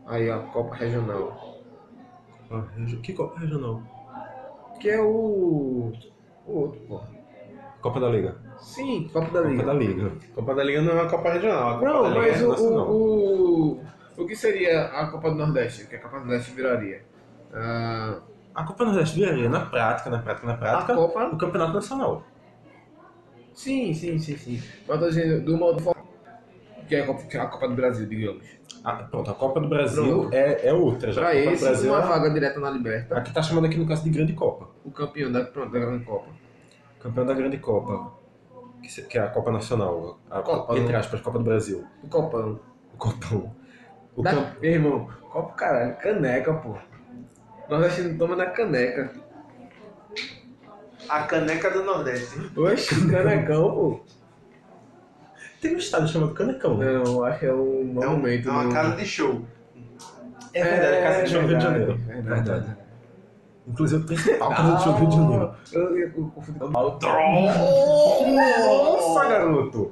Speaker 6: Aí a Copa Regional.
Speaker 3: Ah, Que Copa Regional?
Speaker 6: Que é o. O outro, porra.
Speaker 3: Copa da Liga.
Speaker 6: Sim, Copa da
Speaker 3: Copa
Speaker 6: Liga.
Speaker 3: da Liga.
Speaker 1: Copa da Liga não é uma Copa regional. A Copa
Speaker 6: Não,
Speaker 1: da Liga
Speaker 6: mas
Speaker 1: é
Speaker 6: o,
Speaker 3: Nacional.
Speaker 6: o, o. O que seria a Copa do Nordeste? O que a Copa do Nordeste viraria? Ah,
Speaker 3: A Copa Nordeste viraria na prática, na prática, na
Speaker 6: a
Speaker 3: prática,
Speaker 6: Copa
Speaker 3: o Campeonato Nacional.
Speaker 6: Sim, sim, sim, sim. Mas tô dizendo, do modo fo- que é a Copa, que é a Copa do Brasil, digamos.
Speaker 3: Ah, pronto, a Copa do Brasil
Speaker 6: Pronto.
Speaker 3: é, é outra já.
Speaker 6: Pra
Speaker 3: a Copa
Speaker 6: esse,
Speaker 3: do Brasil
Speaker 6: uma
Speaker 3: é-
Speaker 6: vaga direta na Liberta,
Speaker 3: Aqui tá chamando aqui no caso de Grande Copa.
Speaker 6: o campeão da, pronto, da Grande Copa.
Speaker 3: Campeão da Grande Copa. Que, se- que é a Copa Nacional. A,
Speaker 6: Copa,
Speaker 3: entre
Speaker 6: né?
Speaker 3: aspas, Copa do Brasil.
Speaker 6: O Copão.
Speaker 3: O Copão. O
Speaker 6: Da-
Speaker 3: cam-
Speaker 6: Meu irmão, Copa, caralho, caneca, pô. Nordestino toma na caneca.
Speaker 1: A caneca do Nordeste.
Speaker 6: Oxe, canecão, pô.
Speaker 3: Tem um estado chamado Canecão, né?
Speaker 6: Não, acho que é um
Speaker 1: É, um,
Speaker 6: monumento.
Speaker 1: é uma
Speaker 6: no-
Speaker 1: casa de show.
Speaker 3: É verdade, é a Casa de Show do Rio de
Speaker 6: verdade,
Speaker 3: Janeiro.
Speaker 6: verdade.
Speaker 3: É Verdade. Inclusive, a principal Casa de Show do Rio de Janeiro.
Speaker 6: Eu, eu, eu confundi com o
Speaker 1: É.
Speaker 3: Nossa, garoto!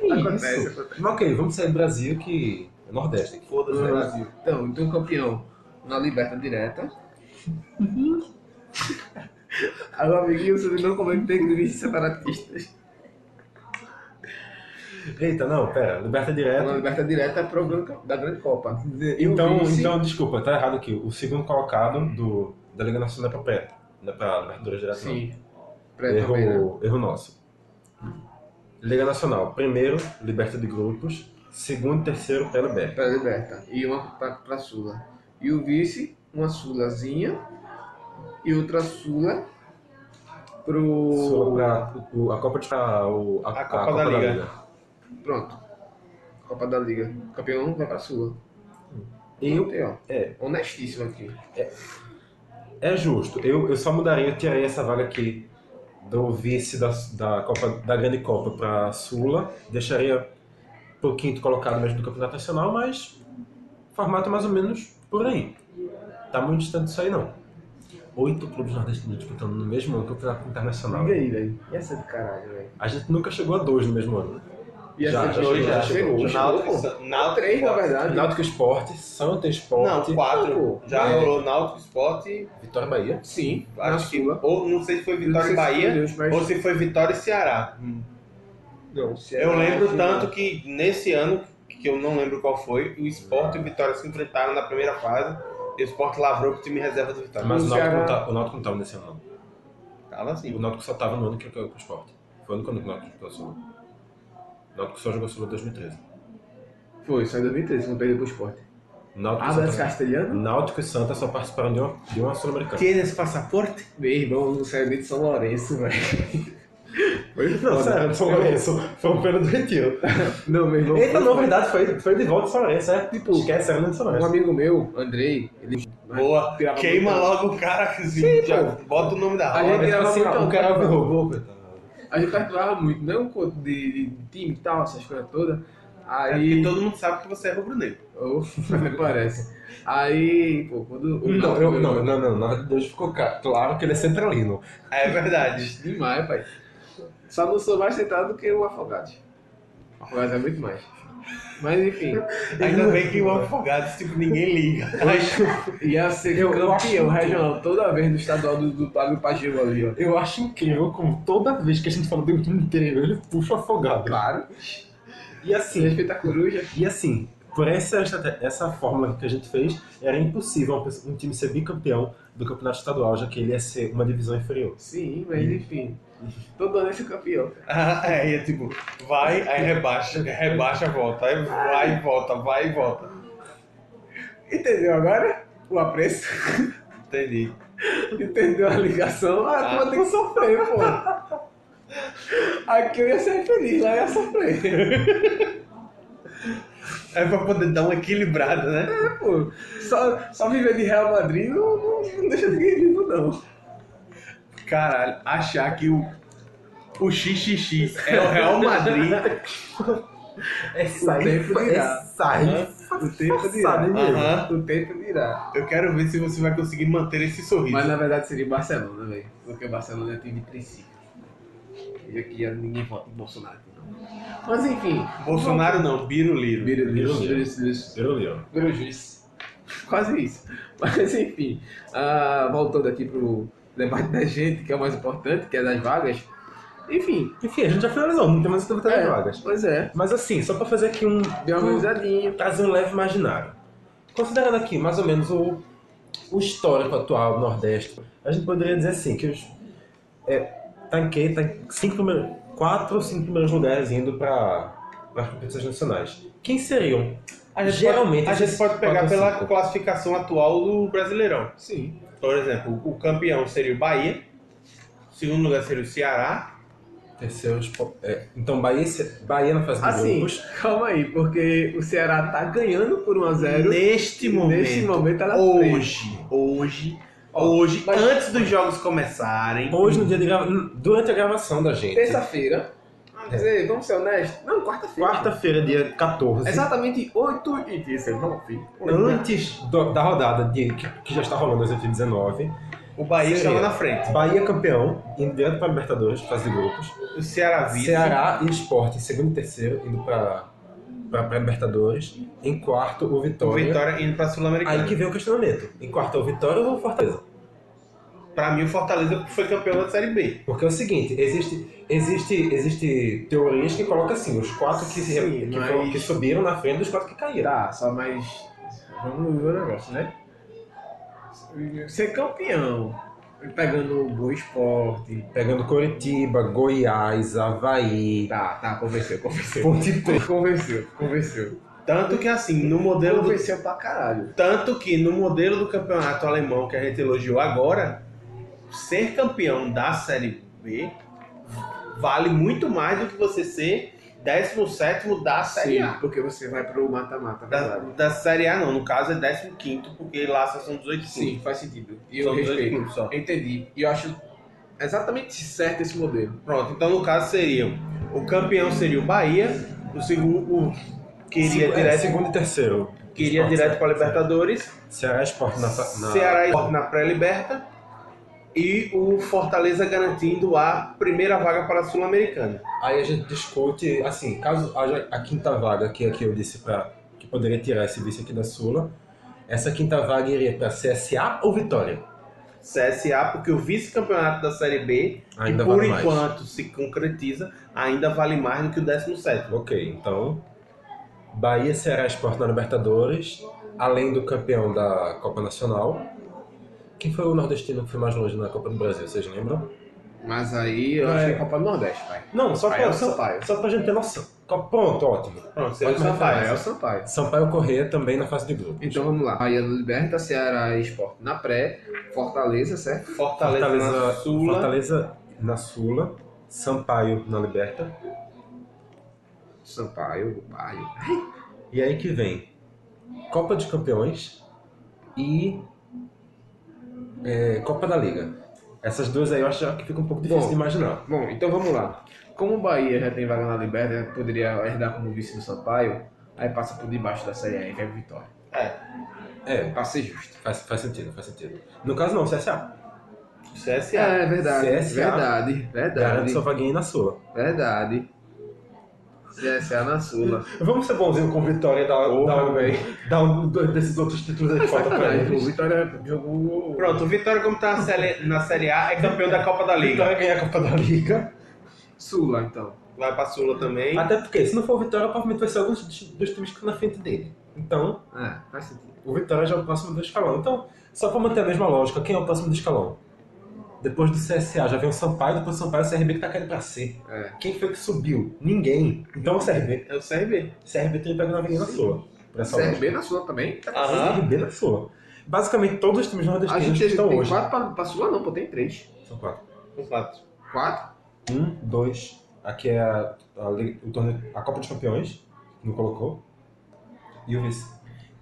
Speaker 6: Acontece,
Speaker 3: Acontece. Mas ok, vamos sair do Brasil, que é Nordeste.
Speaker 1: Foda-se,
Speaker 6: Uhum.
Speaker 1: Brasil.
Speaker 6: Então, então campeão na liberta direta. Agora, amiguinho, sobre não cometer crimes separatistas.
Speaker 3: Eita, não, pera. Liberta
Speaker 6: Na
Speaker 3: direto.
Speaker 6: liberta direta é pro grande- da Grande Copa.
Speaker 3: Então,
Speaker 6: Eu vi, sim.
Speaker 3: então, desculpa, tá errado aqui. O segundo colocado do, da Liga Nacional é pra pré. Não é pra Libertadores direto, não.
Speaker 6: Sim. Pra ele também, né?
Speaker 3: Erro, erro nosso. Liga Nacional. Primeiro, liberta de grupos. Segundo, terceiro, pré-liberta.
Speaker 6: Pra liberta. E uma pra, pra Sula. E o vice, uma Sulazinha. E outra Sula pro.
Speaker 3: Sula pra o- a Copa de pra, o, a,
Speaker 1: A Copa da Liga.
Speaker 6: Pronto. Copa da Liga. Campeão vai pra Sula.
Speaker 3: Eu,
Speaker 6: Tem, ó.
Speaker 3: é.
Speaker 6: Honestíssimo aqui.
Speaker 3: é justo. Eu, eu só mudaria, eu tiraria essa vaga aqui do vice da, da, Copa, da Grande Copa pra Sula. Deixaria pro quinto colocado mesmo do Campeonato Nacional, mas formato mais ou menos por aí. Tá muito distante disso aí, não. Oito clubes nordestinos disputando no mesmo ano o Campeonato Internacional.
Speaker 6: Liga aí, velho. E essa do caralho, velho.
Speaker 3: A gente nunca chegou a dois no mesmo ano.
Speaker 6: E
Speaker 3: Já,
Speaker 6: essa
Speaker 3: já
Speaker 6: dois,
Speaker 3: chegou, já
Speaker 6: chegou.
Speaker 3: chegou.
Speaker 6: chegou,
Speaker 1: Náutico,
Speaker 6: pô.
Speaker 1: Sa- Náutico,
Speaker 6: Três, na
Speaker 1: Sport.
Speaker 6: verdade.
Speaker 3: Náutico Esporte, Santa Esporte,
Speaker 1: Não, quatro.
Speaker 6: Não, pô.
Speaker 1: Já
Speaker 6: É.
Speaker 1: rolou Náutico, Sport e
Speaker 3: Vitória Bahia.
Speaker 6: Sim, na
Speaker 1: acho que
Speaker 6: Sula.
Speaker 1: ou não sei se foi Vitória e Bahia ou se foi Vitória e Ceará. Eu lembro tanto que nesse ano, que eu não lembro qual foi, o Sport e o Vitória se enfrentaram na primeira fase e o Sport lavrou com o time reserva do Vitória.
Speaker 3: Mas o
Speaker 6: O
Speaker 3: Náutico,
Speaker 6: Ceará-
Speaker 3: não tá, o Náutico não tava nesse ano,
Speaker 1: Tava
Speaker 3: não. O
Speaker 1: assim.
Speaker 3: Náutico só tava no ano que jogou com o Esporte. Foi o único ano que o Náutico jogou solo. O Náutico só jogou solo em 2013.
Speaker 6: Foi, só em 2013, quando perdeu pro esporte.
Speaker 3: Náutico,
Speaker 6: Ah,
Speaker 3: e
Speaker 6: das
Speaker 3: Santa,
Speaker 6: Castelhano?
Speaker 3: Náutico e Santa só participaram de uma, de uma Sul-Americana.
Speaker 1: Tem esse passaporte?
Speaker 6: Meu irmão, não saiu nem de São Lourenço, velho.
Speaker 3: Não, sério, São Lourenço. Foi um pelo do retiro.
Speaker 6: Não, meu irmão.
Speaker 3: Eita,
Speaker 6: foi-
Speaker 3: não, verdade, foi, foi de volta de São Lourenço, é? Tipo, esquece, era de São
Speaker 6: Um
Speaker 3: Lourenço.
Speaker 6: amigo meu, Andrei, ele.
Speaker 1: Boa.
Speaker 6: Tirava
Speaker 1: Queima
Speaker 6: muito-
Speaker 1: logo o cara, assim, já bota o nome da
Speaker 3: é
Speaker 6: A
Speaker 1: hora.
Speaker 6: gente era sempre
Speaker 3: assim O um cara me roubou, coitado.
Speaker 6: né? A gente perturbava muito, não conto de, de time e tal, essas coisas todas.
Speaker 1: É
Speaker 6: Aí.
Speaker 1: porque todo mundo sabe que você é rubro-negro.
Speaker 6: Oh, parece. Aí, pô, quando. o
Speaker 3: então. Não,
Speaker 6: Náutico
Speaker 3: eu,
Speaker 6: ganhou-
Speaker 3: não, não, não, nada de Deus ficou ca- claro que ele é centralino.
Speaker 1: É verdade.
Speaker 6: Demais, pai. Só não sou mais tentado do que o Afogados. O Afogados é muito mais. Mas enfim,
Speaker 1: Ainda bem que o
Speaker 3: é.
Speaker 1: Afogados, tipo, ninguém liga.
Speaker 6: ia ser
Speaker 3: Eu- eu acho
Speaker 6: campeão
Speaker 3: muito-
Speaker 6: regional toda vez no estadual do, do Pablo Pajevo ali, ó.
Speaker 3: Eu acho incrível como toda vez que a gente fala do time inteiro, ele puxa o afogado.
Speaker 6: Claro.
Speaker 3: E
Speaker 6: Se
Speaker 3: assim,
Speaker 6: respeita a coruja.
Speaker 3: e assim, por essa, estrate- essa fórmula que a gente fez, era impossível uma pessoa- um time ser bicampeão do campeonato estadual, já que ele ia ser uma divisão inferior.
Speaker 6: Sim, mas enfim. Todo ano esse campeão.
Speaker 1: Ah, é, é tipo, vai, aí rebaixa, rebaixa, volta, aí vai e volta, vai e volta.
Speaker 6: Entendeu agora? O apreço.
Speaker 1: Entendi.
Speaker 6: Entendeu a ligação? Ah, tu vai ter que sofrer, pô. Aqui eu ia ser feliz, lá eu ia sofrer.
Speaker 1: É pra poder dar uma equilibrada, né?
Speaker 6: Pô, só, só viver de Real Madrid não, não, não deixa ninguém vivo, não.
Speaker 1: Caralho, achar que o, o XXX é o Real Madrid.
Speaker 3: É
Speaker 6: O tempo dirá.
Speaker 3: sai.
Speaker 6: O tempo dirá.
Speaker 3: Sabe mesmo.
Speaker 1: Aham.
Speaker 6: O tempo dirá.
Speaker 1: Eu quero ver se você vai conseguir manter esse sorriso.
Speaker 6: Mas na verdade seria o Barcelona, velho. Porque o Barcelona é time de princípio. E aqui ninguém vota em Bolsonaro. aqui, não. Mas enfim.
Speaker 1: Bolsonaro não, Biruliro.
Speaker 6: Vira
Speaker 3: Virou
Speaker 6: juiz,
Speaker 3: Lira.
Speaker 6: vira juiz,
Speaker 3: Virou Leão.
Speaker 6: vira juiz. Quase isso. Mas enfim. ah, voltando aqui pro debate da gente, que é o mais importante, que é das vagas. Enfim.
Speaker 3: Enfim, a gente já finalizou, não tem mais dúvida
Speaker 6: é,
Speaker 3: das vagas.
Speaker 6: Pois é.
Speaker 3: Mas assim, só pra fazer aqui um,
Speaker 6: Deu uma organizadinha.
Speaker 3: trazer um leve imaginário. Considerando aqui mais ou menos o, o histórico atual do Nordeste, a gente poderia dizer assim, que os, é, tá em quê? Tá em cinco primeiros, quatro ou cinco primeiros lugares indo para as competições nacionais. Quem seriam?
Speaker 1: A gente
Speaker 3: Geralmente,
Speaker 1: pode, a gente
Speaker 3: esses
Speaker 1: pode pegar
Speaker 3: quatro ou
Speaker 1: pela
Speaker 3: cinco.
Speaker 1: classificação atual do Brasileirão.
Speaker 6: Sim.
Speaker 1: Por exemplo, o campeão seria o Bahia, o segundo lugar seria o Ceará.
Speaker 3: Terceiro, tipo, é, então Bahia, se- Bahia na fase de
Speaker 6: Assim,
Speaker 3: grupos.
Speaker 6: calma aí, porque o Ceará tá ganhando por 1x0.
Speaker 1: Neste momento,
Speaker 6: Neste momento ela tá
Speaker 1: hoje, hoje,
Speaker 6: Ó,
Speaker 1: hoje,
Speaker 6: mas-
Speaker 1: antes dos jogos começarem,
Speaker 3: Hoje, no dia de grava... durante a gravação da gente,
Speaker 6: Terça-feira.
Speaker 1: Ah,
Speaker 6: vamos dizer, vamos ser honestos. Não, quarta-feira.
Speaker 3: É. Quarta-feira, dia 14.
Speaker 6: Exatamente 8 e 19.
Speaker 3: Antes do- da rodada de- que, que já está rolando em 2019,
Speaker 1: O Bahia
Speaker 3: Seria.
Speaker 1: estava na frente.
Speaker 3: Bahia campeão, indo direto para Libertadores, fase de grupos.
Speaker 1: O Ceará vice.
Speaker 3: Ceará e Sport em segundo e terceiro, indo para para Libertadores. Em quarto, o
Speaker 1: O
Speaker 3: Vitória.
Speaker 1: Vitória indo pra Sul-Americana.
Speaker 3: Aí que vem o questionamento. Em quarto é o Vitória ou o Fortaleza?
Speaker 1: Pra mim, o Fortaleza foi campeão da Série B.
Speaker 3: Porque é o seguinte, existe, existe, existe teorias que colocam assim, os quatro que, se-
Speaker 6: Sim,
Speaker 3: que,
Speaker 6: mas-
Speaker 3: foram- que subiram na frente dos quatro que caíram.
Speaker 6: Tá, só mais. Vamos ver o negócio, né? Ser campeão. Pegando o Boa Esporte.
Speaker 3: Pegando Coritiba, Goiás, Havaí.
Speaker 6: Tá, tá, convenceu, convenceu.
Speaker 3: Ponte Preta.
Speaker 6: Convenceu, convenceu.
Speaker 1: Tanto que, assim, no modelo do
Speaker 6: Convenceu pra caralho.
Speaker 1: Tanto que no modelo do campeonato alemão que a gente elogiou agora, ser campeão da Série B vale muito mais do que você ser 17 da Série A.
Speaker 6: porque você vai pro mata-mata, é
Speaker 1: Da,
Speaker 6: verdade.
Speaker 1: da Série A não, no caso é 15, porque lá só são 18 clubes.
Speaker 6: Sim, faz sentido. E eu
Speaker 1: são 18
Speaker 6: respeito.
Speaker 1: clubes só.
Speaker 6: Eu entendi. E eu acho exatamente certo esse modelo.
Speaker 1: Pronto, então no caso seriam: o campeão seria o Bahia, o segundo. O, que iria
Speaker 3: Segu- é,
Speaker 1: direto,
Speaker 3: segundo e terceiro.
Speaker 1: que iria
Speaker 3: Esporte,
Speaker 1: direto para a Libertadores,
Speaker 3: Ceará Sport na, na
Speaker 1: Ceará e- na pré-liberta e o Fortaleza garantindo a primeira vaga para a Sul-Americana.
Speaker 3: Aí a gente discute, assim, caso haja a quinta vaga, que aqui eu disse pra, que poderia tirar esse vice aqui da Sula, essa quinta vaga iria pra CSA ou Vitória?
Speaker 1: CSA, porque o vice-campeonato da Série B,
Speaker 3: Ainda
Speaker 1: que por
Speaker 3: vale mais.
Speaker 1: enquanto se concretiza, ainda vale mais do que o 17.
Speaker 3: Ok, então Bahia, Ceará e Sport na Libertadores, além do campeão da Copa Nacional. Quem foi o nordestino que foi mais longe na Copa do Brasil, vocês lembram?
Speaker 6: Mas aí eu
Speaker 3: É.
Speaker 6: achei Copa do Nordeste, pai.
Speaker 3: Não, só
Speaker 6: Aí é
Speaker 3: pra,
Speaker 6: o
Speaker 3: só,
Speaker 6: Sampaio.
Speaker 3: só pra gente ter noção. Co- Pronto, ótimo.
Speaker 1: Pronto, seria o
Speaker 3: Ótimo
Speaker 1: Sampaio.
Speaker 6: É o Sampaio.
Speaker 3: Sampaio Corrêa também na fase de grupo.
Speaker 6: Então vamos lá. Bahia Liberta, Ceará e Esporte na pré, Fortaleza, certo?
Speaker 1: Fortaleza, na
Speaker 3: Fortaleza,
Speaker 1: Sula.
Speaker 3: Fortaleza na Sula, Sampaio na Liberta.
Speaker 6: Sampaio, Bahia.
Speaker 3: E aí que vem Copa dos Campeões e é, Copa da Liga. Essas duas aí eu acho que fica um pouco difícil
Speaker 6: Bom.
Speaker 3: de imaginar.
Speaker 6: Bom, então vamos lá. Como o Bahia já tem vaga na Liberta, né, poderia herdar como vice do Sampaio, aí passa por debaixo da Série A e vai pro Vitória.
Speaker 3: É,
Speaker 6: Pra ser justo.
Speaker 3: faz, faz sentido, faz sentido. No caso não, o CSA.
Speaker 1: CSA.
Speaker 6: É, verdade.
Speaker 3: CSA.
Speaker 6: Verdade,
Speaker 3: Garante
Speaker 6: verdade.
Speaker 3: sua vaguinha aí na Sula.
Speaker 6: Verdade. CSA na Sula.
Speaker 3: Vamos ser bonzinho com Vitória e dar,
Speaker 6: Porra,
Speaker 3: dar um, dar um dois desses outros títulos aí de volta pra
Speaker 6: Sacanagem, o
Speaker 3: eles.
Speaker 6: Vitória jogou.
Speaker 1: Pronto, o Vitória, como está na série, na série A, é campeão da Copa da Liga.
Speaker 3: Vitória ganhar a Copa da Liga.
Speaker 6: Sula, então.
Speaker 1: Vai para Sula também.
Speaker 3: Até porque, se não for Vitória, provavelmente vai ser alguns dos, dos times que estão na frente dele. Então,
Speaker 6: É, faz sentido.
Speaker 3: O Vitória já é o próximo do escalão. Então, só pra manter a mesma lógica, quem é o próximo do escalão? Depois do CSA já vem o Sampaio, depois do Sampaio o CRB que tá caindo pra C.
Speaker 6: É.
Speaker 3: Quem foi que subiu? Ninguém. Então o CRB.
Speaker 1: É o CRB.
Speaker 3: CRB tem pego na Avenida Sua. Pra essa lógica.
Speaker 6: CRB na Sula também.
Speaker 1: Aham.
Speaker 3: CRB na Sua. Basicamente todos os times
Speaker 6: A
Speaker 3: nordestinos
Speaker 6: gente
Speaker 3: que
Speaker 6: tem
Speaker 3: estão
Speaker 6: tem
Speaker 3: hoje.
Speaker 6: quatro pra, pra Sula, não, pô, tem três.
Speaker 3: São quatro.
Speaker 1: Um fato.
Speaker 6: Quatro?
Speaker 3: Um, dois. Aqui é a, a, Liga- o torneio- a Copa dos Campeões, que não colocou. E o vice.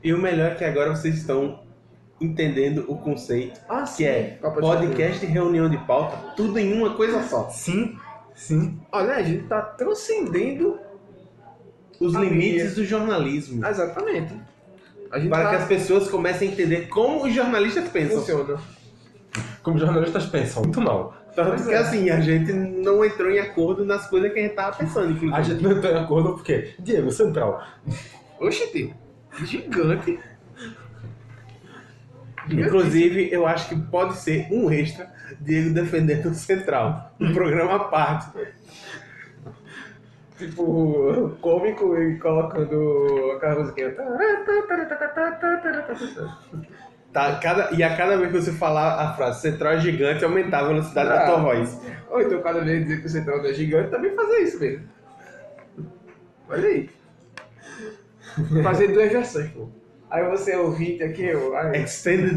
Speaker 1: E o melhor é que agora vocês estão entendendo o conceito,
Speaker 6: Ah,
Speaker 1: que é
Speaker 6: Copa de
Speaker 1: podcast e reunião de pauta, tudo em uma coisa só.
Speaker 3: Sim, sim.
Speaker 6: Olha, a gente tá transcendendo.
Speaker 1: Os
Speaker 6: Família.
Speaker 1: limites do jornalismo.
Speaker 6: Exatamente. A gente
Speaker 1: Para que
Speaker 6: tá...
Speaker 1: as pessoas comecem a entender como os jornalistas pensam.
Speaker 6: Funciona.
Speaker 3: Como jornalistas pensam, muito mal.
Speaker 1: Tanto que assim, a gente não entrou em acordo nas coisas que a gente tava pensando, inclusive.
Speaker 3: A gente não entrou em acordo porque Diego Central.
Speaker 6: Oxe, tio. Gigante.
Speaker 1: Inclusive, eu acho que pode ser um extra Diego defendendo o Central. Um programa à parte.
Speaker 6: Tipo, cômico e colocando aquela musiquinha.
Speaker 1: Tá, cada, e a cada vez que você falar a frase Central é gigante, aumentava a velocidade
Speaker 6: Ah.
Speaker 1: da tua voz.
Speaker 6: Ou então cada vez dizer que o Central não é gigante, também fazer isso mesmo. Olha aí. Fazer duas versões, pô. Aí você é ouvinte aqui, eu. Aí...
Speaker 1: Extended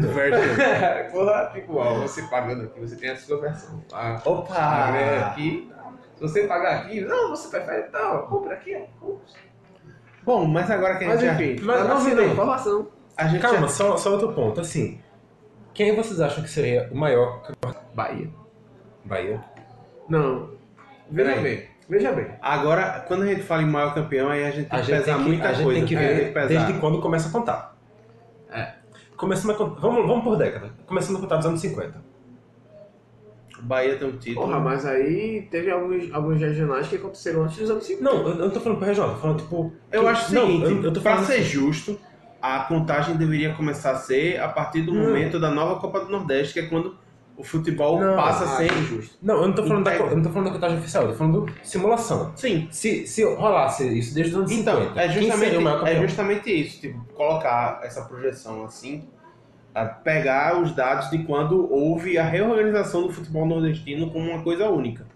Speaker 1: version.
Speaker 6: Porra, tipo, ó, você pagando aqui, você tem a sua versão. A, a
Speaker 3: Ah.
Speaker 6: grana
Speaker 1: Opa! né?
Speaker 6: aqui. Se você pagar aqui, não, você prefere tal, compra aqui, ó.
Speaker 1: Bom, mas agora que a
Speaker 6: Mas
Speaker 1: gente já-
Speaker 6: enfim, tá
Speaker 3: Mas
Speaker 6: mas
Speaker 3: não,
Speaker 6: não
Speaker 3: não.
Speaker 6: informação.
Speaker 1: a gente
Speaker 3: Calma, só, só outro ponto. Assim, quem vocês acham que seria o maior
Speaker 6: Bahia.
Speaker 3: Bahia?
Speaker 6: Não. Veja
Speaker 3: Peraí.
Speaker 6: bem. Veja bem.
Speaker 1: Agora, quando a gente fala em maior campeão, aí a gente tem
Speaker 3: A
Speaker 1: que
Speaker 3: gente
Speaker 1: pesar
Speaker 3: tem que-
Speaker 1: muita
Speaker 3: a gente
Speaker 1: coisa.
Speaker 3: tem que
Speaker 1: né?
Speaker 3: ver
Speaker 1: pesar.
Speaker 3: desde quando começa a contar.
Speaker 6: É.
Speaker 3: Começando a cont- vamos, vamos por década. Começando a contar dos anos 50.
Speaker 1: O Bahia tem um título.
Speaker 6: Porra, mas aí teve alguns, alguns regionais que aconteceram antes dos anos 50.
Speaker 3: Não, eu eu não tô falando pro regional, tô falando tipo.
Speaker 1: Eu
Speaker 3: tu-
Speaker 1: acho o
Speaker 3: não,
Speaker 1: seguinte,
Speaker 3: eu- eu tô
Speaker 1: pra
Speaker 3: falando
Speaker 1: ser
Speaker 3: assim.
Speaker 1: justo, a contagem deveria começar a ser a partir do
Speaker 3: Não.
Speaker 1: momento da nova Copa do Nordeste, que é quando o futebol
Speaker 3: Não,
Speaker 1: passa
Speaker 6: Ah,
Speaker 1: a ser...
Speaker 6: acho injusto.
Speaker 3: Não, eu não tô falando, da, co-
Speaker 1: Integra.
Speaker 3: eu não tô falando da contagem oficial, eu tô falando do simulação.
Speaker 1: Sim.
Speaker 3: Se, se rolasse isso desde os anos
Speaker 1: Então,
Speaker 3: 50,
Speaker 1: é
Speaker 3: quem seria o maior
Speaker 1: justamente, é
Speaker 3: campeão?
Speaker 1: justamente isso, tipo, colocar essa projeção assim, a pegar os dados de quando houve a reorganização do futebol nordestino como uma coisa única,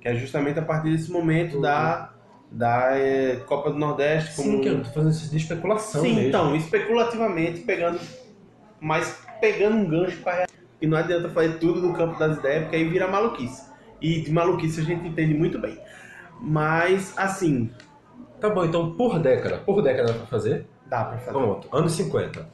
Speaker 1: que é justamente a partir desse momento
Speaker 6: Uhum.
Speaker 1: da, da eh, Copa do Nordeste como
Speaker 3: Sim, que eu não tô fazendo isso de especulação
Speaker 1: um- Sim,
Speaker 3: mesmo.
Speaker 1: então, especulativamente, pegando. Mas pegando um gancho para E não adianta fazer tudo no campo das ideias, porque aí vira maluquice. E de maluquice a gente entende muito bem. Mas, assim,
Speaker 3: Tá bom, então por década, por década pra fazer.
Speaker 1: dá pra fazer.
Speaker 3: Pronto, anos 50.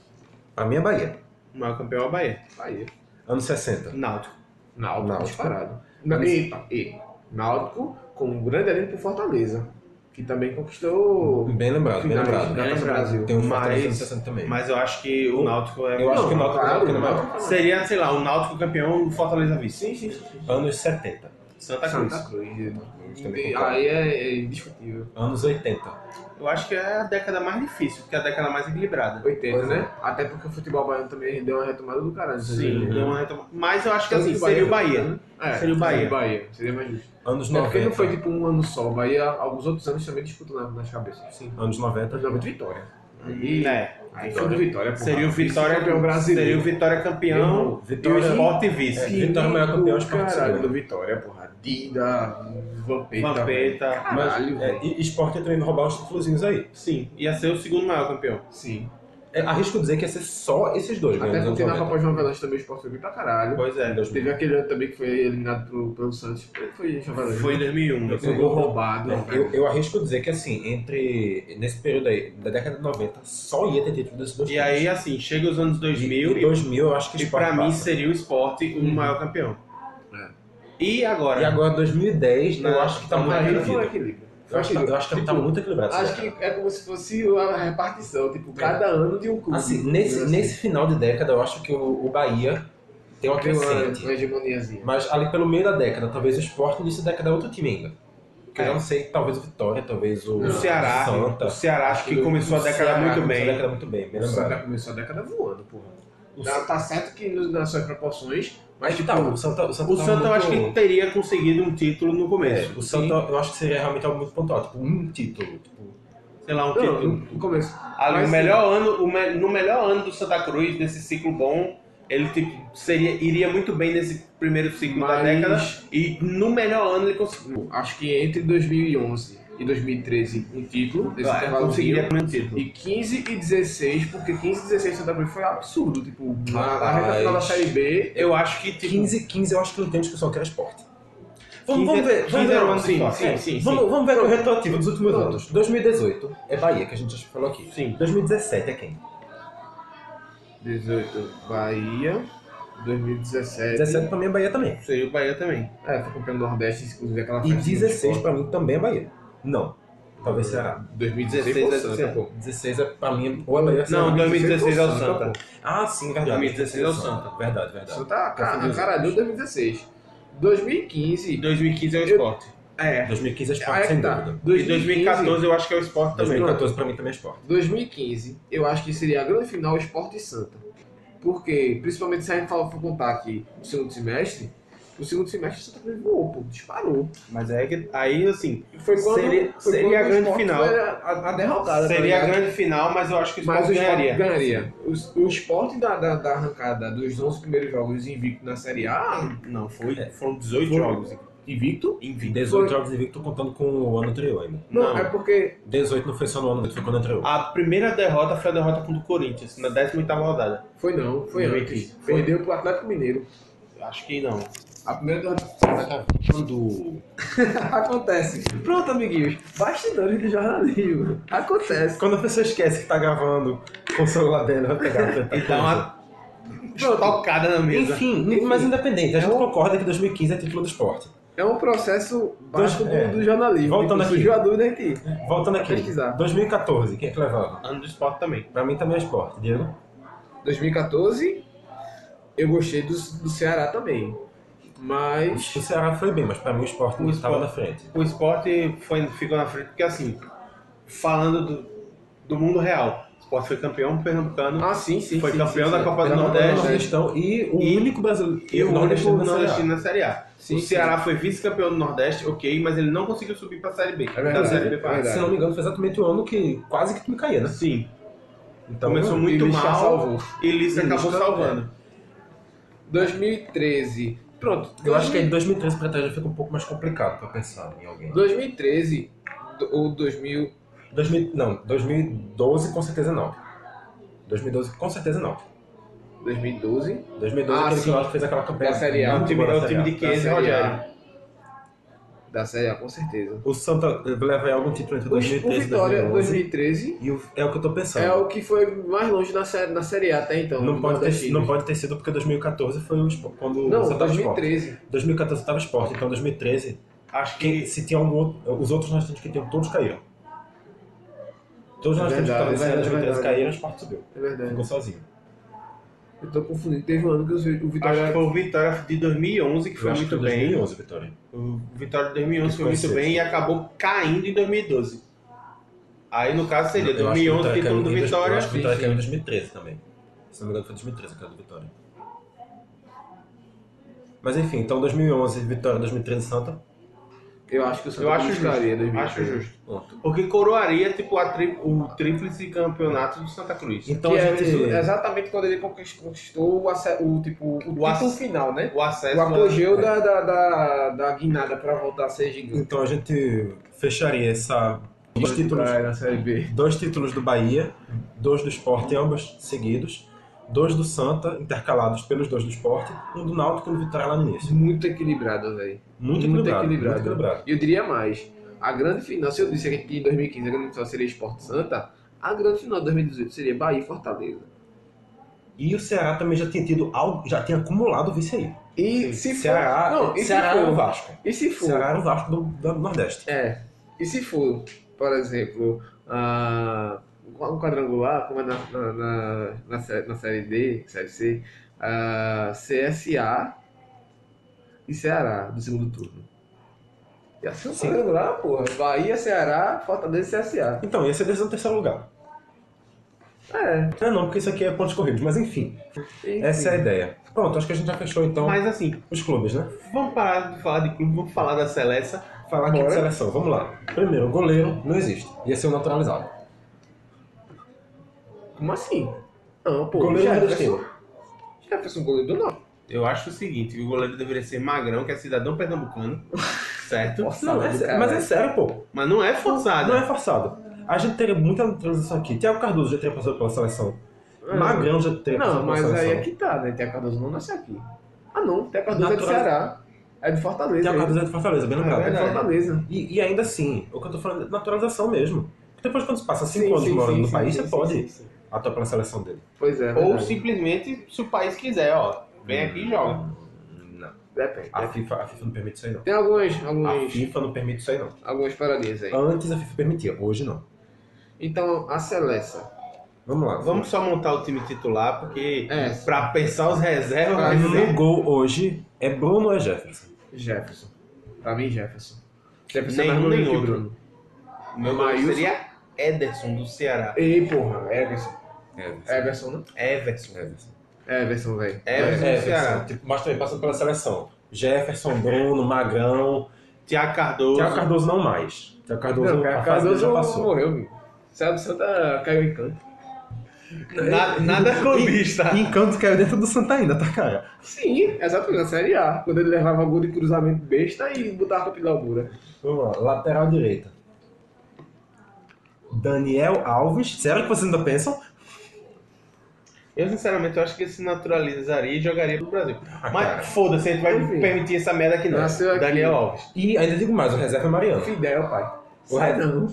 Speaker 3: A minha Bahia.
Speaker 1: O maior campeão é o Bahia.
Speaker 6: Bahia.
Speaker 3: Anos 60.
Speaker 1: Náutico.
Speaker 6: Náutico,
Speaker 3: Náutico.
Speaker 6: disparado. Na,
Speaker 3: Mas-
Speaker 6: e, e Náutico com um grande elenco pro Fortaleza, que também conquistou
Speaker 3: Bem lembrado, bem
Speaker 6: finalmente
Speaker 3: lembrado.
Speaker 6: na Taça
Speaker 1: bem
Speaker 6: do
Speaker 1: lembrado.
Speaker 6: Brasil.
Speaker 3: Tem um Fortaleza
Speaker 1: Mas-
Speaker 3: anos 60 também.
Speaker 1: Mas eu acho que o Náutico é.
Speaker 3: Eu acho
Speaker 6: Não,
Speaker 3: que o Náutico
Speaker 6: claro,
Speaker 3: é o maior.
Speaker 6: Náutico.
Speaker 1: Seria, sei lá, o Náutico campeão o Fortaleza vice.
Speaker 6: Sim, sim, sim. sim.
Speaker 3: Anos 70.
Speaker 1: Santa Cruz.
Speaker 6: Santa Cruz.
Speaker 3: também
Speaker 6: E-
Speaker 3: concordo.
Speaker 6: Aí é, é indiscutível.
Speaker 3: Anos 80.
Speaker 1: Eu acho que é a década mais difícil, porque é a década mais equilibrada.
Speaker 6: 80,
Speaker 3: Pois é.
Speaker 6: né? Até porque o futebol baiano também deu uma retomada do caralho.
Speaker 1: Sim, deu uma retoma- Mas eu acho que
Speaker 6: é. Tanto
Speaker 1: assim,
Speaker 6: que
Speaker 1: seria o Bahia.
Speaker 6: né? É,
Speaker 1: Seria o Bahia.
Speaker 6: Seria o Bahia. Seria mais justo.
Speaker 3: Anos
Speaker 6: É porque
Speaker 3: 90.
Speaker 6: não foi tipo um ano só. O Bahia, alguns outros anos também disputou na- nas cabeças. Sim.
Speaker 3: Anos 90.
Speaker 6: 90 vitória. Aí,
Speaker 1: É.
Speaker 6: aí foi do Vitória, porra. é
Speaker 1: Seria o Vitória.
Speaker 6: Campeão brasileiro.
Speaker 1: Seria o Vitória campeão.
Speaker 3: Vitória-
Speaker 1: E o Sport
Speaker 3: É,
Speaker 1: vice.
Speaker 3: Vitória é o maior campeão, Sport
Speaker 6: Caralho,
Speaker 3: segundo.
Speaker 6: do Vitória, porra. Dida, Vampeta. velho.
Speaker 1: Vampeta.
Speaker 6: Caralho,
Speaker 3: Mas, é,
Speaker 6: velho.
Speaker 3: e Sport ia também roubar os títulozinhos aí.
Speaker 1: Sim, ia ser o segundo maior campeão.
Speaker 6: Sim.
Speaker 3: É, arrisco dizer que ia ser só esses dois.
Speaker 6: Até
Speaker 3: ganhando
Speaker 6: porque
Speaker 3: os
Speaker 6: na
Speaker 3: 90.
Speaker 6: Copa João Veloso também o Sport foi bem pra caralho.
Speaker 1: Pois é.
Speaker 6: Teve aquele ano também que foi eliminado pro, pelo Santos. Foi, foi João Veloso.
Speaker 1: Foi em 2001.
Speaker 3: Eu
Speaker 6: Foi um
Speaker 3: Eu-
Speaker 6: gol roubado.
Speaker 3: É, Eu, eu arrisco dizer que assim, entre. Nesse período aí, da década de 90, só ia ter título desses dois
Speaker 1: E
Speaker 3: times.
Speaker 1: aí, assim, chega os anos 2000
Speaker 3: E
Speaker 1: e,
Speaker 3: 2000 eu acho que
Speaker 1: e
Speaker 3: Sport
Speaker 1: pra mim
Speaker 3: passa.
Speaker 1: seria o Sport o maior campeão.
Speaker 6: É.
Speaker 1: E agora?
Speaker 3: E agora 2010
Speaker 1: Não,
Speaker 3: eu acho que tá
Speaker 1: não
Speaker 3: muito
Speaker 1: é,
Speaker 6: Aí foi um
Speaker 3: dividido.
Speaker 6: equilíbrio.
Speaker 3: Eu acho, que- eu acho que tá muito equilibrado. essa
Speaker 6: Acho
Speaker 3: década.
Speaker 6: que é como se fosse a repartição, tipo, cada ano de um clube.
Speaker 3: É. Assim, nesse,
Speaker 6: Assim,
Speaker 3: nesse final de década eu acho que o, o Bahia tem uma
Speaker 6: tem uma,
Speaker 3: crescente.
Speaker 6: uma hegemoniazinha.
Speaker 3: Mas ali pelo meio da década, talvez o Sport início da década é outro time ainda. Que
Speaker 1: É.
Speaker 3: eu não sei, talvez o Vitória, talvez o,
Speaker 1: o Ceará.
Speaker 3: Santa.
Speaker 1: O Ceará acho que
Speaker 6: O
Speaker 1: começou a década
Speaker 3: Ceará tá
Speaker 1: muito
Speaker 3: começou a
Speaker 1: bem.
Speaker 3: década muito bem, bem
Speaker 6: O Santa
Speaker 3: lembrado.
Speaker 6: começou a década voando, porra.
Speaker 3: O
Speaker 6: Tá, tá certo que no- nas suas proporções, mas
Speaker 3: Mas
Speaker 6: tipo,
Speaker 3: tá, o Santa, o Santa,
Speaker 1: O
Speaker 3: tá
Speaker 1: Santa eu acho
Speaker 3: muito-
Speaker 1: que teria conseguido um título no
Speaker 3: É,
Speaker 1: começo.
Speaker 3: o Santa eu acho que seria realmente algo muito pontual, tipo um título. Tipo,
Speaker 1: Sei lá, um
Speaker 6: não,
Speaker 1: título.
Speaker 6: no, no começo.
Speaker 1: Ali,
Speaker 6: Mas,
Speaker 1: o melhor ano, o me- no melhor ano do Santa Cruz, nesse ciclo bom, ele tipo, seria, iria muito bem nesse primeiro ciclo da
Speaker 6: Mas-
Speaker 1: década. E no melhor ano ele conseguiu.
Speaker 6: Acho que entre 2011 e 2013, um título, esse
Speaker 1: Ah,
Speaker 6: intervalo
Speaker 1: conseguiria
Speaker 6: seguiu.
Speaker 1: pelo menos título.
Speaker 6: E 15 e 16, porque 15 e 16 Santa Cruz foi absurdo. Tipo, na, na reta
Speaker 3: Rapaz.
Speaker 6: final da Série B,
Speaker 1: Eu acho que tipo,
Speaker 3: 15, 15 eu acho que não tem discussão que era esporte.
Speaker 1: 15
Speaker 3: Vamos, vamos ver,
Speaker 1: 15
Speaker 3: vamos ver,
Speaker 1: era o ano do
Speaker 3: sim,
Speaker 1: esporte.
Speaker 3: sim,
Speaker 1: Sim, sim,
Speaker 3: vamos, vamos ver o retroativo dos últimos
Speaker 6: Pronto.
Speaker 3: anos. 2018 é Bahia, que a gente já falou aqui.
Speaker 1: Sim.
Speaker 3: 2017 é quem?
Speaker 6: 18, Bahia, 2017.
Speaker 3: 17 pra mim é Bahia também.
Speaker 1: seria o Bahia também.
Speaker 6: É, foi campeão do Nordeste, inclusive aquela
Speaker 3: E
Speaker 6: festa do
Speaker 3: 16
Speaker 6: esporte.
Speaker 3: pra mim também é Bahia. Não. Talvez Ceará.
Speaker 6: 2016
Speaker 1: 16
Speaker 6: foi
Speaker 1: é
Speaker 6: Santa,
Speaker 1: Santa.
Speaker 6: pô.
Speaker 3: 16 é pra mim ou é Bahia ou
Speaker 1: Não,
Speaker 3: Ceará.
Speaker 1: 2016 é o
Speaker 6: Santa,
Speaker 1: Santa.
Speaker 3: Ah, sim, verdade.
Speaker 1: 2016 é o Santa.
Speaker 3: Verdade, verdade.
Speaker 6: Santa a tá, cara, a
Speaker 3: Confundiu
Speaker 6: cara
Speaker 3: os
Speaker 6: deu
Speaker 3: anos.
Speaker 6: 2016.
Speaker 1: E
Speaker 6: 2015.
Speaker 1: 2015 é o
Speaker 6: Eu-
Speaker 1: Sport.
Speaker 6: É.
Speaker 3: 2015 é
Speaker 6: Aí
Speaker 3: esporte,
Speaker 6: é
Speaker 3: sem
Speaker 6: que tá.
Speaker 3: dúvida.
Speaker 1: E 2014 eu acho que é o Sport também.
Speaker 3: 2014 pra mim também é esporte.
Speaker 6: 2015, eu acho que seria a grande final Esporte Santa. Porque, principalmente se a gente for for contar aqui no segundo semestre, o segundo semestre o Santa Cruz voou, pô, disparou.
Speaker 1: Mas é que aí assim,
Speaker 6: E Foi quando,
Speaker 1: Seria-
Speaker 6: foi
Speaker 1: seria
Speaker 6: quando
Speaker 1: a
Speaker 6: o
Speaker 1: grande
Speaker 6: Sport
Speaker 1: final.
Speaker 6: foi A, a derrocada. tá
Speaker 1: seria a
Speaker 6: ligado?
Speaker 1: grande final, mas eu acho que o Sport
Speaker 6: Mas o Sport
Speaker 1: ganharia.
Speaker 6: ganharia. O, o Sport da, da, da arrancada dos 11 primeiros jogos invicto na Série A,
Speaker 1: Não, foi, foram 18
Speaker 6: Foi.
Speaker 1: jogos
Speaker 6: invicto?
Speaker 1: invicto.
Speaker 3: 18 jogos invicto, tô contando com o ano anterior ainda.
Speaker 6: Não,
Speaker 1: Não.
Speaker 6: é porque
Speaker 3: 18 não foi só no ano, foi quando entrou.
Speaker 1: A primeira derrota foi a derrota contra o Corinthians, na 18ª rodada.
Speaker 6: foi não, foi
Speaker 1: Invicto.
Speaker 6: antes.
Speaker 1: Foi.
Speaker 6: Perdeu pro Atlético Mineiro.
Speaker 1: Acho que não.
Speaker 6: A primeira derrota
Speaker 3: Quando.
Speaker 6: acontece. Pronto, amiguinhos. Bastidores do jornalismo. Acontece.
Speaker 3: Quando a pessoa esquece que tá gravando com o celular dela, vai pegar tanta
Speaker 1: Então,
Speaker 3: coisa.
Speaker 1: uma tocada na mesa.
Speaker 3: Enfim, mas independente, a gente
Speaker 6: É um-
Speaker 3: concorda que 2015 é título do esporte.
Speaker 6: É um processo
Speaker 3: Dois-
Speaker 6: básico do,
Speaker 1: Então,
Speaker 3: é.
Speaker 6: do jornalismo.
Speaker 3: Voltando
Speaker 6: Tipo,
Speaker 3: aqui.
Speaker 6: Surgiu a dúvida a gente.
Speaker 3: Voltando aqui.
Speaker 6: Pesquisar.
Speaker 3: 2014, quem é que levava?
Speaker 1: Ano do esporte também.
Speaker 3: Pra mim também é esporte, Diego.
Speaker 6: 2014, eu gostei do, do Ceará também.
Speaker 3: O
Speaker 6: Mas.
Speaker 3: Ceará foi bem, mas pra mim o esporte
Speaker 1: O
Speaker 3: estava na
Speaker 1: esporte.
Speaker 3: frente.
Speaker 1: O esporte foi, ficou na frente porque, assim, falando do, do mundo real, o esporte foi campeão pernambucano,
Speaker 6: Ah, sim, sim.
Speaker 1: foi
Speaker 6: sim,
Speaker 1: campeão
Speaker 6: sim, É,
Speaker 1: da
Speaker 6: sim.
Speaker 1: Copa do
Speaker 3: Pernambuco,
Speaker 1: Nordeste
Speaker 3: Nordestão e o
Speaker 1: E-
Speaker 3: único brasileiro.
Speaker 1: e o único
Speaker 3: nordestino na Série A.
Speaker 1: nordestino na Série A.
Speaker 6: Sim,
Speaker 1: o
Speaker 6: sim.
Speaker 1: Ceará foi vice-campeão do Nordeste, ok, mas ele não conseguiu subir pra Série B.
Speaker 6: É verdade,
Speaker 1: da Série B pra
Speaker 6: é
Speaker 1: A.
Speaker 6: verdade.
Speaker 3: Se não me engano, foi exatamente o ano que quase que tudo caía, né?
Speaker 1: Sim,
Speaker 3: Então,
Speaker 1: começou muito
Speaker 6: Ele já
Speaker 1: mal
Speaker 6: salvou.
Speaker 1: e Lice acabou
Speaker 3: Lisca- é
Speaker 1: salvando.
Speaker 6: 2013. Pronto.
Speaker 3: Eu acho que é aí de 2013 pra trás já fica um pouco mais complicado pra pensar em alguém.
Speaker 6: 2013 do- ou 2000.
Speaker 3: 2000 não, 2012 com certeza não. 2012 com certeza não.
Speaker 6: 2012.
Speaker 3: 2012
Speaker 6: Ah,
Speaker 3: é aquele
Speaker 6: sim.
Speaker 3: que eu acho que fez aquela campanha.
Speaker 6: Da Série A.
Speaker 1: É
Speaker 3: muito
Speaker 1: o time,
Speaker 3: boa da
Speaker 1: é o
Speaker 3: Série A. Tá
Speaker 1: time de
Speaker 6: Da
Speaker 1: 15
Speaker 6: Série A.
Speaker 1: Rogério.
Speaker 6: Da Série A, com certeza.
Speaker 3: O Santa leva aí algum título entre
Speaker 6: O, o
Speaker 3: 2013 e
Speaker 6: Vitória
Speaker 3: 2011.
Speaker 6: 2013
Speaker 3: E o- é o que eu tô pensando.
Speaker 6: é o que foi mais longe na série, na série A até então.
Speaker 3: não,
Speaker 6: no
Speaker 3: pode ter,
Speaker 6: Nordestino.
Speaker 3: não pode ter sido porque 2014 foi o Sport- quando
Speaker 6: Não,
Speaker 3: o Santa tava esporte.
Speaker 6: 2013.
Speaker 3: 2014 tava esporte, então 2013,
Speaker 1: Acho
Speaker 3: quem,
Speaker 1: que
Speaker 3: se tinha algum outro, os outros nós temos que ter, todos caíram. Todos nós temos que
Speaker 6: É Verdade,
Speaker 3: estavam em
Speaker 6: verdade,
Speaker 3: 2013
Speaker 6: verdade.
Speaker 3: caíram, o esporte subiu.
Speaker 6: É verdade.
Speaker 3: Ficou sozinho.
Speaker 6: Eu tô confundindo. Teve um ano que o
Speaker 1: Acho que
Speaker 6: Vitória
Speaker 1: foi o Vitória de 2011 que foi
Speaker 3: Eu acho
Speaker 1: muito
Speaker 3: que
Speaker 1: bem.
Speaker 3: 2011, Vitória.
Speaker 1: O Vitória de 2011
Speaker 3: Que
Speaker 1: foi
Speaker 3: foi
Speaker 1: muito
Speaker 3: sexto.
Speaker 1: bem e acabou caindo em 2012. Aí no caso seria
Speaker 3: Eu acho que
Speaker 1: 2011
Speaker 3: Vitória
Speaker 1: título do
Speaker 3: caiu em dois- Eu
Speaker 1: Vitória.
Speaker 3: acho que Vitória caiu em 2013 também. Se não me engano, foi 2013 que caiu do Vitória. Mas enfim, então 2011, Vitória, 2013, Santa.
Speaker 6: Eu acho que o Santa
Speaker 1: Eu acho
Speaker 6: Cruz
Speaker 1: justo.
Speaker 6: ficaria em 2013.
Speaker 1: Acho justo.
Speaker 3: Pronto.
Speaker 1: Porque coroaria tipo a tri- o tríplice campeonato do Santa Cruz.
Speaker 3: Então
Speaker 6: que
Speaker 3: a
Speaker 6: é
Speaker 3: gente.
Speaker 6: exatamente quando ele conquist- conquistou o, ace- o tipo o título
Speaker 1: ace-
Speaker 6: final, né?
Speaker 1: O acesso
Speaker 6: O apogeu
Speaker 3: é.
Speaker 6: da, da, da, da guinada pra voltar a ser gigante.
Speaker 3: Então a gente fecharia essa. Dois títulos,
Speaker 6: Vai na Série B.
Speaker 3: dois títulos do Bahia, dois do Sport, ambos seguidos, dois do Santa, intercalados pelos dois do Sport, um do Náutico e um do Vitória lá no início.
Speaker 6: Muito equilibrado, velho.
Speaker 3: Muito,
Speaker 6: Muito
Speaker 3: equilibrado,
Speaker 6: equilibrado.
Speaker 3: Muito equilibrado.
Speaker 6: E eu diria mais. A grande final, se eu disse que em 2015 a grande final seria Esporte Santa, a grande final de 2018 seria Bahia e Fortaleza.
Speaker 3: E o Ceará também já tinha tido algo, já tinha acumulado o vice aí.
Speaker 6: E se for...
Speaker 3: Ceará,
Speaker 6: não, e
Speaker 3: Ceará
Speaker 6: se
Speaker 3: era o
Speaker 6: for...
Speaker 3: Vasco.
Speaker 6: E se for...
Speaker 3: Ceará era o Vasco do, do Nordeste.
Speaker 6: É. E se for, por exemplo, ah, um quadrangular, como é na, na, na, na, sé- na série D, série C, ah, CSA e Ceará do segundo turno. Ia ser um
Speaker 3: Sim.
Speaker 6: quadrangular, porra. Bahia, Ceará, Fortaleza e CSA.
Speaker 3: Então, ia ser decisão do terceiro lugar.
Speaker 6: É.
Speaker 3: Não, não, porque isso aqui é pontos corridos, mas enfim, essa é a ideia. Pronto, acho que a gente já fechou então
Speaker 1: Mas assim,
Speaker 3: os clubes, né?
Speaker 1: vamos parar de falar de clube, vamos falar da Seleção.
Speaker 3: Falar aqui de
Speaker 6: Bora.
Speaker 3: seleção, vamos lá. Primeiro, goleiro não existe. Ia ser o naturalizado.
Speaker 6: Como assim? Não, pô.
Speaker 3: goleiro
Speaker 6: Jefferson,
Speaker 3: nordestino.
Speaker 1: um
Speaker 6: Jefferson, goleiro do Norte.
Speaker 1: Eu acho o seguinte, que o goleiro deveria ser magrão, que é cidadão pernambucano, certo?
Speaker 3: Não, é sério, mas é sério, pô.
Speaker 1: Mas não é forçado.
Speaker 3: Não é forçado. A gente teria muita naturalização aqui. Thiago Cardoso já teria passado pela seleção. É. Magrão né, já teria
Speaker 6: Ah. Não,
Speaker 3: passado pela
Speaker 6: mas aí
Speaker 3: seleção.
Speaker 6: é que tá, né? Tem a Cardoso não nasceu aqui. Ah, não. Tem a Cardoso é do
Speaker 3: Natural-
Speaker 6: Ceará. É de Fortaleza.
Speaker 3: Thiago
Speaker 6: ele.
Speaker 3: Cardoso é de Fortaleza, bem lembrado.
Speaker 6: É de Fortaleza.
Speaker 3: E, e ainda assim, o que eu tô falando é naturalização mesmo. Depois, quando você passa
Speaker 6: Sim,
Speaker 3: cinco anos
Speaker 6: sim,
Speaker 3: morando
Speaker 6: sim,
Speaker 3: no
Speaker 6: sim,
Speaker 3: país,
Speaker 6: sim,
Speaker 3: você
Speaker 6: sim,
Speaker 3: pode
Speaker 6: sim, sim.
Speaker 3: atuar pela seleção dele.
Speaker 6: Pois é,
Speaker 1: Ou
Speaker 6: verdade.
Speaker 1: simplesmente, se o país quiser, ó, vem aqui e joga.
Speaker 3: Não.
Speaker 6: Depende.
Speaker 3: A FIFA, a FIFA não permite isso aí, não.
Speaker 6: Tem algumas,
Speaker 3: A
Speaker 6: algumas,
Speaker 3: FIFA não permite isso aí, não.
Speaker 6: algumas paradinhas aí.
Speaker 3: Antes a FIFA permitia, hoje não.
Speaker 6: Então, a Celessa.
Speaker 3: Vamos lá.
Speaker 1: Vamos só montar o time titular, porque
Speaker 6: É,
Speaker 1: pra pensar os reservas
Speaker 6: Ah,
Speaker 1: vai
Speaker 6: não.
Speaker 1: ser...
Speaker 3: No gol hoje é Bruno ou é Jefferson?
Speaker 6: Jefferson. Pra mim, Jefferson. Jefferson
Speaker 1: Nenhum,
Speaker 6: é mais bonito
Speaker 1: nem
Speaker 6: que
Speaker 1: outro.
Speaker 6: Bruno.
Speaker 1: Meu nome
Speaker 6: Maílson?
Speaker 1: seria Ederson do Ceará.
Speaker 6: Ei, porra, Everson.
Speaker 3: É.
Speaker 6: Everson, né?
Speaker 1: Everson.
Speaker 3: Everson.
Speaker 6: Everson, velho.
Speaker 1: Everson do Ceará.
Speaker 3: Everson. Tipo, mas também passando pela seleção. Jefferson, Bruno, Magrão.
Speaker 1: Tiago Cardoso.
Speaker 3: Thiago Cardoso não mais. Thiago Cardoso,
Speaker 6: Não,
Speaker 3: a
Speaker 6: Ca-
Speaker 3: fase dele
Speaker 6: Cardoso
Speaker 3: já passou.
Speaker 6: morreu, viu? Sabe, Santa caiu em canto.
Speaker 1: Na- nada clubista.
Speaker 3: E Encanto
Speaker 6: é
Speaker 3: caiu dentro do Santa ainda, tá, cara?
Speaker 6: Sim, exatamente, na Série A. Quando ele levava gol de cruzamento besta e botava pra pilar o muro.
Speaker 3: Vamos lá. Lateral direita. Daniel Alves. Será que vocês ainda pensam?
Speaker 1: Eu, sinceramente, eu acho que ele se naturalizaria e jogaria pro Brasil.
Speaker 3: Ah, cara.
Speaker 1: Mas foda-se, a gente vai
Speaker 6: Enfim.
Speaker 1: permitir essa merda aqui não.
Speaker 6: Nasceu aqui.
Speaker 1: Daniel Alves.
Speaker 3: E ainda digo mais, o reserva é Mariano.
Speaker 6: Fidel, pai.
Speaker 3: O
Speaker 6: Sai
Speaker 3: re-
Speaker 6: não.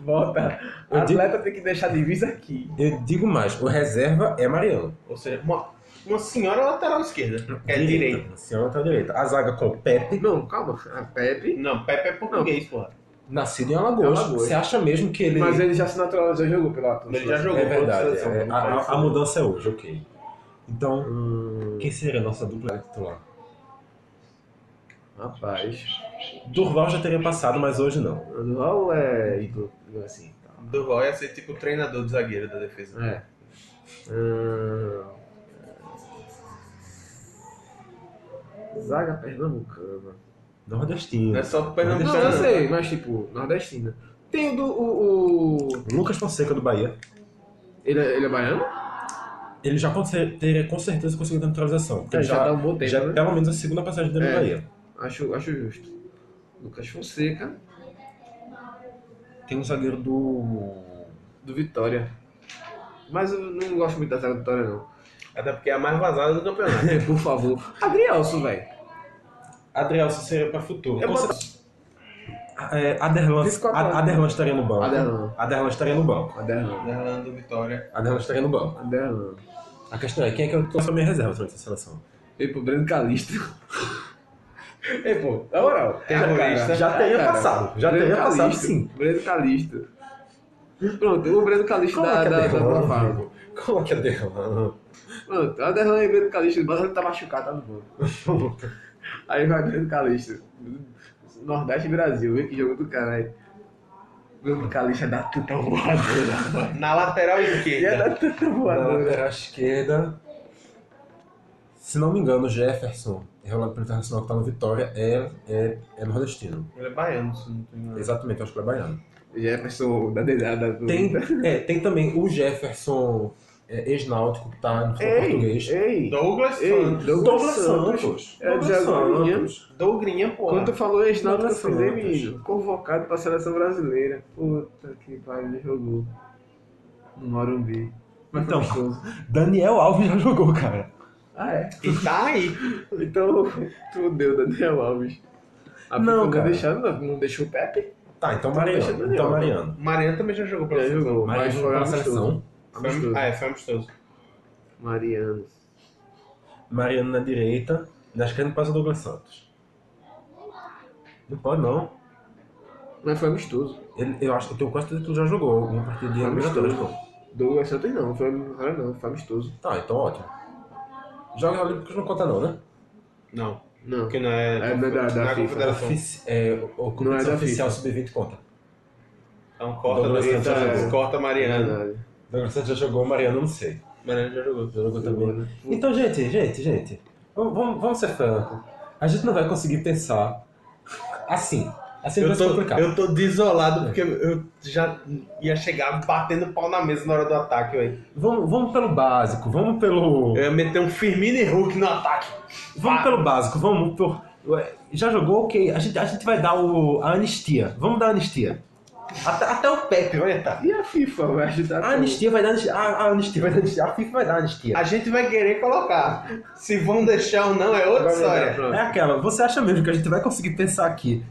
Speaker 6: Volta. O
Speaker 3: Eu digo-
Speaker 6: atleta tem que deixar a divisa aqui.
Speaker 3: Eu digo mais, o reserva é Mariano.
Speaker 1: Ou seja, uma- uma senhora lateral esquerda. Que é direita.
Speaker 3: Senhora um lateral direita. A zaga com Pepe.
Speaker 6: Não, calma. A Pepe.
Speaker 1: Não, Pepe é português, porra.
Speaker 3: Nascido em Alagoas.
Speaker 6: Alagoas.
Speaker 3: Você acha mesmo que ele.
Speaker 6: Mas ele já se naturalizou, já jogou pela Atlético.
Speaker 1: Ele já jogou
Speaker 3: É
Speaker 1: por outra
Speaker 3: verdade.
Speaker 1: seleção,
Speaker 3: é,
Speaker 1: por
Speaker 3: a, a-
Speaker 1: país.
Speaker 3: a mudança é hoje, ok. Então,
Speaker 6: Hum,
Speaker 3: quem seria a nossa dupla titular?
Speaker 6: Rapaz.
Speaker 3: Durval já teria passado, mas hoje não.
Speaker 6: O Duval é ídolo, assim. tá.
Speaker 1: Durval ia ser tipo o treinador do zagueiro da defesa.
Speaker 6: É. Hum, Ahn. é. Zaga pernambucana.
Speaker 3: Nordestino.
Speaker 1: Não é só pro
Speaker 6: Não,
Speaker 1: Pernambuco.
Speaker 6: eu sei, mas tipo, nordestina. Tem o do. O, o-
Speaker 3: Lucas Fonseca do Bahia.
Speaker 6: Ele, é- ele é baiano?
Speaker 3: Ele já com cer- teria com certeza conseguido a neutralização. Porque
Speaker 6: É,
Speaker 3: ele
Speaker 6: já
Speaker 3: Então
Speaker 6: tá
Speaker 3: já,
Speaker 6: um bom tempo,
Speaker 3: já um-
Speaker 6: né?
Speaker 3: pelo menos a segunda passagem dele no
Speaker 6: É.
Speaker 3: Bahia.
Speaker 6: Acho, acho justo. Lucas Fonseca,
Speaker 3: Tem um zagueiro do.
Speaker 6: do Vitória. Mas eu não gosto muito da zaga do Vitória, não. É,
Speaker 1: Até porque é a mais vazada do campeonato.
Speaker 6: Por favor. Adrielson, velho.
Speaker 3: Adrielson seria pra futuro.
Speaker 6: Eu
Speaker 3: Com
Speaker 6: boto-
Speaker 3: cer- É, Aderlan,
Speaker 6: Fiscal-
Speaker 3: Ad- Aderlan estaria no banco.
Speaker 6: Aderlan.
Speaker 3: Aderlan estaria no banco.
Speaker 6: Aderlan.
Speaker 1: Derrando do Vitória.
Speaker 3: Aderlan estaria no banco.
Speaker 6: Aderlan.
Speaker 3: A questão é, quem é que eu tô minha reserva durante essa seleção?
Speaker 6: Ei, pô, Breno Calista. Ei, pô, na moral.
Speaker 1: Terrorista.
Speaker 3: Já teria
Speaker 6: Cara,
Speaker 3: passado. Já
Speaker 6: Breno
Speaker 3: teria passado,
Speaker 6: Calixto,
Speaker 3: sim.
Speaker 6: Breno Calista. Pronto, o Breno Calista
Speaker 3: é
Speaker 6: da, da, da
Speaker 3: Aderlan,
Speaker 6: Fábio.
Speaker 3: amigo? Coloca Aderlan.
Speaker 6: Mano, o Aderlan e Breno Calixto, mas ele tá machucado, tá no banco. aí vai Breno Calixto. Nordeste e Brasil, vê que jogo do caralho. Breno Calixto é da tanta voadora, mano.
Speaker 1: Na lateral
Speaker 6: Ele é
Speaker 1: esquerda.
Speaker 6: da tanta
Speaker 3: Na
Speaker 6: voadora.
Speaker 3: lateral esquerda. Se não me engano, Jefferson, revelado pelo Internacional que tá no Vitória, é, é, é nordestino.
Speaker 1: Ele é baiano, se não
Speaker 6: Hum.
Speaker 1: tem nada.
Speaker 3: Exatamente, eu acho que ele é baiano.
Speaker 6: Jefferson da dedada do.
Speaker 3: Tem, é, tem também o Jefferson é, ex-náutico que tá no futebol
Speaker 6: Ei,
Speaker 3: português.
Speaker 6: ei.
Speaker 1: Douglas
Speaker 6: Ei,
Speaker 1: Santos.
Speaker 6: Douglas Santos. É,
Speaker 3: Douglas
Speaker 6: Thiago
Speaker 3: Santos.
Speaker 6: Nunes.
Speaker 1: Dougrinha, porra.
Speaker 6: Quando tu falou ex-nado que eu
Speaker 3: Douglas
Speaker 6: frisei,
Speaker 3: Santos.
Speaker 6: menino, convocado pra seleção brasileira. Puta que pariu, ele jogou. No Morumbi. Mas foi
Speaker 3: Então.
Speaker 6: gostoso.
Speaker 3: Daniel Alves já jogou, cara.
Speaker 6: Ah, é?
Speaker 1: E tá aí.
Speaker 6: Então, tu deu Daniel Alves. A
Speaker 3: Não,
Speaker 6: FIFA
Speaker 3: cara.
Speaker 6: Deixando, não, não deixou o Pepe.
Speaker 3: Tá, então
Speaker 6: deixa
Speaker 3: Mariano.
Speaker 6: Daniel.
Speaker 3: Então Mariano.
Speaker 1: Mariano também já jogou pela
Speaker 6: Já
Speaker 1: seleção.
Speaker 6: jogou, mas
Speaker 3: Mariano
Speaker 6: foi
Speaker 3: pra
Speaker 6: amistoso.
Speaker 3: tá seleção.
Speaker 1: Foi-
Speaker 6: Amistoso.
Speaker 1: Ah, é, foi amistoso.
Speaker 6: Mariano.
Speaker 3: Mariano na direita. Na esquerda passa o Douglas Santos. Não pode, não.
Speaker 6: Mas foi amistoso.
Speaker 3: Ele- eu acho que eu tenho quase certeza que ele já jogou uma partida de
Speaker 6: Tá
Speaker 3: eliminatórias, pô.
Speaker 6: Douglas Santos não, foi cara não, foi amistoso.
Speaker 3: Tá, então ótimo. Jogos Olímpicos não conta não, né?
Speaker 1: Não,
Speaker 6: Não.
Speaker 1: porque não é,
Speaker 6: É, não é da- da
Speaker 1: não é
Speaker 6: FIFA.
Speaker 1: confederação.
Speaker 3: Ofici- é, o
Speaker 6: Não é
Speaker 3: competição
Speaker 6: da
Speaker 3: oficial sub-20 conta.
Speaker 1: Então corta
Speaker 3: Douglas Santos
Speaker 1: Douglas
Speaker 3: já
Speaker 1: Santos,
Speaker 3: jogou.
Speaker 1: corta Mariano.
Speaker 6: Verdade.
Speaker 3: Douglas Santos já jogou, Mariano não sei.
Speaker 6: é.
Speaker 1: Mariano já jogou.
Speaker 3: Já jogou
Speaker 6: Jogou,
Speaker 3: também.
Speaker 6: né?
Speaker 3: Então, gente, gente, gente. Vamos, vamos- vamos ser franco. A gente não vai conseguir pensar assim. Assim vai
Speaker 1: Eu
Speaker 3: ser
Speaker 1: tô,
Speaker 3: complicado.
Speaker 1: eu tô desolado porque eu já ia chegar batendo pau na mesa na hora do ataque, velho.
Speaker 3: Vamos, vamos pelo básico, vamos pelo.
Speaker 1: Eu ia meter um Firmino e Hulk no ataque.
Speaker 3: Vamos pelo básico, vamos por. Ué, Já jogou, ok. A gente, a gente vai dar o, a anistia. Vamos dar a anistia. Até, até o Pepe, olha, tá.
Speaker 6: E a FIFA vai ajudar
Speaker 3: A anistia vai dar anistia. A, a anistia vai dar anistia. A FIFA vai dar anistia.
Speaker 1: A gente vai querer colocar. Se vão deixar ou não é outra história.
Speaker 3: É aquela, você acha mesmo que a gente vai conseguir pensar aqui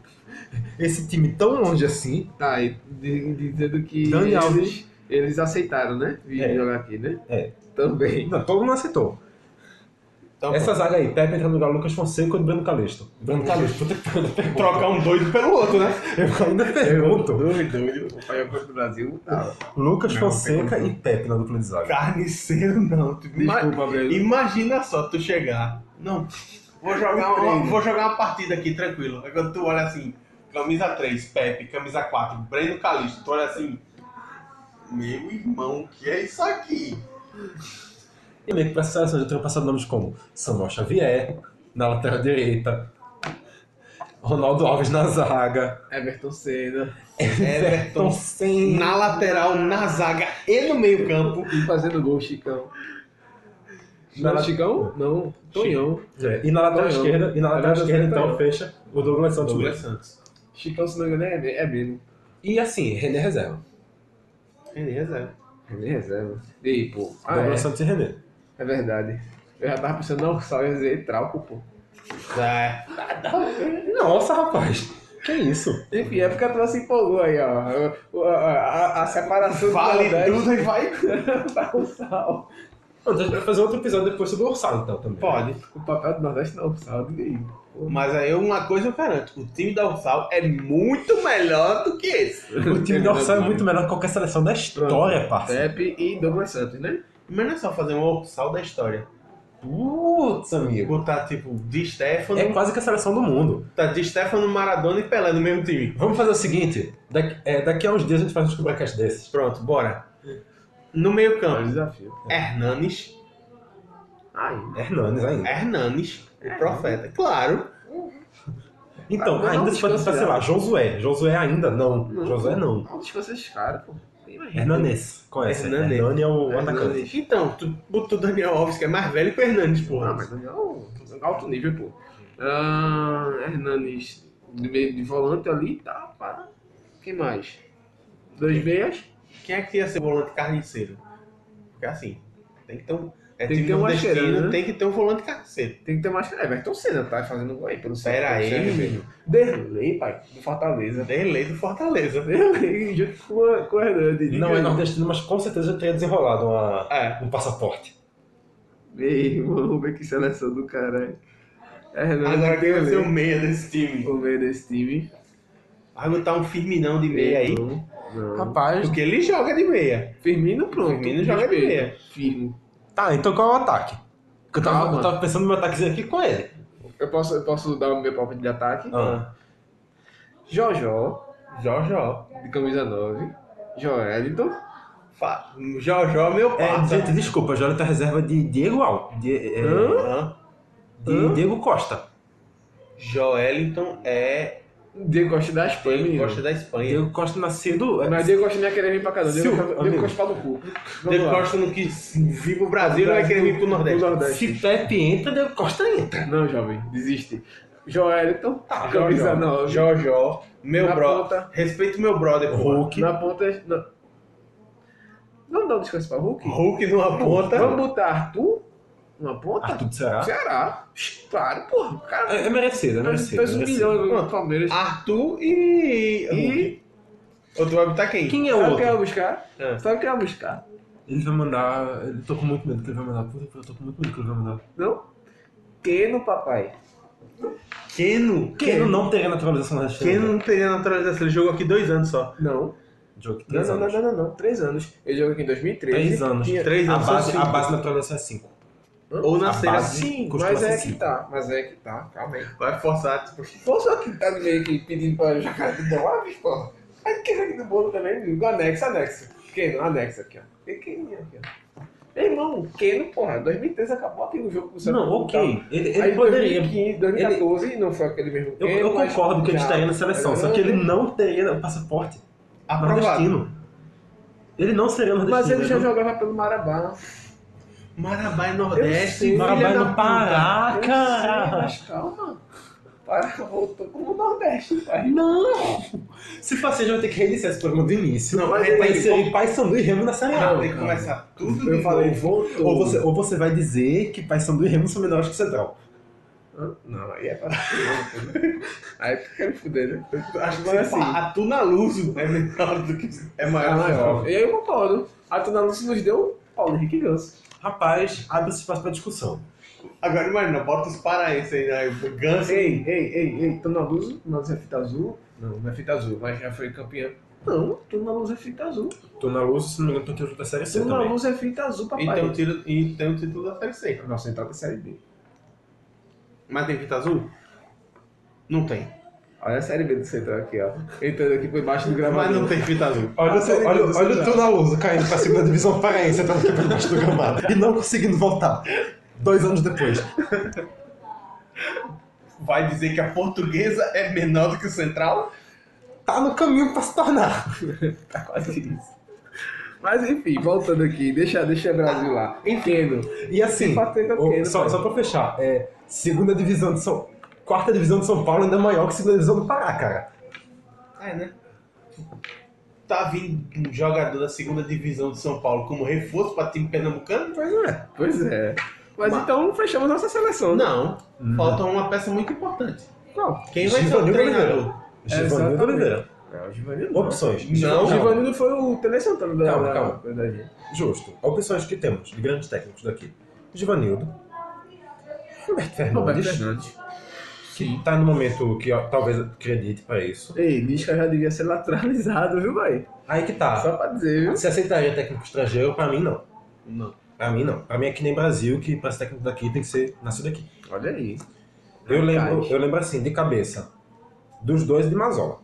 Speaker 3: esse time tão longe assim?
Speaker 6: Tá, e di- dizendo que
Speaker 3: Dani
Speaker 6: eles,
Speaker 3: Alves.
Speaker 6: eles aceitaram, né? Vir
Speaker 3: É.
Speaker 6: jogar aqui, né?
Speaker 3: É.
Speaker 6: Também.
Speaker 3: Não, todo mundo aceitou.
Speaker 1: Então,
Speaker 3: Essa zaga aí, Pepe entra no lugar do Lucas Fonseca e do Breno Calixto. Breno Calixto, puta que pariu,
Speaker 1: pô, trocar um doido pelo outro, né?
Speaker 3: eu ainda pergunto.
Speaker 6: Doido, o pai do Brasil. Tá.
Speaker 3: Lucas Fonseca e Pepe na dupla de zaga.
Speaker 1: Carniceiro não. Tu-
Speaker 6: Desculpa, Breno.
Speaker 1: Imagina só tu chegar. Não, vou
Speaker 3: É
Speaker 1: jogar uma, vou jogar uma partida aqui, tranquilo. Aí quando tu olha assim, camisa 3, Pepe, camisa 4, Breno Calixto, tu olha assim. Meu irmão, que é isso aqui?
Speaker 3: E meio que pra essa seleção já teria passado nomes como Samuel Xavier, na lateral direita, Ronaldo Alves na zaga, Então,
Speaker 6: Everton Senna.
Speaker 3: Everton Senna.
Speaker 1: Na lateral, na zaga e no meio-campo.
Speaker 6: E fazendo gol, Chicão.
Speaker 3: Na
Speaker 6: Não,
Speaker 3: la-
Speaker 6: Chicão? Não. Tonhão.
Speaker 3: É, E na lateral
Speaker 6: Tonhão.
Speaker 3: esquerda, e na lateral
Speaker 6: Everton
Speaker 3: esquerda,
Speaker 6: Senna,
Speaker 3: então,
Speaker 6: Tonhão.
Speaker 3: fecha o Douglas Santos.
Speaker 1: Douglas Santos.
Speaker 6: Chicão, se não me engano, é, é mesmo.
Speaker 3: E assim, René reserva.
Speaker 1: René reserva.
Speaker 6: René reserva. E aí, pô? Ah,
Speaker 3: Douglas
Speaker 6: é.
Speaker 3: Santos e René.
Speaker 6: é verdade. Eu já tava pensando, não, só ia dizer Trauco, pô.
Speaker 1: É.
Speaker 3: Nossa, rapaz. Que isso?
Speaker 6: Enfim, é porque a tua se empolgou aí, ó. A, a- a- a separação
Speaker 1: Vale
Speaker 6: do Nordeste
Speaker 1: tudo e vai.
Speaker 6: tá com sal.
Speaker 3: Mano, a gente vai fazer outro episódio depois sobre o Ursal, então, também.
Speaker 1: Pode.
Speaker 6: O papel do Nordeste não, Ursal, diga aí.
Speaker 1: Mas aí uma coisa eu garanto, o time da Ursal é muito melhor do que esse.
Speaker 3: O time do Ursal é muito melhor que qualquer seleção da história, parça.
Speaker 6: Pepe e Douglas Santos, né?
Speaker 1: Mas não é só fazer uma Ursal da história.
Speaker 3: Putz, amigo.
Speaker 1: Botar, tipo, Di Stefano,
Speaker 3: É quase que a seleção do mundo.
Speaker 1: tá Di Stefano, Maradona e Pelé no mesmo time.
Speaker 3: Vamos fazer o seguinte: daqui, é, daqui a uns dias a gente faz um Kubacast desses.
Speaker 1: Pronto, bora. No meio
Speaker 6: É um
Speaker 1: campo,
Speaker 6: desafio.
Speaker 1: Hernanes,
Speaker 6: Aí.
Speaker 3: Hernanes ainda.
Speaker 1: Hernanes, o
Speaker 6: É.
Speaker 1: profeta, claro.
Speaker 3: Então,
Speaker 6: Mas não
Speaker 3: ainda se pode
Speaker 6: descanso
Speaker 3: sei lá,
Speaker 6: já.
Speaker 3: Josué. Josué ainda não.
Speaker 6: Não.
Speaker 3: Josué não.
Speaker 6: Onde que vocês ficaram, pô? Tem mais
Speaker 3: Hernanes. Conhece?
Speaker 1: Hernanes.
Speaker 3: Hernani é o atacante.
Speaker 6: Hernanes.
Speaker 1: Então, tu botou Daniel Alves, que é mais velho que o Hernanes,
Speaker 6: Ah,
Speaker 1: porra.
Speaker 6: mas Daniel é um alto nível, pô. Ah, Hernanes de, meio de volante ali e tá, tal, pá. Quem mais? Dois meias?
Speaker 1: Quem é que ia ser volante carniceiro? Porque assim, tem que ter um. É
Speaker 6: Tem que
Speaker 1: time
Speaker 6: ter um
Speaker 1: nordestino,
Speaker 6: arqueiro, né?
Speaker 1: tem que ter um volante carniceiro.
Speaker 6: Tem que ter mais. É, Everton Senna tá fazendo gol aí pelo
Speaker 1: Pera aí,
Speaker 6: velho. Derlei, pai, do Fortaleza.
Speaker 1: Derlei do Fortaleza.
Speaker 6: Derlei, junto com, a- com o Hernandes.
Speaker 3: Não é nordestino, mas com certeza já teria desenrolado uma-
Speaker 1: É.
Speaker 3: um passaporte.
Speaker 6: Meu irmão, vê que seleção do caralho. Hernandes
Speaker 1: Agora quem vai ser o
Speaker 6: Derlei,
Speaker 1: meia desse time?
Speaker 6: o meio desse time.
Speaker 1: Vai botar um Firminão de meia aí?
Speaker 6: Não, não.
Speaker 3: Rapaz.
Speaker 1: Porque ele joga de meia.
Speaker 6: Firmino, pronto.
Speaker 1: Firmino joga de
Speaker 6: Respeito.
Speaker 1: meia.
Speaker 6: Firmo.
Speaker 3: Tá, então qual é o ataque? Porque eu tava,
Speaker 6: Calma.
Speaker 3: eu tava pensando no meu ataquezinho aqui com ele.
Speaker 6: Eu posso, eu posso dar o meu palpite de ataque?
Speaker 3: Ah.
Speaker 6: Jojó,
Speaker 1: Ah. Jojó.
Speaker 6: de camisa 9. Joelito.
Speaker 1: Fa- Jojó, meu
Speaker 3: É,
Speaker 1: parça.
Speaker 3: gente, desculpa, já tá reserva de Diego Al. De, é,
Speaker 6: Hã?
Speaker 1: Hã?
Speaker 3: de
Speaker 6: Hã?
Speaker 3: Diego Costa.
Speaker 1: Joelinton é.
Speaker 6: Diego Costa da Espanha, menino.
Speaker 1: Gosta da Espanha.
Speaker 3: Diego Costa nascido. é,
Speaker 6: Mas Diego Costa não é ia querer vir pra cá, não. Diego
Speaker 3: Sil-
Speaker 6: Costa- Diego
Speaker 3: amigo.
Speaker 6: Costa fala no cu. Vamos
Speaker 1: Diego
Speaker 6: lá.
Speaker 1: Costa não quis vir pro Brasil, não vai querer vir pro Nordeste.
Speaker 6: Pro Nordeste.
Speaker 3: Se Pepe entra, Diego Costa entra.
Speaker 6: Não, jovem, desiste. Joelito,
Speaker 3: Tá,
Speaker 6: camisa 9.
Speaker 1: Ah, Jojó, meu
Speaker 6: Na
Speaker 1: brother.
Speaker 6: ponta.
Speaker 1: Respeito meu brother, porra.
Speaker 3: Hulk.
Speaker 6: Na ponta. Na... Vamos dar um descanso pra Hulk?
Speaker 1: Hulk numa ponta.
Speaker 6: Vamos botar Arthur numa ponta?
Speaker 3: Arthur do Ceará.
Speaker 6: Ceará. Shhh, Claro, porra. Cara,
Speaker 3: É, é merecido, é
Speaker 6: fez
Speaker 3: merecido. é
Speaker 6: um
Speaker 3: merecido.
Speaker 6: milhão no Palmeiras.
Speaker 3: Ah,
Speaker 1: Arthur e.
Speaker 6: E-
Speaker 1: Ou tu vai botar tá quem?
Speaker 3: Quem é o
Speaker 6: Sabe quem eu ia
Speaker 3: outro?
Speaker 6: buscar?
Speaker 1: Ah.
Speaker 6: Sabe quem eu ia buscar?
Speaker 3: Ele vai mandar. Eu tô com muito medo que ele vai mandar. Puta, eu tô com muito medo que ele vai mandar.
Speaker 6: Não? Keno, papai.
Speaker 1: é? Keno.
Speaker 3: Quem não teria naturalização na
Speaker 1: Keno não teria naturalização, ele jogou aqui dois anos só.
Speaker 6: Não.
Speaker 3: Jogo,
Speaker 6: Não,
Speaker 3: três
Speaker 6: não, não,
Speaker 3: anos.
Speaker 6: não, não, não. Três anos. Eu jogo aqui em 2013.
Speaker 3: Três anos.
Speaker 6: Tinha-
Speaker 1: Três
Speaker 3: A
Speaker 1: anos.
Speaker 3: base,
Speaker 1: são
Speaker 3: a
Speaker 1: cinco.
Speaker 3: base naturalização é cinco.
Speaker 1: Ou
Speaker 3: a
Speaker 1: nascer
Speaker 3: base-
Speaker 1: assim.
Speaker 6: Sim,
Speaker 3: Costuma
Speaker 6: mas
Speaker 3: ser
Speaker 6: é
Speaker 3: cinco.
Speaker 6: que tá. Mas é que tá. Calma aí.
Speaker 1: Vai forçar, tipo,
Speaker 6: Força que tá meio que pedindo pra jogar de Del Aves, pô. Aí que aqui do bolo também, amigo. Anexo, anexo. Keno, anexo aqui, ó. E Keno aqui, ó. Meu irmão, o Keno, porra, 2013 acabou aqui o jogo com o Santa
Speaker 3: tá- Não,
Speaker 6: Cruz e tal.
Speaker 3: ok. Ele,
Speaker 6: Aí
Speaker 3: ele poderia.
Speaker 6: 2015, 2014 não foi aquele mesmo
Speaker 3: Eu, eu concordo que ele estaria na seleção, só que ele não teria o passaporte
Speaker 1: aprovado.
Speaker 3: nordestino. Ele não seria nordestino. né?
Speaker 6: Mas ele já
Speaker 3: não-
Speaker 6: jogava pelo Marabá.
Speaker 1: Marabá é Nordeste.
Speaker 6: Eu sei.
Speaker 1: filha
Speaker 3: Marabá é
Speaker 1: da
Speaker 3: no
Speaker 1: puta.
Speaker 3: Pará,
Speaker 6: Eu sei,
Speaker 3: cara.
Speaker 6: Mas calma. Pará voltou como Nordeste, pai.
Speaker 3: Não! Se fosse, a gente vai ter que reiniciar esse programa do início.
Speaker 1: Não,
Speaker 3: Vai
Speaker 1: mas tem que-
Speaker 3: inserir Paysandu e Remo na Série A.
Speaker 1: Não, tem que começar tudo de
Speaker 6: Eu falei,
Speaker 1: novo.
Speaker 6: voltou.
Speaker 3: Ou você, ou você vai dizer que Paysandu e Remo são menores que o Central. Ah,
Speaker 6: Hã? Não, aí é pra Aí tu quer me fuder, né?
Speaker 1: Acho que
Speaker 6: Agora
Speaker 1: assim,
Speaker 6: sim.
Speaker 1: a Tunaluso é menor do que. É
Speaker 6: Ah,
Speaker 1: maior. que o Central.
Speaker 6: E aí eu concordo. A Tunaluce nos deu um Paulo Henrique Ganso.
Speaker 3: Rapaz, abre esse espaço pra discussão.
Speaker 1: Agora imagina, bota os paraenses aí, né? O Ganso.
Speaker 6: Ei, ei, ei, ei, Tunaluso, Tunaluso é fita azul. Não, não é fita azul, mas já foi campeã. Não, Tunaluze é fita azul.
Speaker 3: Tô na luz, se não me engano, tô aqui junto da Série C também.
Speaker 6: Tunaluze é fita azul, papai.
Speaker 1: E tem, o tiro, e tem o título da Série C.
Speaker 6: Nossa, ele tá da série B.
Speaker 1: Mas tem fita azul? Não tem.
Speaker 6: Olha a série B do central aqui, ó. Entrando aqui por baixo do
Speaker 1: Mas
Speaker 6: gravador.
Speaker 1: não tem fita azul.
Speaker 3: Olha,
Speaker 6: A Série B
Speaker 3: olha,
Speaker 6: do
Speaker 3: olha o
Speaker 6: Central.
Speaker 3: Tunaluso caindo pra segunda divisão paraense, entrando aqui por baixo do gramado. E não conseguindo voltar. Dois anos depois.
Speaker 1: Vai dizer que a portuguesa é menor do que o Central?
Speaker 3: Tá no caminho pra se tornar.
Speaker 6: Tá quase isso. Mas enfim, voltando aqui, deixa, deixa o Brasil lá. Entendo.
Speaker 3: E assim,
Speaker 6: De fato, ainda
Speaker 3: o-
Speaker 6: tem, né,
Speaker 3: só,
Speaker 6: pai?
Speaker 3: só pra fechar, é, segunda divisão de São... Quarta divisão de São Paulo ainda é maior que segunda divisão do Pará, cara.
Speaker 1: É, né? Tá vindo um jogador da segunda divisão de São Paulo como reforço pra time pernambucano?
Speaker 3: Pois é.
Speaker 6: Pois é. Mas,
Speaker 1: Mas-
Speaker 6: então fechamos nossa seleção. né?
Speaker 1: Não.
Speaker 3: Hum.
Speaker 1: Falta uma peça muito importante.
Speaker 6: Não.
Speaker 1: Quem vai ser o
Speaker 3: Givanildo
Speaker 1: treinador?
Speaker 3: Oliveira. Givanildo
Speaker 6: Exatamente.
Speaker 3: Oliveira.
Speaker 6: Não, É, o Givanildo. não.
Speaker 3: Opções.
Speaker 6: Não, o Givanildo foi o Tele Santana da
Speaker 3: Calma,
Speaker 6: da-
Speaker 3: calma.
Speaker 6: da gente.
Speaker 3: Justo. Opções que temos de grandes técnicos daqui. Givanildo. Roberto
Speaker 6: Roberto
Speaker 3: Fernandes.
Speaker 6: Fernandes.
Speaker 3: Que tá no momento que ó, talvez acredite pra isso.
Speaker 6: Ei, Lisca já devia ser lateralizado, viu, pai?
Speaker 3: Aí que
Speaker 1: Ah.
Speaker 3: tá.
Speaker 6: Só pra dizer, viu?
Speaker 3: Você aceitaria técnico estrangeiro? Pra mim, não.
Speaker 6: Não.
Speaker 3: Pra mim, não. Pra mim é que nem Brasil, que pra ser técnico daqui tem que ser nascido aqui.
Speaker 6: Olha aí.
Speaker 3: Eu lembro,
Speaker 6: Rapaz.
Speaker 3: eu lembro assim, de cabeça, dos dois de Mazola.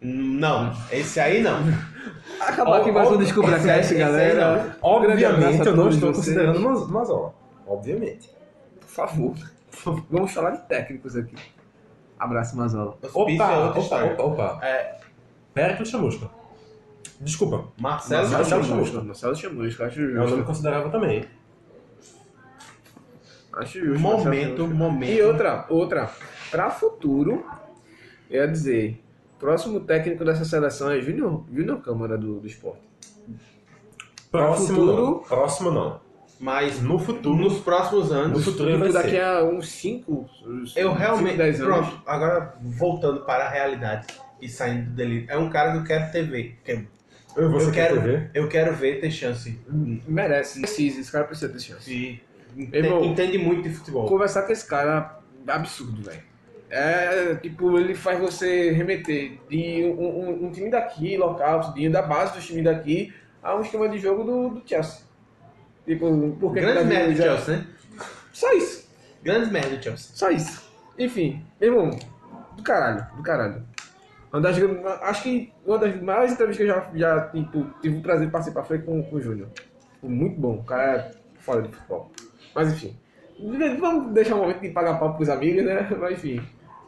Speaker 1: Não, esse aí não.
Speaker 6: Acabar que mais um descobrir a
Speaker 1: é
Speaker 6: caixa, galera. Grande abraço a
Speaker 3: Obviamente, eu não
Speaker 6: todos
Speaker 3: estou
Speaker 6: vocês.
Speaker 3: considerando Maz- Mazola. Obviamente.
Speaker 6: Por favor. Vamos falar de técnicos aqui. Abraço, Mazola.
Speaker 1: Hospício é outra história.
Speaker 3: opa, opa.
Speaker 1: É,
Speaker 3: Péricles Chamusca. Desculpa,
Speaker 1: Marcelo
Speaker 3: Marcelo
Speaker 1: Chamusca.
Speaker 3: Chamusca.
Speaker 6: Marcelo Chamusca, acho
Speaker 3: eu não me
Speaker 6: justo.
Speaker 3: considerava também.
Speaker 6: Acho justo. Marcelo
Speaker 1: Momento,
Speaker 6: Chamusca.
Speaker 1: momento.
Speaker 6: E outra, outra. Pra futuro, eu ia dizer, próximo técnico dessa seleção é Júnior, Júnior Câmara do, do esporte.
Speaker 3: Próximo
Speaker 6: futuro-
Speaker 3: não. Próximo não.
Speaker 1: Mas
Speaker 3: No futuro.
Speaker 1: nos próximos
Speaker 3: No
Speaker 1: anos,
Speaker 3: futuro ele vai
Speaker 6: daqui
Speaker 3: ser.
Speaker 6: a uns 5,
Speaker 1: eu realmente.
Speaker 6: 10 anos.
Speaker 1: Pronto, agora voltando para a realidade e saindo do delírio. É um cara que eu quero ter ver. que-
Speaker 3: Eu, você
Speaker 1: eu
Speaker 3: quer
Speaker 1: quero
Speaker 3: TV?
Speaker 1: Eu quero ver ter chance.
Speaker 6: Merece. Precisa, esse cara precisa ter chance.
Speaker 1: E ente-
Speaker 6: Irmão.
Speaker 1: entende muito de futebol.
Speaker 6: Conversar com esse cara é absurdo, velho. É, tipo, ele faz você remeter de um, um- um time daqui, local, tudinho, da base do time daqui, a um esquema de jogo do, do Chelsea. Tipo,
Speaker 3: é
Speaker 6: porque
Speaker 3: tá
Speaker 1: Grande merda do Chelsea, né?
Speaker 6: Só isso,
Speaker 1: Grande merda do Chelsea.
Speaker 6: só isso. Enfim, meu irmão, do caralho, do caralho. Uma das, gran- acho que uma das maiores entrevistas que eu já, já, tipo, tive o prazer de participar foi com, com o Júnior. Tipo, Muito bom, o cara é foda de futebol. Mas enfim. Vamos deixar um momento de pagar pau pros amigos, né? Mas enfim.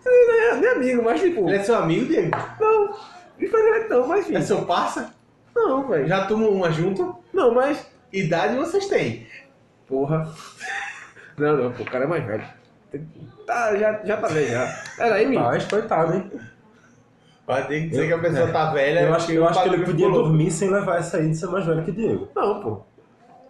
Speaker 6: Ele não é nem amigo, mas tipo.
Speaker 1: Ele é seu amigo, Diego?
Speaker 6: Não, não faz direito não, mas
Speaker 1: É
Speaker 6: enfim.
Speaker 1: seu parça?
Speaker 6: Não, velho.
Speaker 1: Já tomou uma junto?
Speaker 6: Não, mas.
Speaker 1: Idade vocês têm.
Speaker 6: Porra. Não, não, pô, o cara é mais velho. Tá, já, já tá velho já. Era aí, menino.
Speaker 3: Mas coitado, tá hein?
Speaker 1: Mas tem que dizer
Speaker 3: Eu-
Speaker 1: que a pessoa
Speaker 3: é.
Speaker 1: tá velha.
Speaker 3: eu acho,
Speaker 6: um
Speaker 3: eu
Speaker 1: o
Speaker 3: acho que ele
Speaker 1: bagulho
Speaker 3: podia
Speaker 1: ficou louco.
Speaker 3: dormir sem levar essa aí de ser mais velho que Diego.
Speaker 1: Tá.
Speaker 6: Não, pô.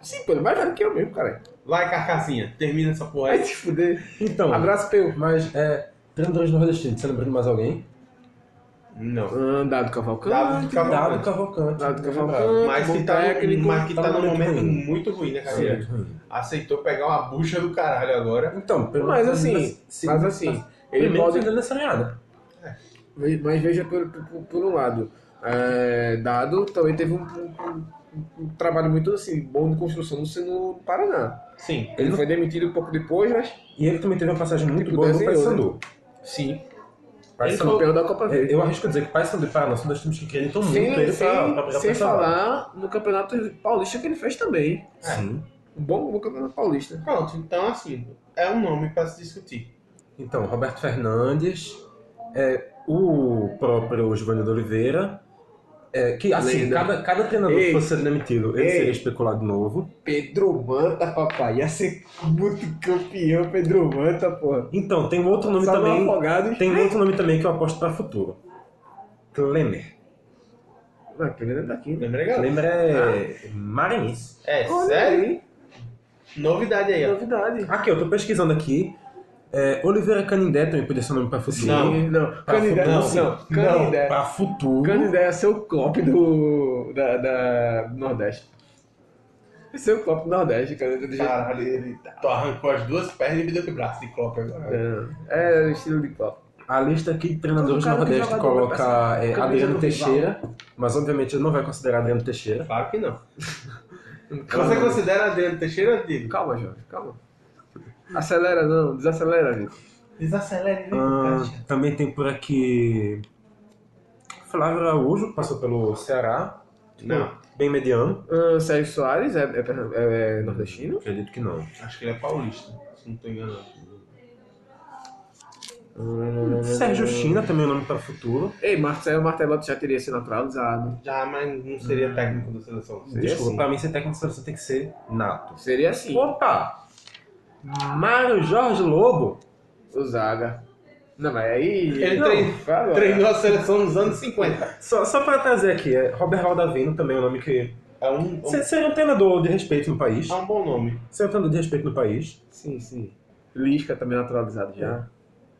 Speaker 6: Sim, pô, ele é mais velho que eu mesmo, cara.
Speaker 1: Vai, Carcassinha, termina essa porra
Speaker 6: Vai
Speaker 1: aí.
Speaker 6: se fuder.
Speaker 3: Então,
Speaker 6: Abraço, Peu.
Speaker 3: mas é. Treinadores nordestinos, você lembra de mais alguém?
Speaker 1: Não.
Speaker 6: Dado Ah, Cavalcante.
Speaker 1: Dado
Speaker 3: Dado
Speaker 1: Cavalcante.
Speaker 3: Cavalcante.
Speaker 6: Dado
Speaker 3: Lembrado.
Speaker 6: Cavalcante.
Speaker 1: Mas
Speaker 6: bom
Speaker 1: que, tá,
Speaker 6: técnico.
Speaker 1: mas que
Speaker 3: tá
Speaker 1: tá num
Speaker 3: muito
Speaker 1: momento
Speaker 3: ruim.
Speaker 1: muito ruim, né, cara?
Speaker 3: Sim, ruim.
Speaker 1: Aceitou pegar uma bucha do caralho agora.
Speaker 3: Então, pelo
Speaker 6: Mas assim,
Speaker 3: sim,
Speaker 6: mas assim, ele
Speaker 3: Ele
Speaker 6: pode.
Speaker 3: pode ainda nessa linhada.
Speaker 6: Ve- Mas veja por, por, por um lado, é, Dado também teve um, um- um- um trabalho muito assim, bom de construção no, no Paraná.
Speaker 1: Sim.
Speaker 6: Ele
Speaker 3: não-
Speaker 6: foi demitido um pouco depois, mas
Speaker 3: E ele também teve uma passagem muito
Speaker 6: Tipo,
Speaker 3: boa no
Speaker 6: desenhou,
Speaker 3: Paysandu.
Speaker 6: sim, ele foi
Speaker 3: Paysandu.
Speaker 6: campeão da Copa
Speaker 3: Eu
Speaker 6: Verde.
Speaker 3: eu arrisco dizer que Paysandu e Paraná são é dois times que acreditam muito
Speaker 6: sem
Speaker 3: nele
Speaker 6: sem,
Speaker 3: pra, pra brigar
Speaker 6: sem
Speaker 3: pra essa vaga.
Speaker 6: falar no Campeonato Paulista que ele fez também.
Speaker 3: É. Sim.
Speaker 6: Um bom, bom Campeonato Paulista.
Speaker 1: Pronto, então assim, é um nome pra se discutir.
Speaker 3: Então, Roberto Fernandes, é, o próprio Giovanni de Oliveira, é, que assim,
Speaker 6: Lenda.
Speaker 3: cada, cada treinador
Speaker 6: Ei.
Speaker 3: que fosse ser demitido, ele
Speaker 6: Ei.
Speaker 3: seria especulado de novo.
Speaker 6: Pedro Manta, papai. Ia ser muito campeão, Pedro Manta, porra.
Speaker 3: Então, tem um outro nome
Speaker 6: Só no
Speaker 3: também.
Speaker 6: Afogados.
Speaker 3: Tem um outro nome também que eu aposto pra futuro. Klemer.
Speaker 6: Não, Pedro é daqui, né?
Speaker 1: Lembra legal?
Speaker 3: Klemer
Speaker 6: Ah.
Speaker 3: é maranhense.
Speaker 1: É,
Speaker 6: Olha
Speaker 1: sério?
Speaker 6: aí,
Speaker 1: Novidade aí, ó.
Speaker 6: Novidade.
Speaker 3: Aqui, eu tô pesquisando aqui. É, Oliveira Canindé também podia ser um nome pra futuro.
Speaker 1: Não.
Speaker 6: Não,
Speaker 3: Pra
Speaker 6: Canindé,
Speaker 3: futuro,
Speaker 6: não,
Speaker 3: sim.
Speaker 6: não. Canindé.
Speaker 3: Pra futuro.
Speaker 6: Canindé é seu cop do, da, da- do Nordeste. É seu cop do Nordeste, Canindé do jeito.
Speaker 1: Caralho, ele tá- tu arrancou as duas pernas e me deu de braço de Klopp agora.
Speaker 6: É, é estilo de cop.
Speaker 3: A lista aqui de treinadores
Speaker 6: Todo cara que
Speaker 3: nordeste
Speaker 6: joga
Speaker 3: coloca é,
Speaker 6: camisa
Speaker 3: Adriano
Speaker 6: do rival.
Speaker 3: Teixeira, mas obviamente ele não vai considerar Adriano Teixeira.
Speaker 1: Claro que não. Você
Speaker 6: Calma,
Speaker 1: considera Adriano Teixeira antigo?
Speaker 6: calma, Jorge, calma. Acelera não, desacelera, amigo.
Speaker 1: Desacelere,
Speaker 3: Ah, também tem por aqui Flávio Araújo, que passou pelo Ceará,
Speaker 1: Não,
Speaker 3: bem mediano.
Speaker 6: Ah, Sérgio Soares é, é perna- é- é nordestino.
Speaker 3: Acredito que não.
Speaker 1: acho que ele é paulista, se não tô enganado.
Speaker 3: Sérgio China também é um nome para o futuro.
Speaker 6: Ei, Marcelo Martelotti já teria sido naturalizado.
Speaker 1: Já, mas não seria técnico da seleção. Seria
Speaker 3: Desculpa,
Speaker 1: assim.
Speaker 3: pra mim ser técnico de seleção tem que ser nato.
Speaker 6: Seria assim.
Speaker 3: Opa! Mário Jorge Lobo?
Speaker 6: O Zaga. Não, mas aí.
Speaker 1: Ele
Speaker 6: não,
Speaker 1: trein-
Speaker 6: foi agora.
Speaker 1: Treinou a seleção nos anos 50.
Speaker 3: Só, só pra trazer aqui, é, Robert Valdavino também é um nome que...
Speaker 1: É um, um-
Speaker 3: Se- Seria um treinador de respeito no país.
Speaker 1: é um bom nome.
Speaker 3: Seria um treinador de respeito no país.
Speaker 6: Sim, sim. Lisca também naturalizado é já.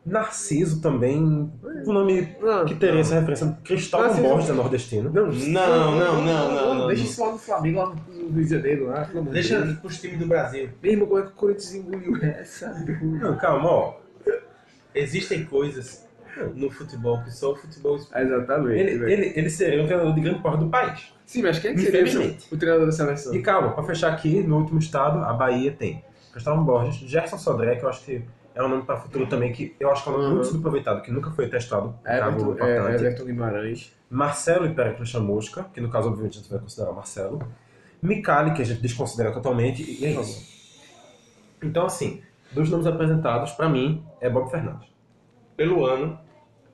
Speaker 3: Narciso também, o um nome que teria essa referência, Cristóvão
Speaker 6: Narciso-
Speaker 3: Borges é nordestino.
Speaker 6: é. assim, Não,
Speaker 11: Não, não, não, não, não.
Speaker 6: Deixa isso lá no Flamengo, lá no Rio de Janeiro. Lá, pelo amor de
Speaker 11: Deixa
Speaker 6: Deus.
Speaker 11: pros times do Brasil.
Speaker 6: Mesmo como é que o Corinthians engoliu essa?
Speaker 3: Não, calma, ó.
Speaker 11: Existem coisas no futebol que só o futebol explica.
Speaker 6: Exatamente.
Speaker 3: Ele,
Speaker 6: velho.
Speaker 3: ele, ele seria um treinador de grande porte do país.
Speaker 6: Sim, mas quem é que seria
Speaker 3: Infelizmente.
Speaker 6: o- o treinador da seleção?
Speaker 3: E calma, pra fechar aqui, no último estado, a Bahia tem Cristóvão Borges, Gerson Sodré, que eu acho que é um nome pra futuro também, que eu acho que é um nome muito
Speaker 6: Uhum.
Speaker 3: subaproveitado, que nunca foi testado.
Speaker 11: Tá
Speaker 3: cargo
Speaker 6: Everton, é,
Speaker 3: importante.
Speaker 6: Everton Guimarães.
Speaker 3: Marcelo e Pericles Chamusca, que no caso, obviamente, a gente vai considerar o Marcelo. Micali, que a gente desconsidera totalmente, e é isso. Então, assim, dos nomes apresentados, pra mim, é Bob Fernandes.
Speaker 1: Pelo ano,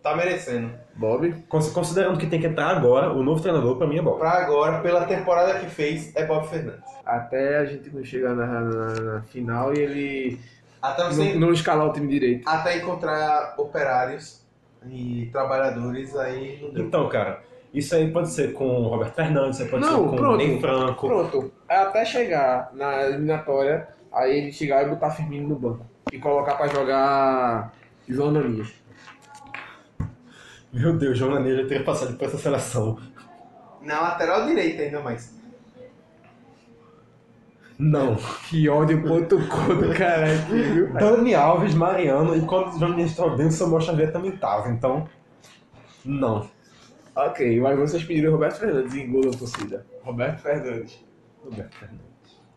Speaker 1: tá merecendo.
Speaker 6: Bob.
Speaker 3: Cons- Considerando que tem que entrar agora, o novo treinador, pra mim, é Bob.
Speaker 1: Pra agora, pela temporada que fez, é Bob Fernandes.
Speaker 6: Até a gente não chegar na, na- na final e ele
Speaker 1: Até você
Speaker 11: Assim-
Speaker 6: não, não escalar o time direito.
Speaker 1: até encontrar operários e trabalhadores aí não deu.
Speaker 3: Então, cara, isso aí pode ser com o Roberto Fernandes, isso aí pode
Speaker 6: Não,
Speaker 3: ser com o
Speaker 6: pronto.
Speaker 3: Ney Franco.
Speaker 6: Pronto. Até chegar na eliminatória, aí ele chegar e botar Firmino no banco. E colocar pra jogar João Nanias.
Speaker 3: Meu Deus, João Maneiro teria passado por essa seleção.
Speaker 1: Na lateral direita ainda mais.
Speaker 3: Não.
Speaker 6: Que ódio ponto com do caralho aqui, viu?
Speaker 3: Dani Alves, Mariano, e quando os nomes estão bem, o Samuel Xavier também tava, então. Não.
Speaker 6: Ok, mas vocês pediram Roberto Fernandes, engolam a torcida. Roberto Fernandes.
Speaker 3: Roberto Fernandes.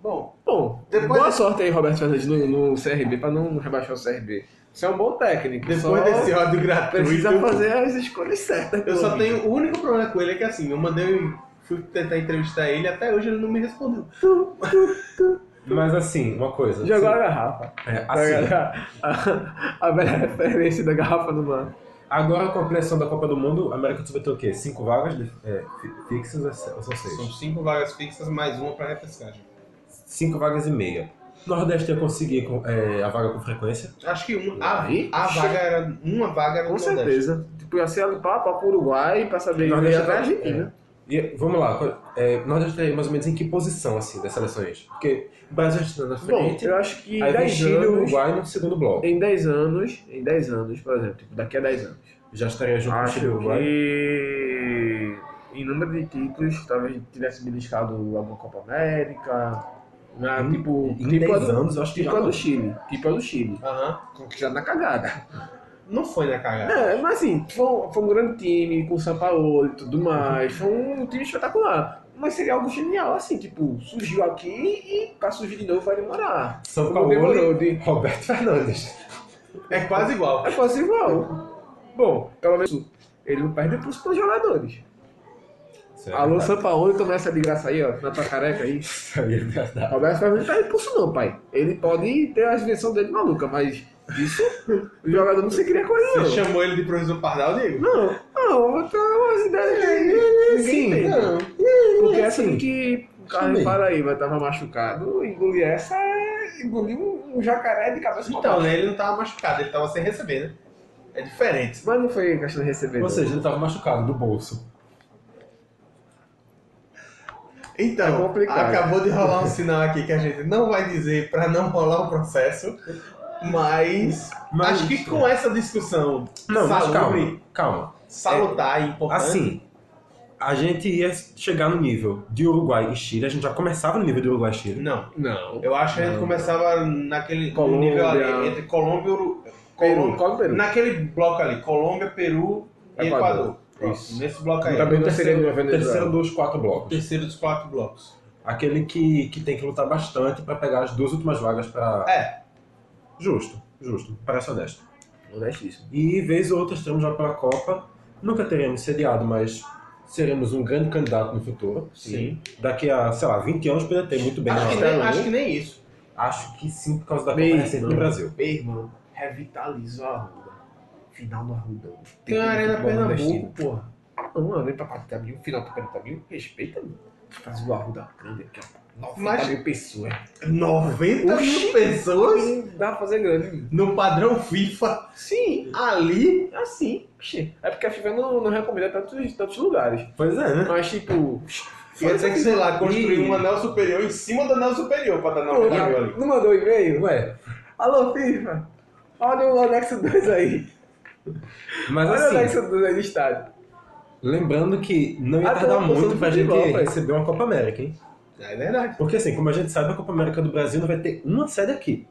Speaker 6: Bom, bom.
Speaker 1: Depois
Speaker 6: boa
Speaker 1: desse-
Speaker 6: sorte aí, Roberto Fernandes, no, no CRB, pra não rebaixar o CRB. Você é um bom técnico.
Speaker 1: Depois
Speaker 6: só
Speaker 1: desse ódio gratuito.
Speaker 6: Precisa fazer as escolhas certas.
Speaker 1: Eu
Speaker 6: pelo
Speaker 1: só
Speaker 6: menos.
Speaker 1: tenho o único problema com ele é que assim, eu mandei, fui tentar entrevistar ele, até hoje ele não me respondeu.
Speaker 3: Mas assim, uma coisa.
Speaker 6: Jogou a garrafa.
Speaker 3: assim, é, assim,
Speaker 6: A, a, a velha referência da garrafa no mar.
Speaker 3: agora com a ampliação da Copa do Mundo, a América do Sul vai ter o quê? Cinco vagas de- é, fi- fixas ou se- ou são
Speaker 1: São
Speaker 3: seis?
Speaker 1: cinco vagas fixas, mais uma pra repescagem.
Speaker 3: Cinco vagas e meia. Nordeste ia conseguir com- é, a vaga com frequência.
Speaker 1: Acho que uma, a,
Speaker 6: Aí?
Speaker 1: a vaga era. Uma vaga era
Speaker 6: é Com
Speaker 1: do Ah, Nordeste.
Speaker 6: certeza. Tipo, ia ser limpar para o Uruguai pra saber
Speaker 3: Nós
Speaker 6: ia
Speaker 3: deixa-
Speaker 6: até a Argentina.
Speaker 3: E vamos lá, qual- é, Nordeste é mais ou menos em que posição assim das seleções? Porque o Brasil está na
Speaker 6: Bom,
Speaker 3: frente,
Speaker 6: eu acho que em
Speaker 3: aí vem
Speaker 6: 10
Speaker 3: Chile e
Speaker 6: anos.
Speaker 3: Uruguai no segundo bloco.
Speaker 6: Em 10 anos, em 10 anos, por exemplo, tipo, daqui a 10 anos.
Speaker 3: Já estaria junto com
Speaker 6: Acho
Speaker 3: Chile e Uruguai.
Speaker 6: que em número de títulos, talvez tivesse beliscado alguma Copa América. né,
Speaker 3: Hum,
Speaker 6: tipo,
Speaker 3: Em
Speaker 6: tipo, a
Speaker 3: 10
Speaker 6: do,
Speaker 3: anos, eu acho que já
Speaker 6: tipo
Speaker 3: tá.
Speaker 6: a
Speaker 3: não.
Speaker 6: do Chile. Tipo a do Chile.
Speaker 1: Aham.
Speaker 6: Conquistado na cagada.
Speaker 1: Não foi né, na cagada.
Speaker 6: É, mas assim, foi um, foi um grande time, com o Sampaoli e tudo mais. Foi um time espetacular. Mas seria algo genial, assim, tipo, surgiu aqui e pra surgir de novo vai demorar.
Speaker 3: São
Speaker 6: Como
Speaker 3: Paulo
Speaker 6: demorou de.
Speaker 3: Roberto Fernandes.
Speaker 1: É quase igual.
Speaker 6: É quase igual. Bom, pelo menos ele não perde pros, pros jogadores.
Speaker 3: É
Speaker 6: Alô, Sampaoli, toma essa de graça aí, ó, na tua careca aí.
Speaker 3: Isso aí é verdade.
Speaker 6: Roberto Fernandes não perde pulso não, pai. Ele pode ter as invenções dele maluca, mas isso, o jogador não se cria com ele, não.
Speaker 1: Você chamou ele de professor Pardal, Diego?
Speaker 6: Não, não, vou ter umas ideias que ninguém tem.
Speaker 3: não.
Speaker 6: Porque
Speaker 3: É,
Speaker 6: assim
Speaker 3: sim.
Speaker 6: que o
Speaker 3: Tudo
Speaker 6: cara
Speaker 3: bem.
Speaker 6: para aí, mas tava machucado, engolir essa é engolir um, um jacaré de cabeça pra
Speaker 1: Então,
Speaker 6: baixo.
Speaker 1: né? Ele não tava machucado, ele tava sem receber, né? É diferente.
Speaker 6: Mas não foi questão de receber.
Speaker 3: Ou
Speaker 6: não.
Speaker 3: seja, ele tava machucado do bolso.
Speaker 1: Então,
Speaker 6: É complicado.
Speaker 1: acabou de rolar um sinal aqui que a gente não vai dizer pra não rolar o processo, mas,
Speaker 3: Mas-
Speaker 1: acho que com essa discussão
Speaker 3: Não, mas
Speaker 1: salubre,
Speaker 3: calma, calma.
Speaker 1: salutar e importante,
Speaker 3: Assim, a gente ia chegar no nível de Uruguai e Chile, a gente já começava no nível de Uruguai e Chile.
Speaker 1: não.
Speaker 6: Não.
Speaker 1: Eu acho que a gente
Speaker 6: Não.
Speaker 1: começava naquele
Speaker 6: Colômbia.
Speaker 1: nível ali entre Colômbia e Uru...
Speaker 6: Peru,
Speaker 1: Colômbia,
Speaker 6: qual o Peru?
Speaker 1: naquele bloco ali, Colômbia, Peru e
Speaker 6: Equador.
Speaker 1: Equador. Pronto,
Speaker 6: Isso.
Speaker 1: nesse
Speaker 3: Tá
Speaker 1: bloco aí.
Speaker 6: Também É, não
Speaker 3: terceiro-
Speaker 6: seria a Venezuela.
Speaker 3: Terceiro dos quatro
Speaker 1: O
Speaker 3: blocos.
Speaker 1: terceiro dos quatro blocos.
Speaker 3: Aquele que, que tem que lutar bastante pra pegar as duas últimas vagas pra.
Speaker 1: É.
Speaker 3: Justo, justo. Parece honesto.
Speaker 6: Honestíssimo.
Speaker 3: E vez ou outra estaremos já pela Copa. Nunca teremos sediado, mas seremos um grande candidato no futuro.
Speaker 1: Sim.
Speaker 3: Daqui a, sei lá, 20 anos poderia ter muito bem.
Speaker 1: Acho que,
Speaker 3: na-
Speaker 1: nem, acho que nem isso.
Speaker 3: Acho que sim, por causa da
Speaker 6: Bem,
Speaker 3: Copa recente no
Speaker 6: não.
Speaker 3: Brasil.
Speaker 6: Meu irmão, revitalizou a Arruda. Final no Arruda.
Speaker 1: Tem uma Arena
Speaker 6: futebol
Speaker 1: Pernambuco,
Speaker 6: nordestino.
Speaker 1: porra.
Speaker 6: Não, mano, vem pra 40 mil, final pra 40 mil, respeita, um mano. Fazer o Arruda grande aqui, ó. 90
Speaker 1: Mas-
Speaker 6: mil pessoas.
Speaker 1: 90 mil
Speaker 6: Oxi.
Speaker 1: pessoas
Speaker 6: Sim, Dá pra fazer grande, mano.
Speaker 1: no padrão FIFA
Speaker 6: Sim,
Speaker 1: ali.
Speaker 6: assim. Oxi. É porque a FIFA não, não recomenda tantos, tantos lugares.
Speaker 3: Pois é, né?
Speaker 6: Mas, tipo.
Speaker 1: Ia ter que, sei lá, construir
Speaker 6: Ih.
Speaker 1: um anel superior em cima do anel superior pra dar 90 mil ali.
Speaker 6: Não mandou e-mail?
Speaker 3: Ué,
Speaker 6: Alô, FIFA! Olha o anexo 2 aí.
Speaker 3: Mas
Speaker 6: Olha
Speaker 3: assim-
Speaker 6: o anexo 2 aí do estádio.
Speaker 3: Lembrando que não ia
Speaker 6: Ah,
Speaker 1: então,
Speaker 6: tem
Speaker 3: tardar
Speaker 6: uma
Speaker 3: muito
Speaker 6: posição
Speaker 3: pra
Speaker 6: do
Speaker 3: gente
Speaker 6: futebol, velho.
Speaker 3: receber uma Copa América, hein?
Speaker 6: É verdade.
Speaker 3: Porque assim, como a gente sabe, a Copa América do Brasil não vai ter uma sede aqui.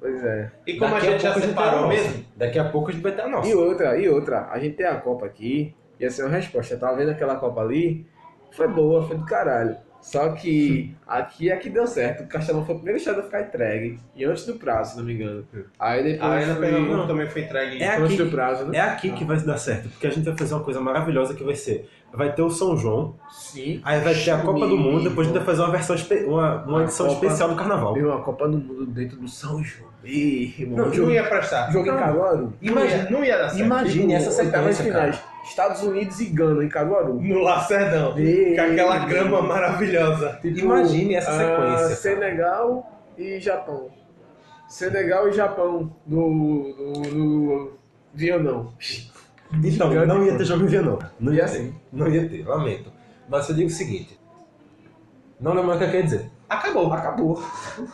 Speaker 6: Pois é.
Speaker 1: E como
Speaker 3: Daqui
Speaker 1: a gente já
Speaker 3: pouco vai ter a
Speaker 1: separou
Speaker 3: nossa.
Speaker 1: mesmo,
Speaker 3: Daqui a pouco a gente vai ter a nossa.
Speaker 6: E outra, e outra. A gente tem a Copa aqui. E assim, uma resposta. Eu tava vendo aquela Copa ali. Foi boa, foi do caralho. Só que aqui é que deu certo. O Castelão foi o primeiro estado a ficar entregue. E antes do prazo, se não me engano. Aí
Speaker 1: a
Speaker 6: depois.
Speaker 1: Arena
Speaker 6: foi-
Speaker 1: Pernambuco também foi entregue.
Speaker 3: É
Speaker 6: antes
Speaker 3: aqui.
Speaker 6: do prazo, né?
Speaker 3: É aqui que vai dar certo, porque a gente vai fazer uma coisa maravilhosa que vai ser. Vai ter o São João,
Speaker 6: Sim.
Speaker 3: aí vai ter a Copa do Mundo, depois a gente vai fazer uma versão espe- uma, uma
Speaker 6: A
Speaker 3: edição
Speaker 6: Copa-
Speaker 3: especial do carnaval.
Speaker 6: Deu uma Copa do Mundo dentro do São João. Ih, irmão.
Speaker 1: Não, não ia prestar.
Speaker 6: Jogo em Caruaru. Tipo,
Speaker 1: Imagina, não ia dar certo.
Speaker 3: Imagine essa
Speaker 6: oitavas
Speaker 3: sequência, cara.
Speaker 6: finais. Estados Unidos e Gana em Caruaru.
Speaker 1: No Lacerdão.
Speaker 6: Ei.
Speaker 1: Com aquela grama maravilhosa.
Speaker 6: Tipo,
Speaker 3: Imagine essa
Speaker 6: ah,
Speaker 3: sequência, cara.
Speaker 6: Senegal e Japão. Senegal e Japão no. no. no. Vianão.
Speaker 3: Então,
Speaker 6: Gigante,
Speaker 3: não ia
Speaker 6: pô.
Speaker 3: ter jogo em Via, não. Não
Speaker 6: E
Speaker 3: ia
Speaker 6: assim?
Speaker 3: ter. Não ia ter, lamento. Mas eu digo o seguinte. Não lembro mais o que eu queria dizer.
Speaker 1: Acabou.
Speaker 6: Acabou.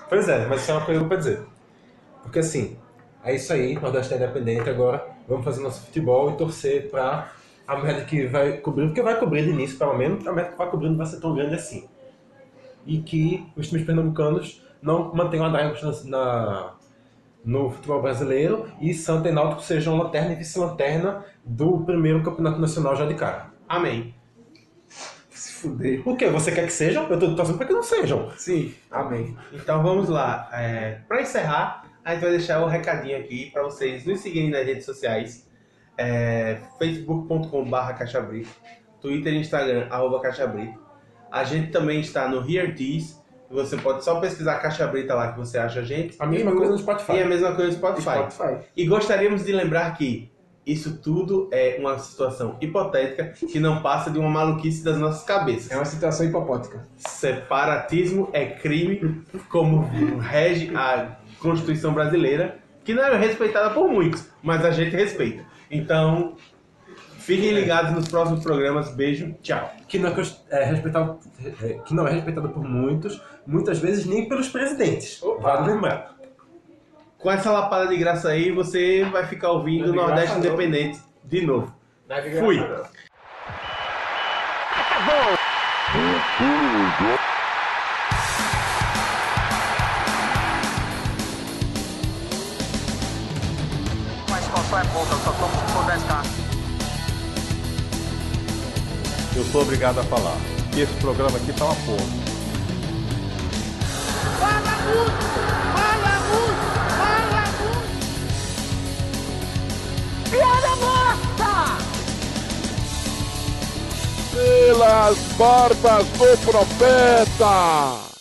Speaker 3: Pois é, mas isso é uma coisa pra dizer. Porque assim, é isso aí, Nordeste é independente agora. Vamos fazer nosso futebol e torcer pra a merda que vai cobrir, porque vai cobrir de início, pelo menos, a merda que vai cobrindo não vai ser tão grande assim. E que os times pernambucanos não mantenham a draga na, no futebol brasileiro e Santa e Náutico sejam lanterna e vice-lanterna do primeiro campeonato nacional já de cara.
Speaker 1: Amém.
Speaker 6: Se fuder.
Speaker 3: O que? Você quer que sejam? Eu tô torcendo pra que não sejam.
Speaker 6: Sim. Amém.
Speaker 1: Então vamos lá. É, para encerrar, a gente vai deixar o recadinho aqui para vocês nos seguirem nas redes sociais. É, facebook.com.br caixabrito, Twitter e Instagram, arroba caixabrito. A gente também está no HearTees. Você pode só pesquisar Caixa Brita lá que você acha a gente.
Speaker 3: A mesma
Speaker 6: E no-
Speaker 3: coisa no Spotify.
Speaker 1: E a mesma coisa no Spotify.
Speaker 6: Spotify.
Speaker 1: E gostaríamos de lembrar que isso tudo é uma situação hipotética que não passa de uma maluquice das nossas cabeças.
Speaker 6: É uma situação hipopótica.
Speaker 1: Separatismo é crime, como rege a Constituição brasileira, que não é respeitada por muitos, mas a gente respeita. Então,
Speaker 6: É.
Speaker 1: fiquem ligados nos próximos programas. Beijo, tchau.
Speaker 3: que não é, cons- é respeitado, é, que não é respeitado por muitos, muitas vezes nem pelos presidentes. Vale lembrar.
Speaker 1: Com essa lapada de graça aí, você vai ficar ouvindo
Speaker 6: Não é de
Speaker 1: Nordeste
Speaker 6: graça, não.
Speaker 1: Independente de novo.
Speaker 6: Fui.
Speaker 1: Fui.
Speaker 2: Mas constrói pouco, eu só tomo se for 10k.
Speaker 5: Eu sou obrigado a falar. que Esse programa aqui tá uma porra.
Speaker 4: Fala muito, fala muito, fala muito. Piada morta!
Speaker 5: Pelas barbas do profeta!